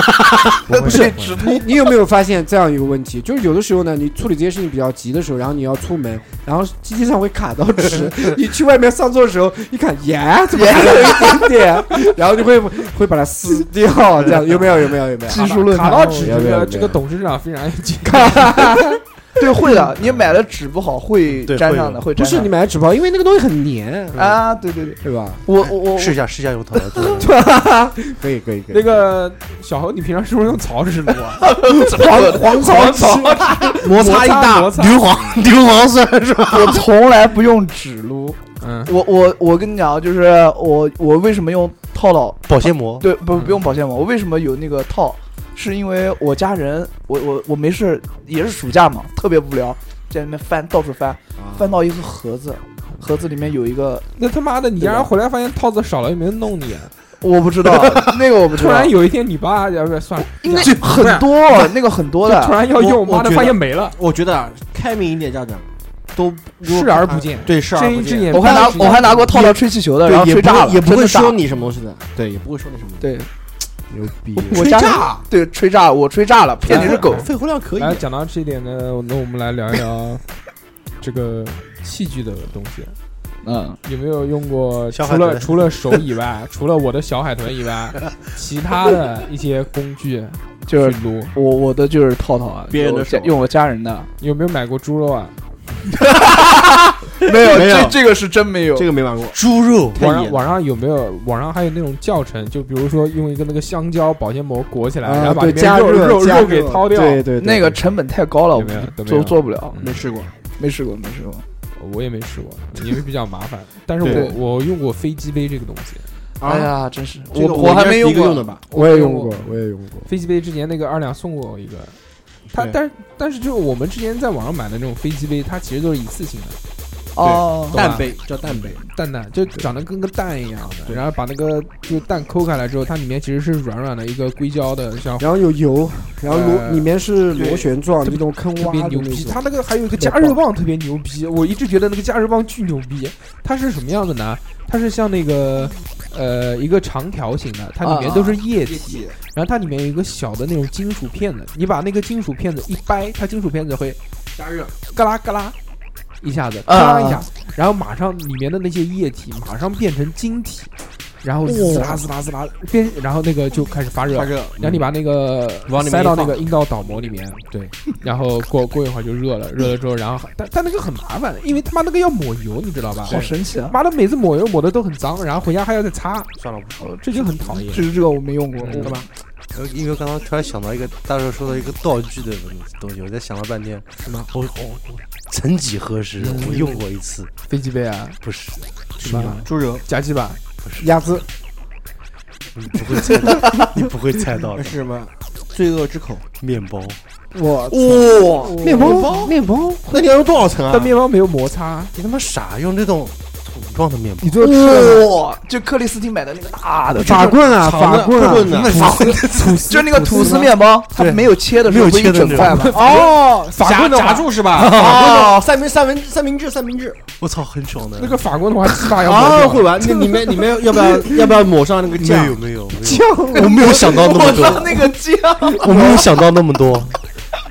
[SPEAKER 7] 不
[SPEAKER 4] 不是
[SPEAKER 7] 纸
[SPEAKER 4] 你你有没有发现这样一个问题？就是有的时候呢，你处理这些事情比较急的时候，然后你要出门，然后机器上会卡到纸。你去外面上厕的时候，一看，耶，怎么还有一点点？然后就会会把它撕掉，这样有没有？有没有？有没有？
[SPEAKER 3] 技术论坛
[SPEAKER 7] 卡到纸
[SPEAKER 4] 没有
[SPEAKER 7] 这
[SPEAKER 4] 没有没
[SPEAKER 7] 个
[SPEAKER 4] 有
[SPEAKER 7] 这个董事长非常有经验。
[SPEAKER 3] 哦对，会的。
[SPEAKER 6] 嗯
[SPEAKER 3] 你买的纸不好，会
[SPEAKER 10] 对
[SPEAKER 3] 粘
[SPEAKER 10] 会
[SPEAKER 3] 上
[SPEAKER 10] 的
[SPEAKER 3] 的，会
[SPEAKER 4] 不
[SPEAKER 3] 粘
[SPEAKER 4] 是
[SPEAKER 3] 上
[SPEAKER 4] 你
[SPEAKER 3] 的。
[SPEAKER 4] 买的纸包，因为那个东西很粘，
[SPEAKER 3] 啊，对对对，
[SPEAKER 4] 对吧？
[SPEAKER 3] 我我 我
[SPEAKER 10] 试一下，试一下用套套。
[SPEAKER 4] 可以可以可以。
[SPEAKER 7] 那个小侯，你平常是不是用草纸撸啊？
[SPEAKER 4] 黄黄草纸，
[SPEAKER 7] 摩擦一大，摩擦
[SPEAKER 10] 硫磺，硫磺酸是吧？
[SPEAKER 3] 我从来不用纸撸。
[SPEAKER 7] 嗯，
[SPEAKER 3] 我我我跟你讲，啊，就是我我为什么用套套？
[SPEAKER 10] 保鲜膜，
[SPEAKER 3] 对，不
[SPEAKER 7] 嗯
[SPEAKER 3] 不用保鲜膜。我为什么有那个套？是因为我家人，我我我没事，也是暑假嘛，特别无聊，在那边翻，到处翻，
[SPEAKER 6] 啊
[SPEAKER 3] 翻到一个盒子，盒子里面有 一个，
[SPEAKER 7] 那他妈的，你让人回来发现套子少了，有没有弄你啊？
[SPEAKER 3] 我不知道那个我不知
[SPEAKER 7] 突
[SPEAKER 3] 道
[SPEAKER 7] 然，有一天你爸要不要算了，
[SPEAKER 3] 因为很多那个很多的，
[SPEAKER 7] 突然要用，
[SPEAKER 6] 我
[SPEAKER 7] 妈
[SPEAKER 6] 我
[SPEAKER 7] 的
[SPEAKER 6] 觉得
[SPEAKER 7] 发现没了，
[SPEAKER 6] 我觉得啊，开明一点家长都
[SPEAKER 7] 视而不见
[SPEAKER 6] 对视而
[SPEAKER 7] 睁
[SPEAKER 6] 不
[SPEAKER 7] 一只
[SPEAKER 6] 见，
[SPEAKER 7] 眼
[SPEAKER 3] 我还拿
[SPEAKER 7] 闭一只
[SPEAKER 3] 我
[SPEAKER 7] 眼
[SPEAKER 3] 还拿过套到吹气球的，然后
[SPEAKER 6] 对也
[SPEAKER 3] 吹
[SPEAKER 6] 不
[SPEAKER 3] 炸
[SPEAKER 6] 会
[SPEAKER 3] 了，
[SPEAKER 6] 也不
[SPEAKER 3] 真
[SPEAKER 6] 会
[SPEAKER 3] 的炸
[SPEAKER 6] 说
[SPEAKER 3] 了
[SPEAKER 6] 你什么东西的，对，也不会说你什么东西。
[SPEAKER 3] 对，
[SPEAKER 4] 牛逼！
[SPEAKER 3] 我
[SPEAKER 6] 吹
[SPEAKER 3] 家
[SPEAKER 6] 炸啊
[SPEAKER 3] 对吹炸了，我吹炸了，骗你是 狗。
[SPEAKER 6] 肺活量可以
[SPEAKER 7] 来，讲到这一点呢，那我们来聊一聊这个器具的东西。
[SPEAKER 3] 嗯，
[SPEAKER 7] 有没有用过？
[SPEAKER 10] 小
[SPEAKER 7] 除
[SPEAKER 10] 海
[SPEAKER 7] 了
[SPEAKER 10] 豚
[SPEAKER 7] 除了手以外，除了我的小海豚以外，其他的一些工 具
[SPEAKER 3] 就是
[SPEAKER 7] 去撸，
[SPEAKER 3] 我我的就是套套啊，
[SPEAKER 6] 别人的
[SPEAKER 3] 我家
[SPEAKER 6] 手
[SPEAKER 3] 用我家人的，
[SPEAKER 7] 有没有买过猪肉啊？
[SPEAKER 3] 没有
[SPEAKER 6] 没有
[SPEAKER 3] 这这个是真没有
[SPEAKER 6] 这。个没玩
[SPEAKER 4] 啊
[SPEAKER 6] 过，
[SPEAKER 10] 猪肉
[SPEAKER 6] 太
[SPEAKER 7] 网上
[SPEAKER 6] 野
[SPEAKER 7] 网上有没有？网上还有那种教程，就比如说用一个那个香蕉保鲜膜裹起来，然
[SPEAKER 4] 啊，
[SPEAKER 7] 后把
[SPEAKER 4] 对，
[SPEAKER 7] 里
[SPEAKER 4] 加
[SPEAKER 7] 面肉
[SPEAKER 4] 热
[SPEAKER 7] 肉
[SPEAKER 4] 加
[SPEAKER 7] 肉给掏掉。
[SPEAKER 4] 对对，对
[SPEAKER 3] 那个成本太高了，
[SPEAKER 7] 有
[SPEAKER 3] 我
[SPEAKER 7] 没有都没有
[SPEAKER 3] 做做不了，
[SPEAKER 6] 没嗯试过，
[SPEAKER 3] 没试过，没试过。
[SPEAKER 7] 我也没试过，因为比较麻烦。但是
[SPEAKER 3] 对
[SPEAKER 7] 我我用过飞机杯这个东西，
[SPEAKER 3] 哎呀，真是
[SPEAKER 6] 这个
[SPEAKER 3] 我还没
[SPEAKER 6] 应该是一个
[SPEAKER 3] 用
[SPEAKER 6] 用
[SPEAKER 3] 过，
[SPEAKER 6] 的吧？
[SPEAKER 4] 我也用过，我也用过。
[SPEAKER 7] 飞机杯之前那个二两送过我一个，他
[SPEAKER 6] 对
[SPEAKER 7] 但是但是就是我们之前在网上买的那种飞机杯，它其实都是一次性的，
[SPEAKER 3] 哦，
[SPEAKER 7] 吧
[SPEAKER 6] 蛋杯叫蛋杯，
[SPEAKER 7] 蛋蛋就长得跟个蛋一样的，然后把那个就蛋抠开来之后，它里面其实是软软的一个硅胶的，像
[SPEAKER 4] 然后有油，然后螺、
[SPEAKER 7] 呃
[SPEAKER 4] 里面是螺
[SPEAKER 6] 对
[SPEAKER 4] 旋状，那种坑
[SPEAKER 7] 特
[SPEAKER 4] 洼
[SPEAKER 7] 别
[SPEAKER 4] 的
[SPEAKER 7] 牛
[SPEAKER 4] 那
[SPEAKER 7] 逼。
[SPEAKER 4] 种
[SPEAKER 7] 它。那个还有一个
[SPEAKER 4] 特别
[SPEAKER 7] 加热棒特别牛逼，我一直觉得那个加热棒巨牛逼。它是什么样的呢？它是像那个呃一个长条形的，它里面
[SPEAKER 3] 啊
[SPEAKER 7] 都是液体，
[SPEAKER 6] 体
[SPEAKER 7] 然后它里面有一个小的那种金属片子，你把那个金属片子一掰，它金属片子会
[SPEAKER 6] 加热，
[SPEAKER 7] 嘎啦嘎啦一下子，
[SPEAKER 3] 啊
[SPEAKER 7] 嘎啦一下，然后马上里面的那些液体马上变成晶体，然后滋啦滋啦滋啦，边然后那个就开始发热，
[SPEAKER 6] 发热，
[SPEAKER 7] 然后你把那个
[SPEAKER 6] 往里面
[SPEAKER 7] 塞到
[SPEAKER 6] 一放
[SPEAKER 7] 那个阴道导膜里面，对，然后过过一会儿就热
[SPEAKER 3] 嗯
[SPEAKER 7] 了，热了之后，然后还但但那个很麻烦，因为他妈那个要抹油，你知道吧？
[SPEAKER 3] 好神奇啊！
[SPEAKER 7] 妈的，每次抹油抹的都很脏，然后回家还要再擦，哦
[SPEAKER 2] 算了，不说了。
[SPEAKER 7] 这就很讨厌，嗯
[SPEAKER 3] 就是这个我没用过，
[SPEAKER 7] 对吧？
[SPEAKER 2] 呃因为刚刚突然想到一个大叔说的一个道具的东西，我在想了半天。
[SPEAKER 7] 什么？
[SPEAKER 2] 我我我曾几何时我用过一次，
[SPEAKER 7] 飞机杯啊，
[SPEAKER 2] 不是
[SPEAKER 7] 什么
[SPEAKER 6] 猪肉
[SPEAKER 7] 夹击吧？
[SPEAKER 4] 鸭子
[SPEAKER 2] 你 不会猜到，你不会猜到的
[SPEAKER 6] 是什么？罪恶之口。
[SPEAKER 2] 面包。
[SPEAKER 4] 我
[SPEAKER 3] 哦
[SPEAKER 6] 哇，
[SPEAKER 4] 面包面包，
[SPEAKER 6] 那你要用多少层啊
[SPEAKER 7] 但？面包没有摩擦，
[SPEAKER 2] 你他妈傻，用这种桶状的面包？
[SPEAKER 3] 你最后吃了吗？就克里斯汀买的那个大的，
[SPEAKER 4] 法棍啊
[SPEAKER 6] 长的
[SPEAKER 4] 法棍啊，
[SPEAKER 6] 的，
[SPEAKER 3] 就是那个吐司面包，它没有切的时候
[SPEAKER 2] 没有
[SPEAKER 3] 不是
[SPEAKER 2] 切
[SPEAKER 3] 一
[SPEAKER 2] 的
[SPEAKER 3] 整
[SPEAKER 2] 那
[SPEAKER 3] 块吗？ 哦，
[SPEAKER 6] 夹
[SPEAKER 7] 棍的话
[SPEAKER 6] 夹住是吧？
[SPEAKER 3] 哦，
[SPEAKER 6] 三明三文三明治三明治
[SPEAKER 2] 我操，很爽的。
[SPEAKER 7] 那个法棍的话，鸡巴 要
[SPEAKER 6] 啊，
[SPEAKER 7] 磨
[SPEAKER 6] 会
[SPEAKER 7] 掉。
[SPEAKER 6] 玩。那你们你们要不要要不要抹上那个
[SPEAKER 2] 没有没有
[SPEAKER 6] 酱？
[SPEAKER 2] 没 有，我没有想到那么
[SPEAKER 3] 我操
[SPEAKER 2] 多，
[SPEAKER 3] 哦那个啊酱，
[SPEAKER 2] 我没有想到那么多。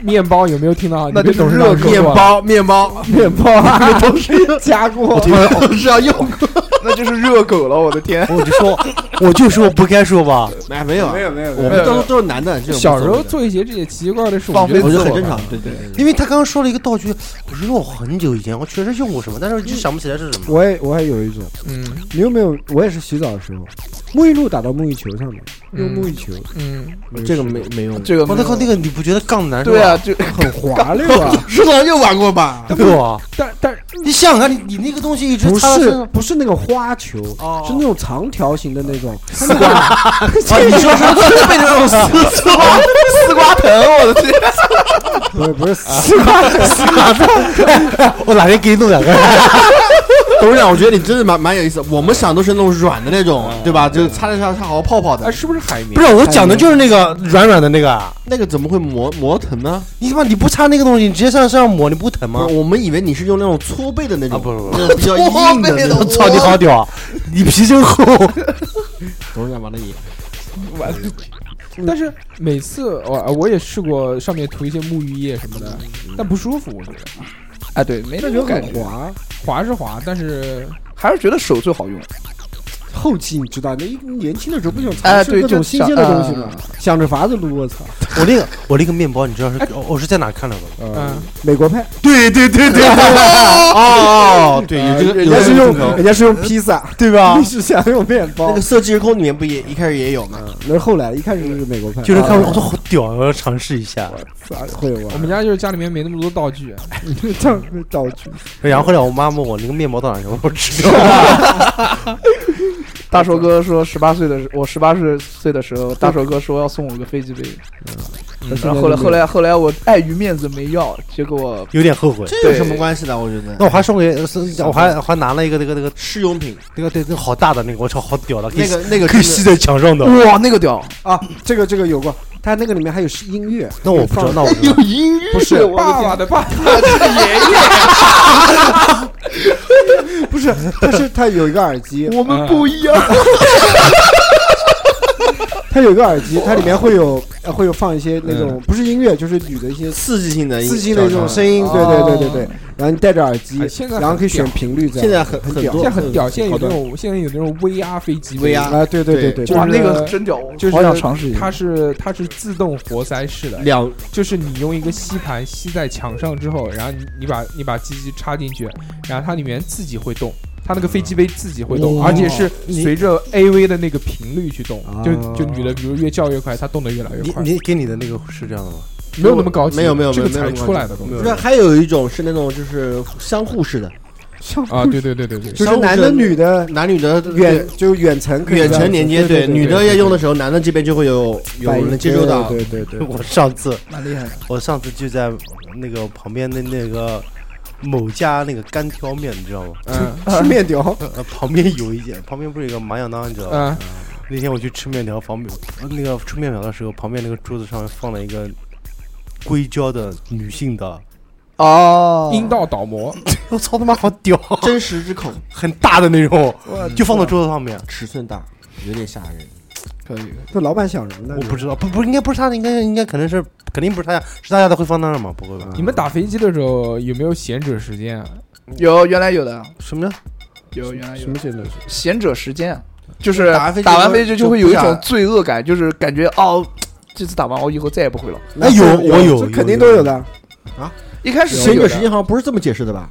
[SPEAKER 7] 面包有没有听到？
[SPEAKER 3] 那
[SPEAKER 7] 你
[SPEAKER 3] 就
[SPEAKER 7] 们
[SPEAKER 3] 是
[SPEAKER 7] 董事
[SPEAKER 3] 热
[SPEAKER 7] 长
[SPEAKER 3] 狗
[SPEAKER 7] 说过了
[SPEAKER 6] 包面包，
[SPEAKER 7] 面包啊，都 是夹过。
[SPEAKER 2] 我是要用，
[SPEAKER 3] 那就是热狗了，我的天！
[SPEAKER 2] 我就说，我就说不该说吧。
[SPEAKER 6] 哎，没有啊，
[SPEAKER 4] 有没有
[SPEAKER 6] 我们都都是男的，这种
[SPEAKER 7] 小时候
[SPEAKER 6] 无所
[SPEAKER 7] 做一些这些奇奇怪怪的事，我
[SPEAKER 3] 放
[SPEAKER 7] 觉得
[SPEAKER 3] 飞
[SPEAKER 6] 谓的我觉得很
[SPEAKER 3] 自我
[SPEAKER 6] 正
[SPEAKER 3] 吧
[SPEAKER 6] 常，对对对。
[SPEAKER 2] 因为他刚刚说了一个道具，我说我很久以前我确实用过什么，但是就想不起来是什么。
[SPEAKER 4] 我也我还有一种，
[SPEAKER 7] 嗯
[SPEAKER 4] 你有没有？我也是洗澡的时候，沐浴露打到沐浴球上面，用沐浴球，
[SPEAKER 7] 嗯，
[SPEAKER 6] 这个没没用，
[SPEAKER 3] 这个
[SPEAKER 2] 我
[SPEAKER 3] 没
[SPEAKER 2] 那
[SPEAKER 3] 有
[SPEAKER 2] 靠，那个你不觉得杠男是吧
[SPEAKER 3] 对啊，，就
[SPEAKER 4] 很滑溜啊。
[SPEAKER 6] 石头又玩过吧？
[SPEAKER 2] 对啊，
[SPEAKER 7] 但但
[SPEAKER 2] 你想想看，你你那个东西一直
[SPEAKER 4] 不
[SPEAKER 2] 插在身
[SPEAKER 4] 是
[SPEAKER 2] 上，
[SPEAKER 4] 不是那个花球，
[SPEAKER 2] 哦
[SPEAKER 4] 是那种长条形的那种，
[SPEAKER 2] 啊，你说是真的被那种丝
[SPEAKER 3] 丝瓜丝瓜藤，我的天！
[SPEAKER 4] 不是不是丝瓜，
[SPEAKER 2] 我哪天给你弄两个？
[SPEAKER 6] 董事长，我觉得你真的蛮蛮有意思。我们想都是那种软的那种，对吧？就是擦了擦擦好泡泡
[SPEAKER 7] 哎，
[SPEAKER 6] 的，
[SPEAKER 7] 是不是海绵？
[SPEAKER 2] 不是，我讲的就是那个软软的那个啊。
[SPEAKER 6] 那个怎么会磨磨疼呢？
[SPEAKER 2] 你他妈你不擦那个东西，你直接上身上抹，你不疼吗
[SPEAKER 6] 不？是我们以为你是用那种搓背的那种，
[SPEAKER 2] 啊不是不是
[SPEAKER 6] 那种比较硬的那
[SPEAKER 2] 我
[SPEAKER 6] 种。
[SPEAKER 2] 操，你好屌，你皮真 厚。
[SPEAKER 6] 董事长玩的野，
[SPEAKER 7] 但是每次我我也试过上面涂一些沐浴液什么的，但不舒服，我觉得
[SPEAKER 3] 哎，对，没那
[SPEAKER 4] 那就
[SPEAKER 3] 种感
[SPEAKER 4] 很
[SPEAKER 3] 觉，
[SPEAKER 4] 滑。
[SPEAKER 7] 滑是滑，但是
[SPEAKER 3] 还是觉得手最好用。
[SPEAKER 4] 后期你知道，那一年轻的时候不想
[SPEAKER 3] 哎
[SPEAKER 4] 尝试
[SPEAKER 3] 对
[SPEAKER 4] 各种
[SPEAKER 3] 就
[SPEAKER 4] 新
[SPEAKER 3] 想
[SPEAKER 4] 鲜的东西
[SPEAKER 3] 嗯
[SPEAKER 4] 嘛，想着法子撸，我操！
[SPEAKER 2] 我那个我那个面包，你知道是我我是在哪看到的吗？
[SPEAKER 7] 嗯，
[SPEAKER 4] 美国派，
[SPEAKER 2] 对对对对，
[SPEAKER 6] 哦，对，有这个，
[SPEAKER 4] 呃人
[SPEAKER 6] 有
[SPEAKER 4] 家是
[SPEAKER 6] 这
[SPEAKER 4] 用
[SPEAKER 6] 个镜头
[SPEAKER 4] 人家是用披萨，
[SPEAKER 2] 对吧
[SPEAKER 4] 你？是想用面包，
[SPEAKER 6] 那个《色即是空》里面不也一开始也有吗？
[SPEAKER 4] 那是后来一开始就是美国派，
[SPEAKER 2] 就是看我
[SPEAKER 4] 啊
[SPEAKER 2] 说好屌，我要尝试一下。
[SPEAKER 4] 啊会
[SPEAKER 7] 我
[SPEAKER 4] 玩
[SPEAKER 7] 们家就是家里面没那么多道具，
[SPEAKER 4] 道道具，
[SPEAKER 2] 然后后来我妈问我那个面包到哪去，我说吃掉 了。
[SPEAKER 3] 大寿哥说，十八岁的时我十八岁岁的时候，大寿哥说要送我个飞机杯，
[SPEAKER 4] 但
[SPEAKER 3] 然
[SPEAKER 4] 现
[SPEAKER 3] 后后来
[SPEAKER 4] 在就
[SPEAKER 3] 后
[SPEAKER 4] 没有
[SPEAKER 3] 来后来我碍于面子没要，结果
[SPEAKER 2] 有点后悔。
[SPEAKER 6] 这有什么关系呢？我觉
[SPEAKER 2] 那
[SPEAKER 6] 得
[SPEAKER 2] 我还送给，我还我还拿了一个那个那个
[SPEAKER 6] 试用品，
[SPEAKER 2] 那个对那个好大的那个，我操，好屌的，可以
[SPEAKER 6] 那个那个
[SPEAKER 2] 可以
[SPEAKER 6] 真
[SPEAKER 2] 吸
[SPEAKER 6] 的
[SPEAKER 2] 在墙上的。
[SPEAKER 3] 哇那个屌，
[SPEAKER 4] 啊，这个这个有过，它那个里面还有是音乐，
[SPEAKER 2] 那我不知道，那我不知道。
[SPEAKER 4] 不是
[SPEAKER 7] 爸爸的爸爸，
[SPEAKER 4] 不是，但是它有一个耳机，
[SPEAKER 3] 我们不一样，
[SPEAKER 4] 它有一个耳机，它里面会有呃会有放一些那种不是音乐，就是女的一些
[SPEAKER 6] 刺激性的
[SPEAKER 4] 刺激的那种声音，
[SPEAKER 6] 哦
[SPEAKER 4] 对对对对对。然后你戴着耳机
[SPEAKER 7] 哎现在，很
[SPEAKER 4] 然后可以选
[SPEAKER 7] 屌
[SPEAKER 4] 频率在，
[SPEAKER 6] 现在很
[SPEAKER 4] 很
[SPEAKER 6] 很
[SPEAKER 4] 屌
[SPEAKER 7] 现
[SPEAKER 6] 多
[SPEAKER 7] 在很屌，现在有
[SPEAKER 6] 好
[SPEAKER 7] 那
[SPEAKER 6] 的
[SPEAKER 7] 种现在有那种 VR 飞机
[SPEAKER 6] VR
[SPEAKER 4] 啊，对对对对，
[SPEAKER 7] 就
[SPEAKER 3] 哇
[SPEAKER 7] 是
[SPEAKER 3] 那个真屌，我
[SPEAKER 7] 就是
[SPEAKER 3] 好想尝试一下
[SPEAKER 7] 它。是它是自动活塞式的，
[SPEAKER 6] 两
[SPEAKER 7] 就是你用一个吸盘吸在墙上之后，然后你你把你把机器插进去，然后它里面自己会动，它那个飞机杯自己会动，
[SPEAKER 4] 哦
[SPEAKER 7] 而且是随着 AV 的那个频率去动
[SPEAKER 4] 啊，
[SPEAKER 7] 就就女的比如越叫越快，它动得越来越
[SPEAKER 2] 你
[SPEAKER 7] 快，
[SPEAKER 2] 你给你的那个是这样的吗？
[SPEAKER 7] 没有那么高级，
[SPEAKER 6] 没有没有
[SPEAKER 7] 这个
[SPEAKER 6] 没有
[SPEAKER 7] 才
[SPEAKER 6] 没有
[SPEAKER 7] 出来的东西
[SPEAKER 6] 不是，还有一种是那种就是相互式的，
[SPEAKER 7] 啊，对对对对 对，
[SPEAKER 4] 就是男的女的
[SPEAKER 6] 男女的
[SPEAKER 4] 远就远程可以
[SPEAKER 6] 远
[SPEAKER 4] 这样
[SPEAKER 6] 程
[SPEAKER 4] 子
[SPEAKER 6] 连接，
[SPEAKER 4] 对
[SPEAKER 6] 女的要
[SPEAKER 4] 也
[SPEAKER 6] 用的时候，男的这边就会有有人接收到。
[SPEAKER 4] 对对对，对
[SPEAKER 2] 我上次
[SPEAKER 3] 蛮厉害的，
[SPEAKER 2] 我上次就在那个旁边的那个某家那个干挑面，你知道吗？
[SPEAKER 7] 嗯
[SPEAKER 4] 吃面条，
[SPEAKER 2] 呃，旁边有一间，旁边不是有一个麻酱当，你知道吗？
[SPEAKER 7] 嗯
[SPEAKER 2] 那天我去吃面条，旁边呃那个吃面条的时候，旁边那个桌子上面放了一个硅胶的女性的，
[SPEAKER 3] 哦
[SPEAKER 7] 阴道倒模，
[SPEAKER 2] 我操他妈好屌，
[SPEAKER 6] 真实之口，
[SPEAKER 2] 很大的那种，就放到桌子上面。
[SPEAKER 6] 尺寸大，有点吓人。
[SPEAKER 3] 可以，
[SPEAKER 4] 这老板想什么呢？
[SPEAKER 2] 我不知道，不不，应该不是他的，应该应该可能是肯定不是他家，是他家的会放那儿吗？不会吧？
[SPEAKER 7] 你们打飞机的时候有没有闲者时间啊？
[SPEAKER 3] 有原来有的，
[SPEAKER 6] 嗯
[SPEAKER 2] 什么呢？
[SPEAKER 3] 有原来有
[SPEAKER 4] 什么
[SPEAKER 3] 的
[SPEAKER 4] 节奏？
[SPEAKER 3] 贤者时间，啊就是
[SPEAKER 6] 打完飞机
[SPEAKER 3] 打
[SPEAKER 6] 以
[SPEAKER 3] 完
[SPEAKER 6] 后
[SPEAKER 3] 飞机
[SPEAKER 6] 就
[SPEAKER 3] 就会
[SPEAKER 6] 不
[SPEAKER 3] 有一
[SPEAKER 6] 想
[SPEAKER 3] 种罪恶感，就是感觉哦，这次打完我以后再也不会了。
[SPEAKER 2] 哎
[SPEAKER 4] 那
[SPEAKER 10] 有
[SPEAKER 4] 是
[SPEAKER 10] 我有
[SPEAKER 4] 这
[SPEAKER 10] 有
[SPEAKER 4] 肯定
[SPEAKER 10] 有
[SPEAKER 4] 都有的。
[SPEAKER 3] 一开始
[SPEAKER 6] 闲
[SPEAKER 3] 是有
[SPEAKER 6] 着时间
[SPEAKER 3] 的，
[SPEAKER 6] 好像不是这么解释的吧？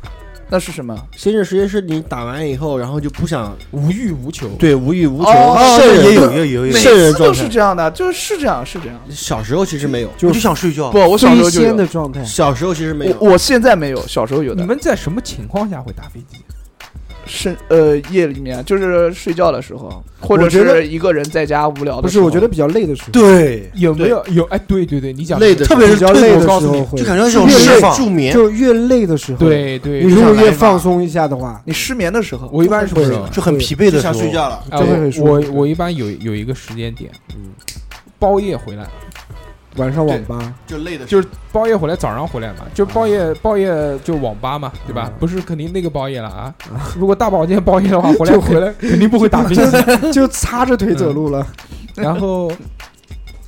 [SPEAKER 3] 那是什么？
[SPEAKER 6] 闲着时间是你打完以后，然后就不想
[SPEAKER 7] 无欲无求。
[SPEAKER 6] 对无欲无求
[SPEAKER 3] 哦，
[SPEAKER 6] 圣人
[SPEAKER 10] 也有也有也
[SPEAKER 3] 每
[SPEAKER 10] 有，
[SPEAKER 6] 是
[SPEAKER 3] 次
[SPEAKER 6] 人
[SPEAKER 3] 都
[SPEAKER 6] 状
[SPEAKER 3] 是
[SPEAKER 6] 态
[SPEAKER 3] 这样的，就是是这样，是这样。
[SPEAKER 6] 小时候其实没有，
[SPEAKER 10] 我就想睡觉
[SPEAKER 3] 不，。我小时候就
[SPEAKER 4] 飞仙
[SPEAKER 3] 有
[SPEAKER 4] 的，状态，
[SPEAKER 6] 小时候其实没有。
[SPEAKER 3] 我我现在没有，小时候有
[SPEAKER 7] 你
[SPEAKER 3] 的。
[SPEAKER 7] 们在什么情况下会打飞机？
[SPEAKER 3] 是呃夜里面就是睡觉的时候，或者
[SPEAKER 4] 我觉得
[SPEAKER 3] 是一个人在家无聊
[SPEAKER 4] 不
[SPEAKER 3] 的
[SPEAKER 4] 是，
[SPEAKER 3] 时候。
[SPEAKER 4] 我觉得比较累的时候，
[SPEAKER 10] 对，
[SPEAKER 7] 有没有有？哎，对对对，你讲
[SPEAKER 6] 累的
[SPEAKER 10] 特别是
[SPEAKER 4] 比较累的
[SPEAKER 7] 我
[SPEAKER 4] 时
[SPEAKER 7] 告诉
[SPEAKER 4] 候
[SPEAKER 7] 你
[SPEAKER 4] 会
[SPEAKER 10] 就，感觉有
[SPEAKER 4] 越
[SPEAKER 10] 释
[SPEAKER 4] 累
[SPEAKER 10] 放，
[SPEAKER 6] 助眠，
[SPEAKER 4] 就越累的时候，，
[SPEAKER 7] 对对，
[SPEAKER 4] 你如果
[SPEAKER 6] 就想来
[SPEAKER 4] 越
[SPEAKER 6] 一把
[SPEAKER 4] 放松一下的话，
[SPEAKER 3] 你失眠的时候，
[SPEAKER 7] 我一般是不是？
[SPEAKER 10] 就很疲惫的
[SPEAKER 6] 就
[SPEAKER 10] 时
[SPEAKER 6] 想
[SPEAKER 10] 候，
[SPEAKER 6] 睡觉了。
[SPEAKER 7] 哎
[SPEAKER 4] 就会很舒服
[SPEAKER 7] 我我我一般有有一个时间点，包夜回来，
[SPEAKER 4] 晚上网吧
[SPEAKER 6] 就累的
[SPEAKER 7] 就是包夜回来，早上回来嘛，就包夜包夜就网吧嘛，对吧？不是肯定那个包夜了啊。如果大保健包夜的话，回来
[SPEAKER 4] 就回来
[SPEAKER 7] 肯定不会打飞机。
[SPEAKER 4] 就擦着腿走路了。
[SPEAKER 7] 嗯 然后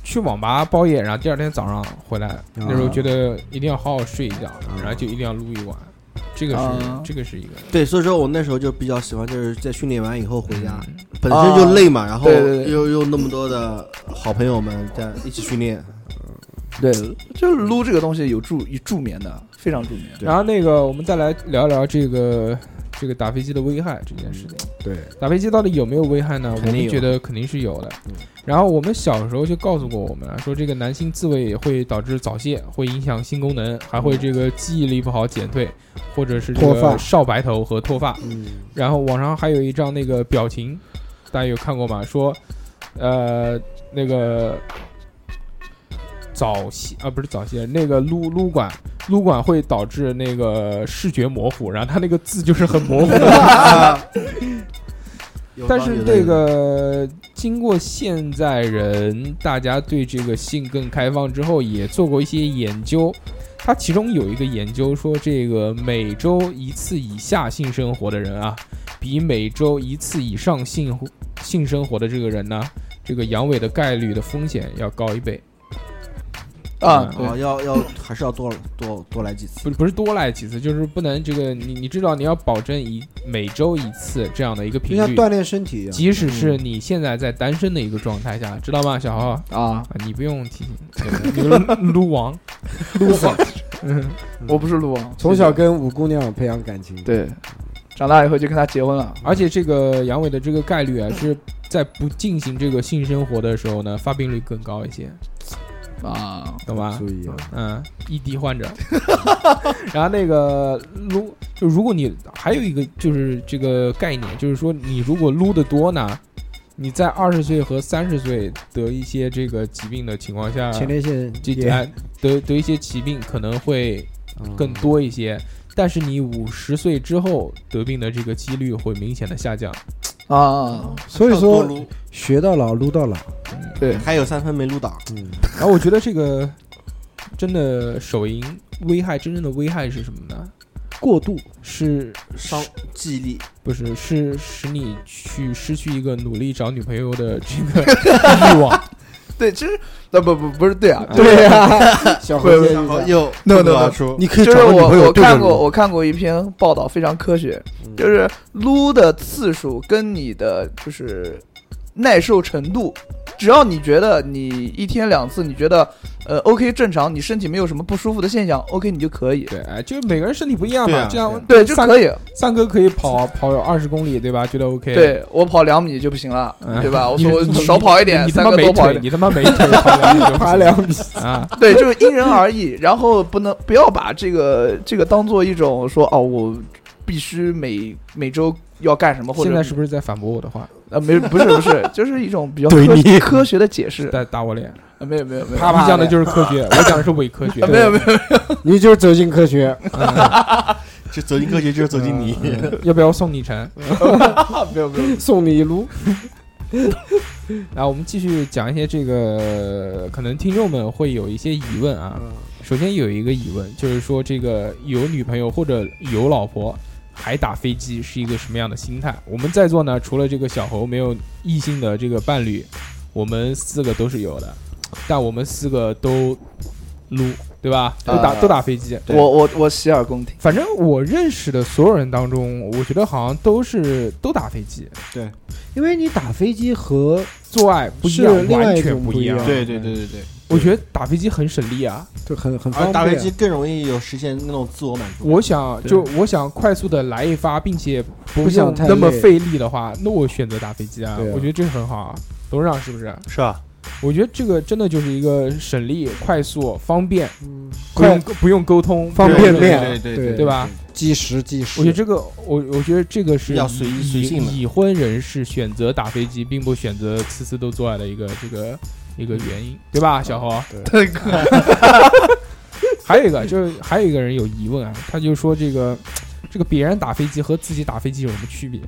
[SPEAKER 7] 去网吧包夜，然后第二天早上回来，
[SPEAKER 6] 啊
[SPEAKER 7] 那时候觉得一定要好好睡一觉，然后就一定要撸一晚。这个是
[SPEAKER 3] 啊
[SPEAKER 7] 这个是一个
[SPEAKER 6] 对，所以说我那时候就比较喜欢，就是在训练完以后回家，本身就累嘛，然后
[SPEAKER 3] 对对对
[SPEAKER 6] 又又那么多的好朋友们在一起训练，
[SPEAKER 3] 对，就是撸这个东西有助有助眠的，非常助眠。
[SPEAKER 7] 然后那个，我们再来聊一聊这个这个打飞机的危害这件事情。
[SPEAKER 4] 对，
[SPEAKER 7] 打飞机到底有没有危害呢？我
[SPEAKER 6] 嗯肯定
[SPEAKER 7] 们
[SPEAKER 6] 有
[SPEAKER 7] 觉得肯定是有的。然后我们小时候就告诉过我们啊，说这个男性自慰会导致早泄，会影响性功能，还会这个记忆力不好、减退，或者是这
[SPEAKER 4] 脱发
[SPEAKER 7] 个少白头和脱发。
[SPEAKER 4] 嗯，
[SPEAKER 7] 然后网上还有一张那个表情，大家有看过吗？说，呃，那个早泄啊，不是早泄，那个撸撸管，撸管会导致那个视觉模糊，然后它那个字就是很模糊 的。
[SPEAKER 6] 有
[SPEAKER 7] 但
[SPEAKER 6] 道
[SPEAKER 7] 是
[SPEAKER 6] 理的哦
[SPEAKER 7] 这个经过现在人大家对这个性更开放之后，也做过一些研究。它其中有一个研究说，这个每周一次以下性生活的人啊，比每周一次以上性活性生活的这个人呢，这个阳痿的概率的风险要高一倍。
[SPEAKER 3] 啊，
[SPEAKER 7] 嗯
[SPEAKER 3] 对
[SPEAKER 6] 啊，要要还是要多多多来几次。
[SPEAKER 7] 不不是多来几次，就是不能这个你你知道你要保证一每周一次这样的一个
[SPEAKER 4] 就
[SPEAKER 7] 频
[SPEAKER 4] 像
[SPEAKER 7] 率，
[SPEAKER 4] 锻炼身体一样。
[SPEAKER 7] 即使是你现在在单身的一个状态下，知道吗，小豪？
[SPEAKER 3] 啊，
[SPEAKER 7] 啊，你不用提醒，你们撸王，
[SPEAKER 4] 撸好，
[SPEAKER 3] 我不是撸啊，
[SPEAKER 4] 从小跟五姑娘培养感情。
[SPEAKER 3] 对，长大以后就跟他结婚了。
[SPEAKER 7] 而且这个阳痿的这个概率啊，是在不进行这个性生活的时候呢，发病率更高一些，
[SPEAKER 3] 啊，
[SPEAKER 7] 懂吧
[SPEAKER 4] 注？意啊，
[SPEAKER 7] 嗯，异地患 者。然后那个撸，就如果你还有一个就是这个概念，就是说你如果撸的多呢，你在二十岁和三十岁得一些这个疾病的情况下，
[SPEAKER 4] 前列腺
[SPEAKER 7] 这
[SPEAKER 4] 也
[SPEAKER 7] 啊
[SPEAKER 4] 嗯
[SPEAKER 7] 哎得得一些疾病可能会更多一些。但是你五十岁之后得病的这个几率会明显的下降。
[SPEAKER 3] 啊，
[SPEAKER 4] 所以
[SPEAKER 6] 多
[SPEAKER 4] 说
[SPEAKER 6] 撸，
[SPEAKER 4] 学到老撸到老。
[SPEAKER 3] 对，
[SPEAKER 6] 还有三分没撸到，
[SPEAKER 4] 嗯，
[SPEAKER 7] 然后我觉得这个真的手淫危害，真正的危害是什么呢？
[SPEAKER 4] 过度
[SPEAKER 7] 是
[SPEAKER 6] 伤记忆力，
[SPEAKER 7] 不是是使你去失去一个努力找女朋友的这 个欲望？
[SPEAKER 3] 对，其实那不不不是对啊，
[SPEAKER 4] 对呀，小
[SPEAKER 3] 会
[SPEAKER 4] 何
[SPEAKER 3] 会
[SPEAKER 4] 建议一下
[SPEAKER 6] 又
[SPEAKER 3] No, no,
[SPEAKER 6] 不得
[SPEAKER 3] no
[SPEAKER 6] 出
[SPEAKER 10] 你可以
[SPEAKER 3] 就
[SPEAKER 10] 找
[SPEAKER 3] 是
[SPEAKER 10] 个女
[SPEAKER 3] 我
[SPEAKER 10] 朋友
[SPEAKER 3] 我
[SPEAKER 10] 对着
[SPEAKER 3] 看过
[SPEAKER 10] 撸，
[SPEAKER 3] 我看过一篇报道，非常科学，
[SPEAKER 10] 嗯
[SPEAKER 3] 就是撸的次数跟你的就是耐受程度，只要你觉得你一天两次，你觉得呃 OK 正常，你身体没有什么不舒服的现象，OK 你就可以，
[SPEAKER 7] 对，哎，就是每个人身体不一样
[SPEAKER 6] 对
[SPEAKER 7] 嘛，
[SPEAKER 6] 啊
[SPEAKER 7] 这样
[SPEAKER 3] 对就
[SPEAKER 7] 三
[SPEAKER 3] 可以。
[SPEAKER 7] 三哥可以跑跑二十公里，对吧？觉得 OK。
[SPEAKER 3] 对我跑两米就不行了，
[SPEAKER 7] 嗯，
[SPEAKER 3] 对吧？我
[SPEAKER 7] 你
[SPEAKER 3] 说我
[SPEAKER 7] 你
[SPEAKER 3] 少跑一点，
[SPEAKER 7] 你他
[SPEAKER 3] 三
[SPEAKER 7] 妈
[SPEAKER 3] 个
[SPEAKER 7] 没
[SPEAKER 3] 多跑
[SPEAKER 7] 腿，
[SPEAKER 3] 一点，
[SPEAKER 7] 你他妈没腿，跑两 米就不行
[SPEAKER 4] 爬两米，
[SPEAKER 7] 啊！
[SPEAKER 3] 对，就是因人而异。 然后不能不要把这个这个当做一种说哦，我必须每每周要干什么，或者
[SPEAKER 7] 现在是不是在反驳我的话，
[SPEAKER 3] 啊，没不是不 是，就是一种比较
[SPEAKER 10] 对
[SPEAKER 3] 科
[SPEAKER 10] 你
[SPEAKER 3] 科学的解释。
[SPEAKER 7] 在打我脸？
[SPEAKER 3] 啊没有没有没有，
[SPEAKER 4] 啪 啪
[SPEAKER 7] 你讲的就是科学，我讲的是伪科学嗯
[SPEAKER 3] 啊。没有没有，
[SPEAKER 4] 你就是走进 科学。
[SPEAKER 6] 就走进啊科学就是走进
[SPEAKER 2] 嗯
[SPEAKER 6] 你。
[SPEAKER 7] 要不要送你成？
[SPEAKER 4] 送你一撸，
[SPEAKER 7] 然后我们继续讲一些这个，可能听众们会有一些疑问啊。
[SPEAKER 6] 嗯
[SPEAKER 7] 首先有一个疑问，就是说这个有女朋友或者有老婆还打飞机是一个什么样的心态？我们在座呢，除了这个小猴没有异性的这个伴侣，我们四个都是有的，但我们四个都奴，对吧？都打、
[SPEAKER 3] 呃
[SPEAKER 6] 啊
[SPEAKER 7] 都打飞机。
[SPEAKER 3] 我我我洗耳恭听。
[SPEAKER 7] 反正我认识的所有人当中，我觉得好像都是都打飞机，
[SPEAKER 4] 因为你打飞机和
[SPEAKER 7] 做爱不一
[SPEAKER 4] 是
[SPEAKER 7] 样，
[SPEAKER 4] 另外
[SPEAKER 7] 完
[SPEAKER 4] 一
[SPEAKER 7] 全
[SPEAKER 4] 种不
[SPEAKER 7] 一
[SPEAKER 4] 一样
[SPEAKER 6] 对对对对对，
[SPEAKER 7] 我觉得打飞机很省力啊！
[SPEAKER 4] 就很很方
[SPEAKER 6] 而
[SPEAKER 4] 便，
[SPEAKER 6] 打飞机更容易有实现那种自我满足。
[SPEAKER 7] 我想就我想快速的来一发，并且不
[SPEAKER 4] 不想
[SPEAKER 7] 用
[SPEAKER 4] 太
[SPEAKER 7] 那么
[SPEAKER 4] 累
[SPEAKER 7] 费力的话，那我选择打飞机啊！
[SPEAKER 4] 对啊
[SPEAKER 7] 我觉得这个很好啊，董事长是不是？
[SPEAKER 10] 是吧？
[SPEAKER 7] 我觉得这个真的就是一个省力、快速、方便，不
[SPEAKER 4] 快
[SPEAKER 7] 用不用沟通，
[SPEAKER 4] 方便面
[SPEAKER 7] 对
[SPEAKER 6] 对对
[SPEAKER 4] 对
[SPEAKER 7] 对吧？
[SPEAKER 4] 计时计时。
[SPEAKER 7] 我觉得这个，我我觉得这个是
[SPEAKER 6] 比较随意
[SPEAKER 7] 已
[SPEAKER 6] 随性的
[SPEAKER 7] 已婚人士选择打飞机，并不选择次次都做爱的一个这个一个原
[SPEAKER 6] 嗯
[SPEAKER 7] 因，对吧？小侯，
[SPEAKER 3] 对，
[SPEAKER 7] 还有一个就是还有一个人有疑问啊，他就说这个这个别人打飞机和自己打飞机有什么区别？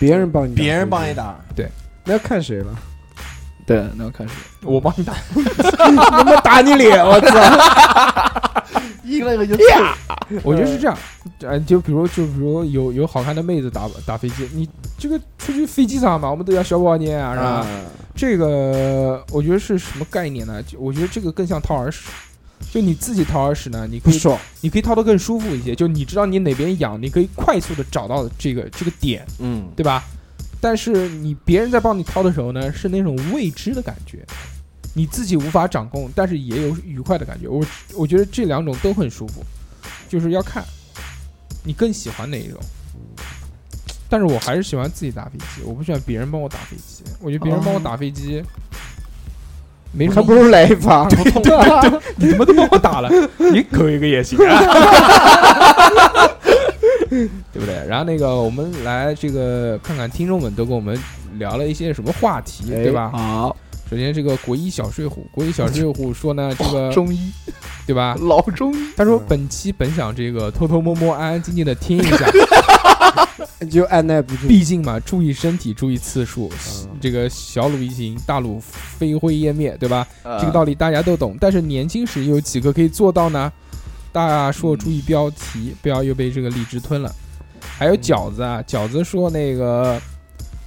[SPEAKER 4] 别人帮你，
[SPEAKER 6] 别人帮你，打，
[SPEAKER 4] 那要看谁了。
[SPEAKER 3] 对，那我开始。
[SPEAKER 7] 我帮你 打，
[SPEAKER 4] 他妈打你脸，我操！
[SPEAKER 3] 赢了个就呀，
[SPEAKER 7] 哎我觉得是这样，呃，就比如就比如有有好看的妹子打打飞机，你这个出去飞机场嘛，我们都要小宝念啊，是吧？这个我觉得是什么概念呢？就我觉得这个更像掏耳屎。就你自己掏耳屎呢，你可
[SPEAKER 4] 不
[SPEAKER 7] 以
[SPEAKER 4] 爽，
[SPEAKER 7] 你可以掏得更舒服一些，就你知道你哪边痒，你可以快速的找到这个这个点，
[SPEAKER 6] 嗯，
[SPEAKER 7] 对吧？但是你别人在帮你掏的时候呢，是那种未知的感觉，你自己无法掌控，但是也有愉快的感觉。我我觉得这两种都很舒服，就是要看你更喜欢哪一种。但是我还是喜欢自己打飞机，我不喜欢别人帮我打飞机。我觉得别人帮我打飞机、没什么
[SPEAKER 4] 还不如来一发。
[SPEAKER 3] 啊
[SPEAKER 7] 你他妈都帮我打了，你扣一个也行啊， 对不对？然后那个，我们来这个看看听众们都跟我们聊了一些什么话题，
[SPEAKER 3] 哎
[SPEAKER 7] 对吧？
[SPEAKER 3] 好，
[SPEAKER 7] 首先，这个国医小睡虎，国医小睡虎说呢，这个
[SPEAKER 3] 哦中医，
[SPEAKER 7] 对吧？
[SPEAKER 3] 老中医，
[SPEAKER 7] 他说本期本想这个偷偷摸摸、安安静静的听一 下，
[SPEAKER 4] 就按耐不住。
[SPEAKER 7] 毕竟嘛，注意身体，注意次数。
[SPEAKER 3] 嗯
[SPEAKER 7] 这个小鲁一行，大鲁飞灰烟灭，对吧？
[SPEAKER 3] 呃
[SPEAKER 7] 这个道理大家都懂，但是年轻时又有几个可以做到呢？大硕注意标题，不要又被这个荔枝吞了。还有饺子啊，饺子说那个，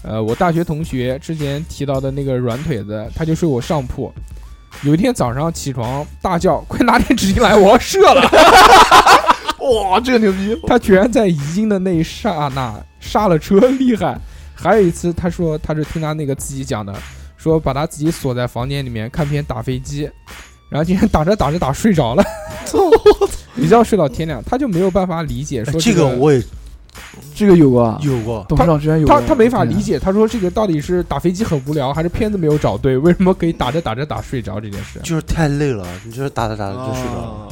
[SPEAKER 7] 呃，我大学同学之前提到的那个软腿子，他就睡我上铺。有一天早上起床大叫：“快拿点纸巾来，我要射了
[SPEAKER 3] 哇，这个牛逼！！”
[SPEAKER 7] 他居然在遗精的那一刹那刹了车，厉害。还有一次，他说他是听他那个自己讲的，说把他自己锁在房间里面看片打飞机， 然后竟然打着打着打睡着了，一觉睡到天亮，他就没有办法理解
[SPEAKER 10] 哎
[SPEAKER 7] 说
[SPEAKER 10] 这
[SPEAKER 7] 个
[SPEAKER 10] 个我也
[SPEAKER 3] 这个有啊，
[SPEAKER 10] 有过，
[SPEAKER 3] 董事长居然有
[SPEAKER 7] 他
[SPEAKER 3] 过
[SPEAKER 7] 他没法理，解，他说这个到底是打飞机很无聊，还是片子没有找对， 为什么可以打着打着打睡着这件事？
[SPEAKER 10] 就是太累了，你就是打着打着
[SPEAKER 6] 啊
[SPEAKER 10] 就睡着了。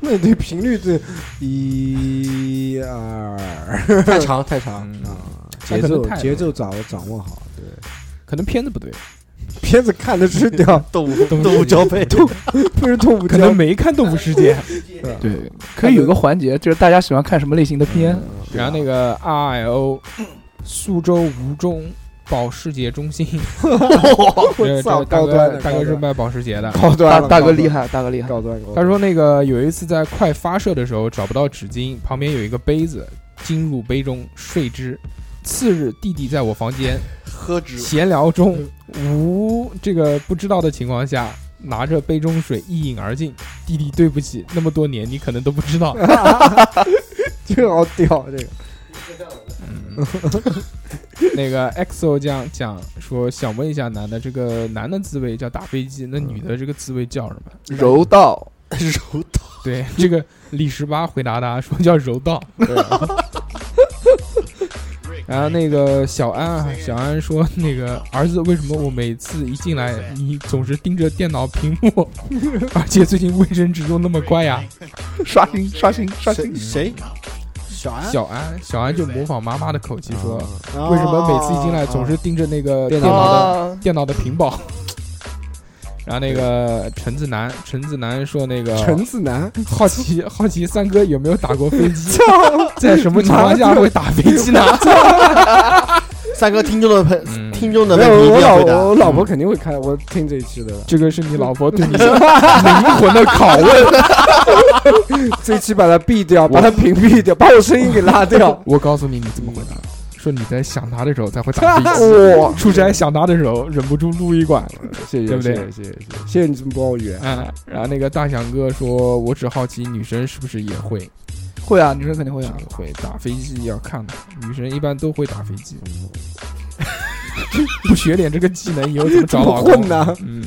[SPEAKER 4] 那对频率对，一二，
[SPEAKER 6] 太长太长，
[SPEAKER 7] 嗯，
[SPEAKER 4] 那
[SPEAKER 7] 节
[SPEAKER 4] 可能
[SPEAKER 7] 奏
[SPEAKER 4] 我
[SPEAKER 7] 太
[SPEAKER 4] 节奏掌握掌握好，对，
[SPEAKER 7] 可能片子不对，
[SPEAKER 4] 片子看的是掉，
[SPEAKER 7] 动物交配，
[SPEAKER 4] 不是痛不
[SPEAKER 7] 可
[SPEAKER 4] 交
[SPEAKER 7] 能。没看《动物世界》。
[SPEAKER 3] 对对，可以有个环节，就是大家喜欢看什么类型的
[SPEAKER 4] 啊
[SPEAKER 3] 片，
[SPEAKER 7] 然后那个 R L O，苏州吴中保时捷中心，
[SPEAKER 4] 我
[SPEAKER 7] 这
[SPEAKER 4] 操，
[SPEAKER 7] 这大
[SPEAKER 4] 高
[SPEAKER 7] 哥
[SPEAKER 4] 端的，
[SPEAKER 7] 大哥是
[SPEAKER 4] 高端
[SPEAKER 7] 卖保时捷的，
[SPEAKER 4] 高
[SPEAKER 3] 大
[SPEAKER 4] 端了，
[SPEAKER 3] 大哥
[SPEAKER 4] 高端
[SPEAKER 3] 厉，害，大哥厉害，
[SPEAKER 4] 高端。高端
[SPEAKER 7] 他说那个有一次在快发射的时候找不到纸巾，旁边有一个杯子，进入杯中睡之。次日，弟弟在我房间
[SPEAKER 6] 喝止
[SPEAKER 7] 闲聊中，无这个不知道的情况下，拿着杯中水一饮而尽。弟弟，对不起，那么多年你可能都不知道。
[SPEAKER 4] 这个好屌，这个
[SPEAKER 7] 那个 XO 这样讲说，想问一下男的，这个男的滋味叫打飞机，那女的这个滋味叫什么？
[SPEAKER 3] 柔道，
[SPEAKER 10] 柔
[SPEAKER 7] 对，这个李十八回答他说叫柔道。 然后那个小安啊，小安说那个儿子，为什么我每次一进来，你总是盯着电脑屏幕， 而且最近卫生纸用那么乖呀、
[SPEAKER 3] 刷 新刷新刷新，
[SPEAKER 6] 谁？小安
[SPEAKER 7] 小安，小安就模仿妈妈的口气说，
[SPEAKER 6] 啊
[SPEAKER 7] 为什么每次一进来总是盯着那个电脑的
[SPEAKER 3] 啊，
[SPEAKER 7] 电脑的屏保？然后那个陈子南，陈子南说那个
[SPEAKER 4] 陈子南，
[SPEAKER 7] 好奇好奇三哥有没有打过飞机？ 在什么情况下会打飞机呢？
[SPEAKER 6] 三哥听众的朋
[SPEAKER 7] 嗯
[SPEAKER 6] 听众的
[SPEAKER 4] 没
[SPEAKER 6] 问题一
[SPEAKER 4] 有我
[SPEAKER 6] 定要
[SPEAKER 4] 老
[SPEAKER 6] 回答
[SPEAKER 4] 我。老婆肯定会看，我听这一期的了，
[SPEAKER 7] 这个是你老婆对你 灵魂的拷问。
[SPEAKER 4] 这一期把它毙掉，把它屏蔽掉，把我声音给拉掉
[SPEAKER 7] 啊。我告诉你，你怎么回答？说你在想他的时候才会打飞机，
[SPEAKER 4] 哇，
[SPEAKER 7] 出差想他的时候忍不住撸一管，
[SPEAKER 4] 谢
[SPEAKER 7] 对
[SPEAKER 4] 谢
[SPEAKER 7] 不
[SPEAKER 4] 谢
[SPEAKER 7] 对
[SPEAKER 4] 谢谢谢谢谢你这么帮我圆，
[SPEAKER 7] 啊，然后那个大响哥说：“我只好奇女生是不是也会
[SPEAKER 3] 会啊，女生肯定会啊。
[SPEAKER 7] 会打飞机，要看的，女生一般都会打飞机， 不学点这个技能以后怎么
[SPEAKER 4] 怎
[SPEAKER 7] 找老
[SPEAKER 4] 么
[SPEAKER 7] 公
[SPEAKER 4] 混？呢？
[SPEAKER 7] 嗯，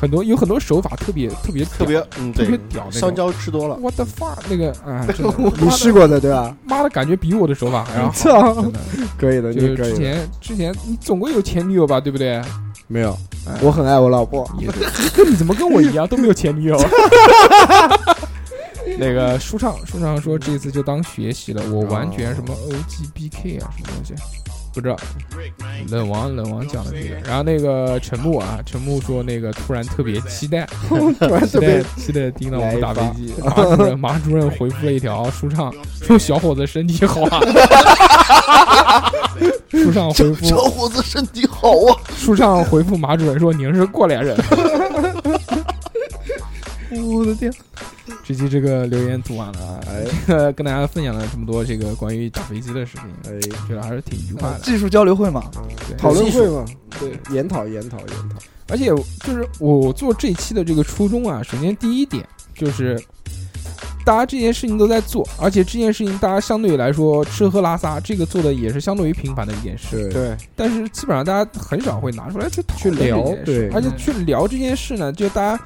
[SPEAKER 7] 很多有很多手法特别特别
[SPEAKER 6] 特别
[SPEAKER 7] 屌
[SPEAKER 6] 嗯
[SPEAKER 7] 特 别
[SPEAKER 6] 对，
[SPEAKER 7] 屌那
[SPEAKER 6] 香
[SPEAKER 7] 种。
[SPEAKER 6] 蕉吃多了，
[SPEAKER 7] 我的 fuck 那个啊，真的
[SPEAKER 4] 你试过的对吧？
[SPEAKER 7] 妈的感觉比我的手法还要好，
[SPEAKER 4] 操，
[SPEAKER 7] 真的。
[SPEAKER 4] 可以的，
[SPEAKER 7] 就
[SPEAKER 4] 你
[SPEAKER 7] 是
[SPEAKER 4] 可
[SPEAKER 7] 之
[SPEAKER 4] 以的，
[SPEAKER 7] 前之前你总归有前女友吧，对不对？
[SPEAKER 4] 没有
[SPEAKER 7] 哎，
[SPEAKER 4] 我很爱我老婆，
[SPEAKER 7] 也对，跟你怎么跟我一样都没有前女友？那个舒畅，舒畅说这次就当学习了，我完全什么 O G B K 啊，什么东西，不知道。冷王，冷王讲的这个，然后那个陈木啊，陈木说那个突然特别期待，
[SPEAKER 4] 突然
[SPEAKER 7] 期
[SPEAKER 4] 特别
[SPEAKER 7] 待期待盯到我
[SPEAKER 4] 来
[SPEAKER 7] 们
[SPEAKER 4] 一
[SPEAKER 7] 打飞
[SPEAKER 4] 发
[SPEAKER 7] 机。马主任，马主任回复了一条舒畅，说小伙子身体好啊。舒畅回复
[SPEAKER 10] 小伙子身体好啊！
[SPEAKER 7] 书上回复马主任说：“您是过来人。”我的天！这期这个留言读完了啊，这个 跟大家分享了这么多这个关于打飞机的事情，觉得还是挺愉快 的。
[SPEAKER 3] 技术交流会嘛，
[SPEAKER 4] 讨论会嘛，
[SPEAKER 7] 对，
[SPEAKER 4] 研讨研讨研讨，
[SPEAKER 7] 而且就是我做这期的这个初衷啊，首先第一点就是，大家这件事情都在做，而且这件事情大家相对来说吃喝拉撒这个做的也是相对于频繁的一件事，
[SPEAKER 4] 对，
[SPEAKER 7] 但是基本上大家很少会拿出来去讨论
[SPEAKER 4] 去聊
[SPEAKER 7] 这件事
[SPEAKER 4] 对
[SPEAKER 7] 而且去聊这件事呢，就大家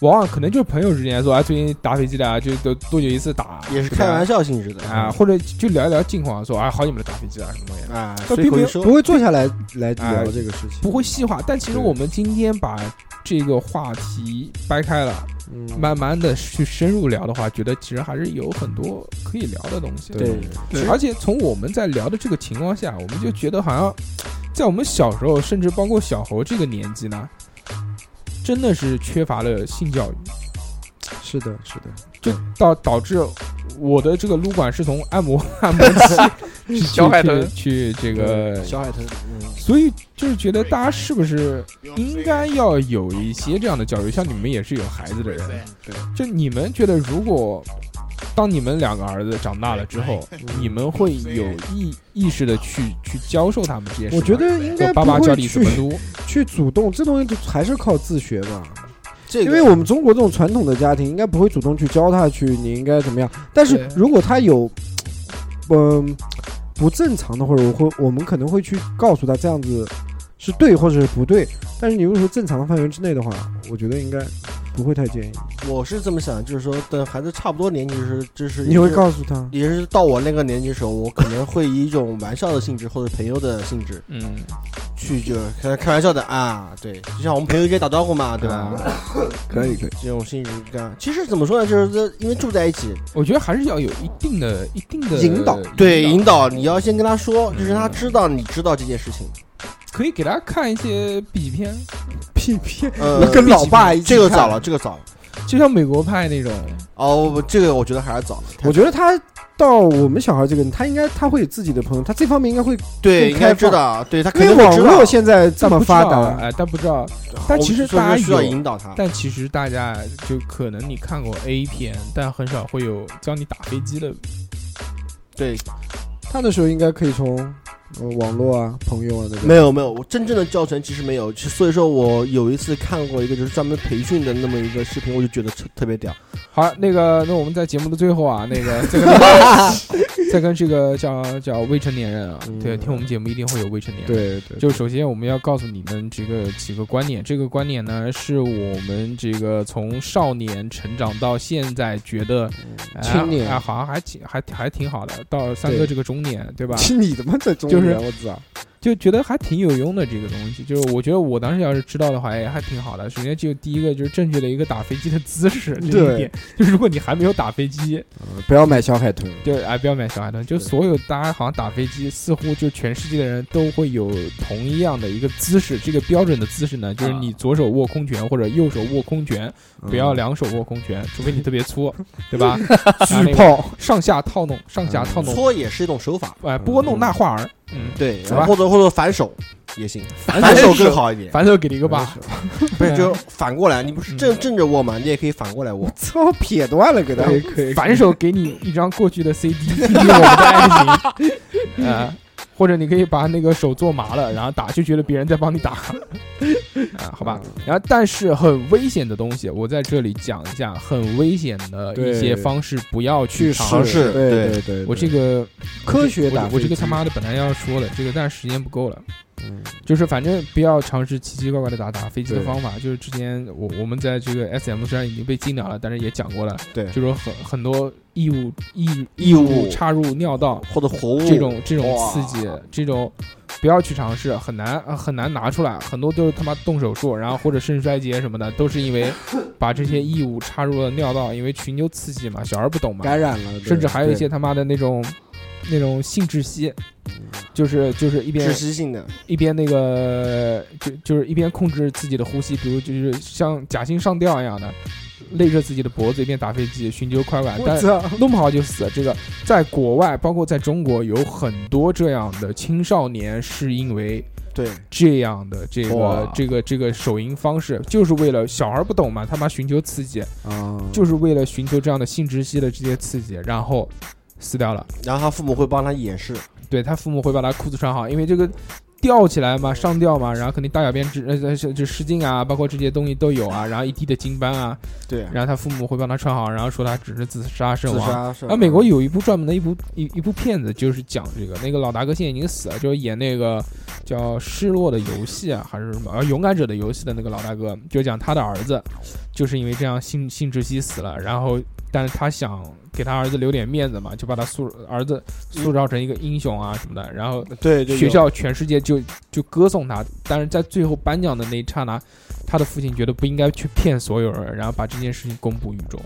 [SPEAKER 7] 往往可能就是朋友之间说，哎，最近打飞机的啊，就都多久一次打，
[SPEAKER 6] 也是开玩
[SPEAKER 7] 笑
[SPEAKER 6] 笑性质的
[SPEAKER 7] 啊，或者就聊一聊近况，说哎，好久没有打飞机了什么东西，
[SPEAKER 6] 啊，
[SPEAKER 7] 但
[SPEAKER 6] 随
[SPEAKER 7] 并
[SPEAKER 6] 口
[SPEAKER 7] 没有
[SPEAKER 6] 一说
[SPEAKER 4] 不会坐下来来
[SPEAKER 7] 哎
[SPEAKER 4] 聊这个事情，
[SPEAKER 7] 不会细化。但其实
[SPEAKER 4] 对
[SPEAKER 7] 我们今天把这个话题掰开了，
[SPEAKER 4] 嗯
[SPEAKER 7] 慢慢的去深入聊的话，觉得其实还是有很多可以聊的东西。
[SPEAKER 4] 对，
[SPEAKER 7] 对，而且从我们在聊的这个情况下，我们就觉得好像在我们小时候，甚至包括小猴这个年纪呢，真的是缺乏了性教育，
[SPEAKER 4] 是的，是的，
[SPEAKER 7] 就
[SPEAKER 4] 嗯
[SPEAKER 7] 导导致我的这个撸管是从按摩 按摩 器去
[SPEAKER 3] 小海豚
[SPEAKER 7] 去去这个，
[SPEAKER 6] 小海豚，嗯，
[SPEAKER 7] 所以就是觉得大家是不是应该要有一些这样的教育？像你们也是有孩子的人，对，就你们觉得如果。当你们两个儿子长大了之后，你们会有意意识的去去教授他们这些事吗。
[SPEAKER 4] 我觉得应该
[SPEAKER 7] 就
[SPEAKER 4] 不
[SPEAKER 7] 爸爸教
[SPEAKER 4] 会
[SPEAKER 7] 你怎
[SPEAKER 4] 去
[SPEAKER 7] 么撸，
[SPEAKER 4] 去主动，这东西就还是靠自学吧。
[SPEAKER 6] 这
[SPEAKER 4] 因
[SPEAKER 6] 个
[SPEAKER 4] 为我们中国这种传统的家庭，应该不会主动去教他去你应该怎么样。但是
[SPEAKER 7] 对
[SPEAKER 4] 如果他有，嗯、不正常的，或者我会，我们可能会去告诉他这样子是对或者是不对。但是你如果说正常的范围之内的话，我觉得应该不会太建议。
[SPEAKER 6] 我是这么想，就是说等孩子差不多年纪时，就是
[SPEAKER 4] 你会告诉他，
[SPEAKER 6] 也是到我那个年纪的时候，我可能会以一种玩笑的性质或者朋友的性质
[SPEAKER 7] 嗯，
[SPEAKER 6] 去就开开玩笑的啊，对，就像我们朋友之间打招呼嘛，对吧？
[SPEAKER 4] 啊可以可以，
[SPEAKER 6] 这种性质干。其实怎么说呢，就是这因为住在一起，
[SPEAKER 7] 我觉得还是要有一定的、一定的
[SPEAKER 4] 引导
[SPEAKER 6] 对引导你要先跟他说，就是让他知道你知道这件事情。
[SPEAKER 7] 可以给大家看一些 B 级片，
[SPEAKER 4] 屁屁，
[SPEAKER 6] 呃
[SPEAKER 4] 你， 跟老爸一起
[SPEAKER 6] 这个
[SPEAKER 4] 看
[SPEAKER 6] 早了，这个早了。
[SPEAKER 7] 就像美国派那种，
[SPEAKER 6] 哦，这个我觉得还是早了。
[SPEAKER 4] 我觉得他到我们小孩这个，他应该他会有自己的朋友，他这方面应该会，
[SPEAKER 6] 对，
[SPEAKER 4] 更
[SPEAKER 6] 应
[SPEAKER 4] 开
[SPEAKER 6] 该知
[SPEAKER 4] 放
[SPEAKER 6] 道，对他
[SPEAKER 4] 因
[SPEAKER 6] 肯
[SPEAKER 4] 为
[SPEAKER 6] 定会
[SPEAKER 4] 网
[SPEAKER 6] 知
[SPEAKER 4] 络
[SPEAKER 6] 道。
[SPEAKER 4] 现在这
[SPEAKER 7] 但
[SPEAKER 4] 么
[SPEAKER 7] 不知
[SPEAKER 4] 发
[SPEAKER 7] 道
[SPEAKER 4] 达，
[SPEAKER 7] 哎，但不知道，
[SPEAKER 6] 我
[SPEAKER 7] 但
[SPEAKER 6] 们
[SPEAKER 7] 其实
[SPEAKER 6] 所以
[SPEAKER 7] 大家
[SPEAKER 6] 说需要
[SPEAKER 7] 有
[SPEAKER 6] 引导他。
[SPEAKER 7] 但其实大家就可能你看过 A 片，但很少会有教你打飞机的。
[SPEAKER 6] 对，
[SPEAKER 4] 他那时候应该可以从呃网络啊、朋友啊那种。
[SPEAKER 6] 没有没有，我真正的教程其实没有，其所以说我有一次看过一个就是专门培训的那么一个视频，我就觉得特特别屌。
[SPEAKER 7] 好，那个，那我们在节目的最后啊，那 个再跟再跟这个叫叫未成年人啊，对，听我们节目一定会有未成年人。
[SPEAKER 4] 对对，
[SPEAKER 7] 就首先我们要告诉你们这个几个观点，这个观点呢是我们这个从少年成长到现在觉得、哎
[SPEAKER 4] 青年
[SPEAKER 7] 哎好像还挺还还挺好的，到三哥
[SPEAKER 4] 对？
[SPEAKER 7] 这个中年对吧
[SPEAKER 4] 是你他妈在中
[SPEAKER 7] 就是
[SPEAKER 4] 原，我操！
[SPEAKER 7] 就觉得还挺有用的这个东西，就是我觉得我当时要是知道的话，哎，还挺好的。首先就第一个就是正确的一个打飞机的姿势，这是一
[SPEAKER 4] 对
[SPEAKER 7] 点。就是如果你还没有打飞机，
[SPEAKER 4] 不要买小海豚，
[SPEAKER 7] 就哎不要买小海豚，就所有大家好像打飞机，似乎就全世界的人都会有同一样的一个姿势，这个标准的姿势呢，
[SPEAKER 6] 啊
[SPEAKER 7] 就是你左手握空拳或者右手握空拳，
[SPEAKER 6] 嗯
[SPEAKER 7] 不要两手握空拳，除非你特别 粗，对吧？然后那
[SPEAKER 4] 巨
[SPEAKER 7] 个
[SPEAKER 4] 炮，
[SPEAKER 7] 上下套弄，上下套弄，
[SPEAKER 6] 搓也是一种手法，
[SPEAKER 7] 哎，拨弄那画儿，嗯，
[SPEAKER 6] 对，
[SPEAKER 7] 是吧
[SPEAKER 6] 然后或者或者反手也行，
[SPEAKER 7] 反
[SPEAKER 6] 反手
[SPEAKER 7] 手
[SPEAKER 6] 更好一点。
[SPEAKER 7] 反手给了一个巴，
[SPEAKER 6] 不是，就是反过来，你不是
[SPEAKER 7] 嗯
[SPEAKER 6] 正正着握嘛，你也可以反过来握。
[SPEAKER 4] 操，撇断了，给他
[SPEAKER 7] 可以
[SPEAKER 4] 可以
[SPEAKER 7] 反手给你一张过去的 CD，记录我们的爱情，啊，或者你可以把那个手做麻了，然后打就觉得别人在帮你 打，啊，好吧。然后但是很危险的东西，我在这里讲一下很危险的一些
[SPEAKER 4] 对
[SPEAKER 7] 方式，不要去
[SPEAKER 4] 去
[SPEAKER 7] 尝
[SPEAKER 4] 试，
[SPEAKER 7] 试。
[SPEAKER 6] 试
[SPEAKER 4] 对
[SPEAKER 6] 对
[SPEAKER 4] 对对，
[SPEAKER 7] 我这个
[SPEAKER 4] 科学打
[SPEAKER 7] 我我这
[SPEAKER 4] 飞
[SPEAKER 7] 个
[SPEAKER 4] 机嗯
[SPEAKER 7] 他妈的本来要说的这个，但是时间不够了。就是反正不要尝试奇奇怪怪的打打飞机的
[SPEAKER 4] 对
[SPEAKER 7] 方法。就是之前我我们在这个 S M 虽然已经被禁掉了，但是也讲过了，
[SPEAKER 4] 对
[SPEAKER 7] 就是说很很多异物异
[SPEAKER 6] 异物
[SPEAKER 7] 插入尿
[SPEAKER 4] 哦
[SPEAKER 7] 道
[SPEAKER 6] 或者活物
[SPEAKER 7] 这种这种
[SPEAKER 6] 哇
[SPEAKER 7] 刺激，这种不要去尝试，很难呃很难拿出来，很多都是他妈动手术，然后或者肾衰竭什么的，都是因为把这些异物插入了尿道，因为群牛刺激嘛，小孩不懂嘛，
[SPEAKER 4] 感染了，对
[SPEAKER 7] 甚至还有一些
[SPEAKER 4] 对
[SPEAKER 7] 他妈的那种那种性窒息，就是就是一边
[SPEAKER 6] 窒息性的，
[SPEAKER 7] 一边那个就就是一边控制自己的呼吸，比如就是像假性上吊一样的。勒着自己的脖子，一边打飞机寻求快感，但
[SPEAKER 4] 我操，
[SPEAKER 7] 弄不好就死。这个在国外，包括在中国，有很多这样的青少年是因为
[SPEAKER 4] 对
[SPEAKER 7] 这样的这个
[SPEAKER 3] 哇
[SPEAKER 7] 这个这个手淫方式，就是为了小孩不懂嘛，他妈寻求刺激，
[SPEAKER 4] 啊，
[SPEAKER 7] 就是为了寻求这样的性窒息的这些刺激，然后死掉了。
[SPEAKER 6] 然后他父母会帮他掩饰，
[SPEAKER 7] 对他父母会把他裤子穿好，因为这个吊起来嘛，上吊嘛，然后肯定大小便湿呃就就湿巾啊，包括这些东西都有啊，然后一地的精斑啊，
[SPEAKER 6] 对，
[SPEAKER 7] 然后他父母会帮他穿好，然后说他只是自杀身
[SPEAKER 6] 自
[SPEAKER 7] 亡。
[SPEAKER 6] 杀是吧
[SPEAKER 7] 啊，美国有一部专门的一部一一部片子，就是讲这个。那个老大哥现在已经死了，就是演那个叫《失落的游戏》啊，还是什么啊《勇敢者的游戏》的那个老大哥，就讲他的儿子就是因为这样性性窒息死了，然后但是他想给他儿子留点面子嘛，就把他塑儿子塑造成一个英雄啊什么的，然后
[SPEAKER 6] 对对
[SPEAKER 7] 学校全世界就就歌颂他，但是在最后颁奖的那一刹那，他的父亲觉得不应该去骗所有人，然后把这件事情公布于众。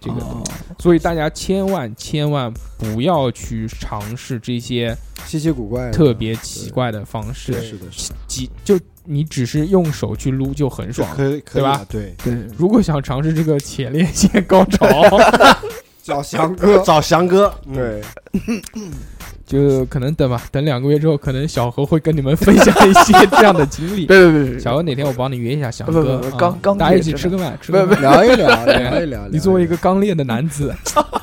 [SPEAKER 7] 这个，
[SPEAKER 3] 哦
[SPEAKER 7] 所以大家千万千万不要去尝试这些
[SPEAKER 4] 稀奇古怪的，
[SPEAKER 7] 特别奇怪的方
[SPEAKER 4] 对
[SPEAKER 7] 式，
[SPEAKER 4] 是的，是的
[SPEAKER 7] 几就你只是用手去撸就很爽。
[SPEAKER 4] 可以可以
[SPEAKER 7] 对吧
[SPEAKER 4] 啊对，
[SPEAKER 3] 对，
[SPEAKER 7] 如果想尝试这个前列腺高潮，
[SPEAKER 4] 找翔哥，
[SPEAKER 6] 找翔哥，嗯，
[SPEAKER 4] 对，
[SPEAKER 7] 就可能等吧，等两个月之后，可能小何会跟你们分享一些这样的经历。
[SPEAKER 3] 别别别别别，
[SPEAKER 7] 小何哪天我帮你约一下翔
[SPEAKER 3] 不不
[SPEAKER 7] 哥
[SPEAKER 3] 不，
[SPEAKER 7] 啊
[SPEAKER 3] 钢钢
[SPEAKER 7] 大家一起
[SPEAKER 3] 铁真
[SPEAKER 7] 吃
[SPEAKER 3] 的
[SPEAKER 7] 个饭，吃个
[SPEAKER 3] 不
[SPEAKER 7] 饭。
[SPEAKER 4] 聊一聊，聊一聊，
[SPEAKER 7] 你作为一个刚烈的男子，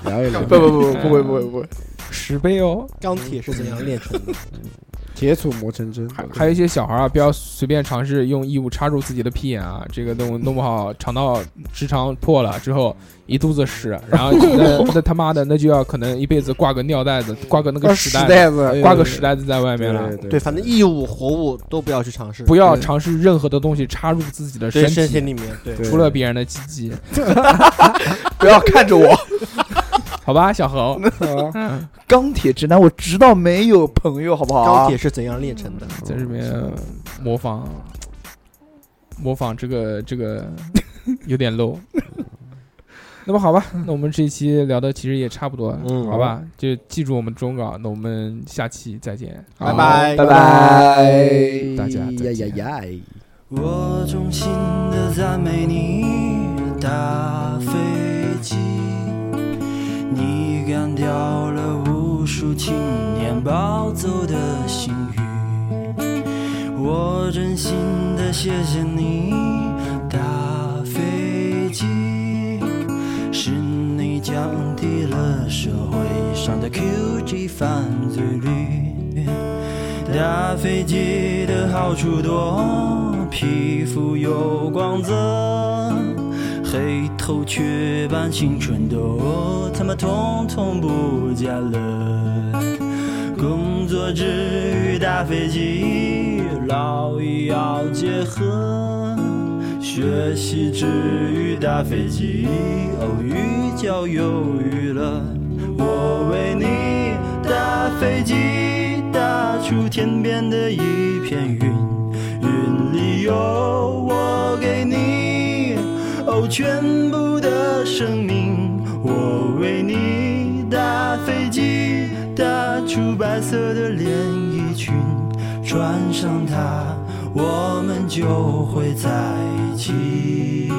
[SPEAKER 4] 聊一聊，
[SPEAKER 3] 不不不不不会不会不会，
[SPEAKER 7] 十倍哦。
[SPEAKER 6] 钢铁是怎样炼成的？
[SPEAKER 4] 铁杵磨成针，
[SPEAKER 7] 还还有一些小孩儿啊，不要随便尝试用异物插入自己的屁眼啊，这个弄弄不好肠道直肠破了之后一肚子屎，然后那那他妈的那就要可能一辈子挂个尿袋子，挂个那个屎
[SPEAKER 4] 时
[SPEAKER 7] 袋，
[SPEAKER 4] 代子，
[SPEAKER 7] 挂个屎袋子在外面了。
[SPEAKER 4] 对
[SPEAKER 6] 对，反正异物、活物都不要去尝试，
[SPEAKER 7] 不要尝试任何的东西插入自己的身
[SPEAKER 6] 对身体
[SPEAKER 7] 体，
[SPEAKER 6] 里面，对，
[SPEAKER 4] 对
[SPEAKER 7] 除了别人的鸡鸡，
[SPEAKER 3] 不要看着我，
[SPEAKER 7] 好吧，小猴。
[SPEAKER 4] 啊
[SPEAKER 7] 嗯，
[SPEAKER 3] 钢铁直男，我知道没有朋友，好不好啊？
[SPEAKER 6] 钢铁是怎样炼成的？
[SPEAKER 7] 在这边模仿模仿这个这个有点 low。那么好吧，那我们这一期聊的其实也差不多了，
[SPEAKER 6] 嗯
[SPEAKER 7] 好吧，就记住我们忠告。那我们下期再见，
[SPEAKER 6] 拜拜
[SPEAKER 3] 拜拜，
[SPEAKER 7] 大家再
[SPEAKER 4] 呀
[SPEAKER 7] 见
[SPEAKER 4] 呀呀。
[SPEAKER 11] 我衷心的赞美你打飞机，你干掉了无数青年暴走的心语。我真心的谢谢你打飞机，是你降低了社会上的 QG 犯罪率。打飞机的好处多，皮肤有光泽，黑头雀斑、青春痘，他妈统统不加了。工作之余打飞机，劳逸要结合；学习之余打飞机，偶遇交友娱乐。我为你打飞机，打出天边的一片云，云里有我给你，哦，全部的生命。我为你打飞机，打出白色的连衣裙，穿上它，我们就会在一起。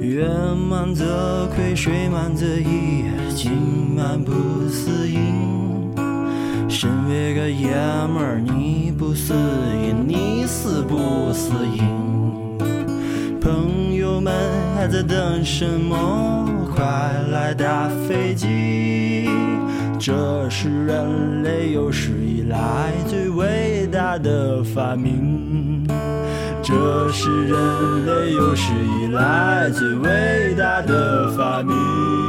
[SPEAKER 11] 月满则亏，水满则溢，情满不思淫。身为个爷们儿，你不死淫，你死不死淫？朋友们还在等什么？快来打飞机！这是人类有史以来最伟大的发明，这是人类有史以来最伟大的发明。哦哦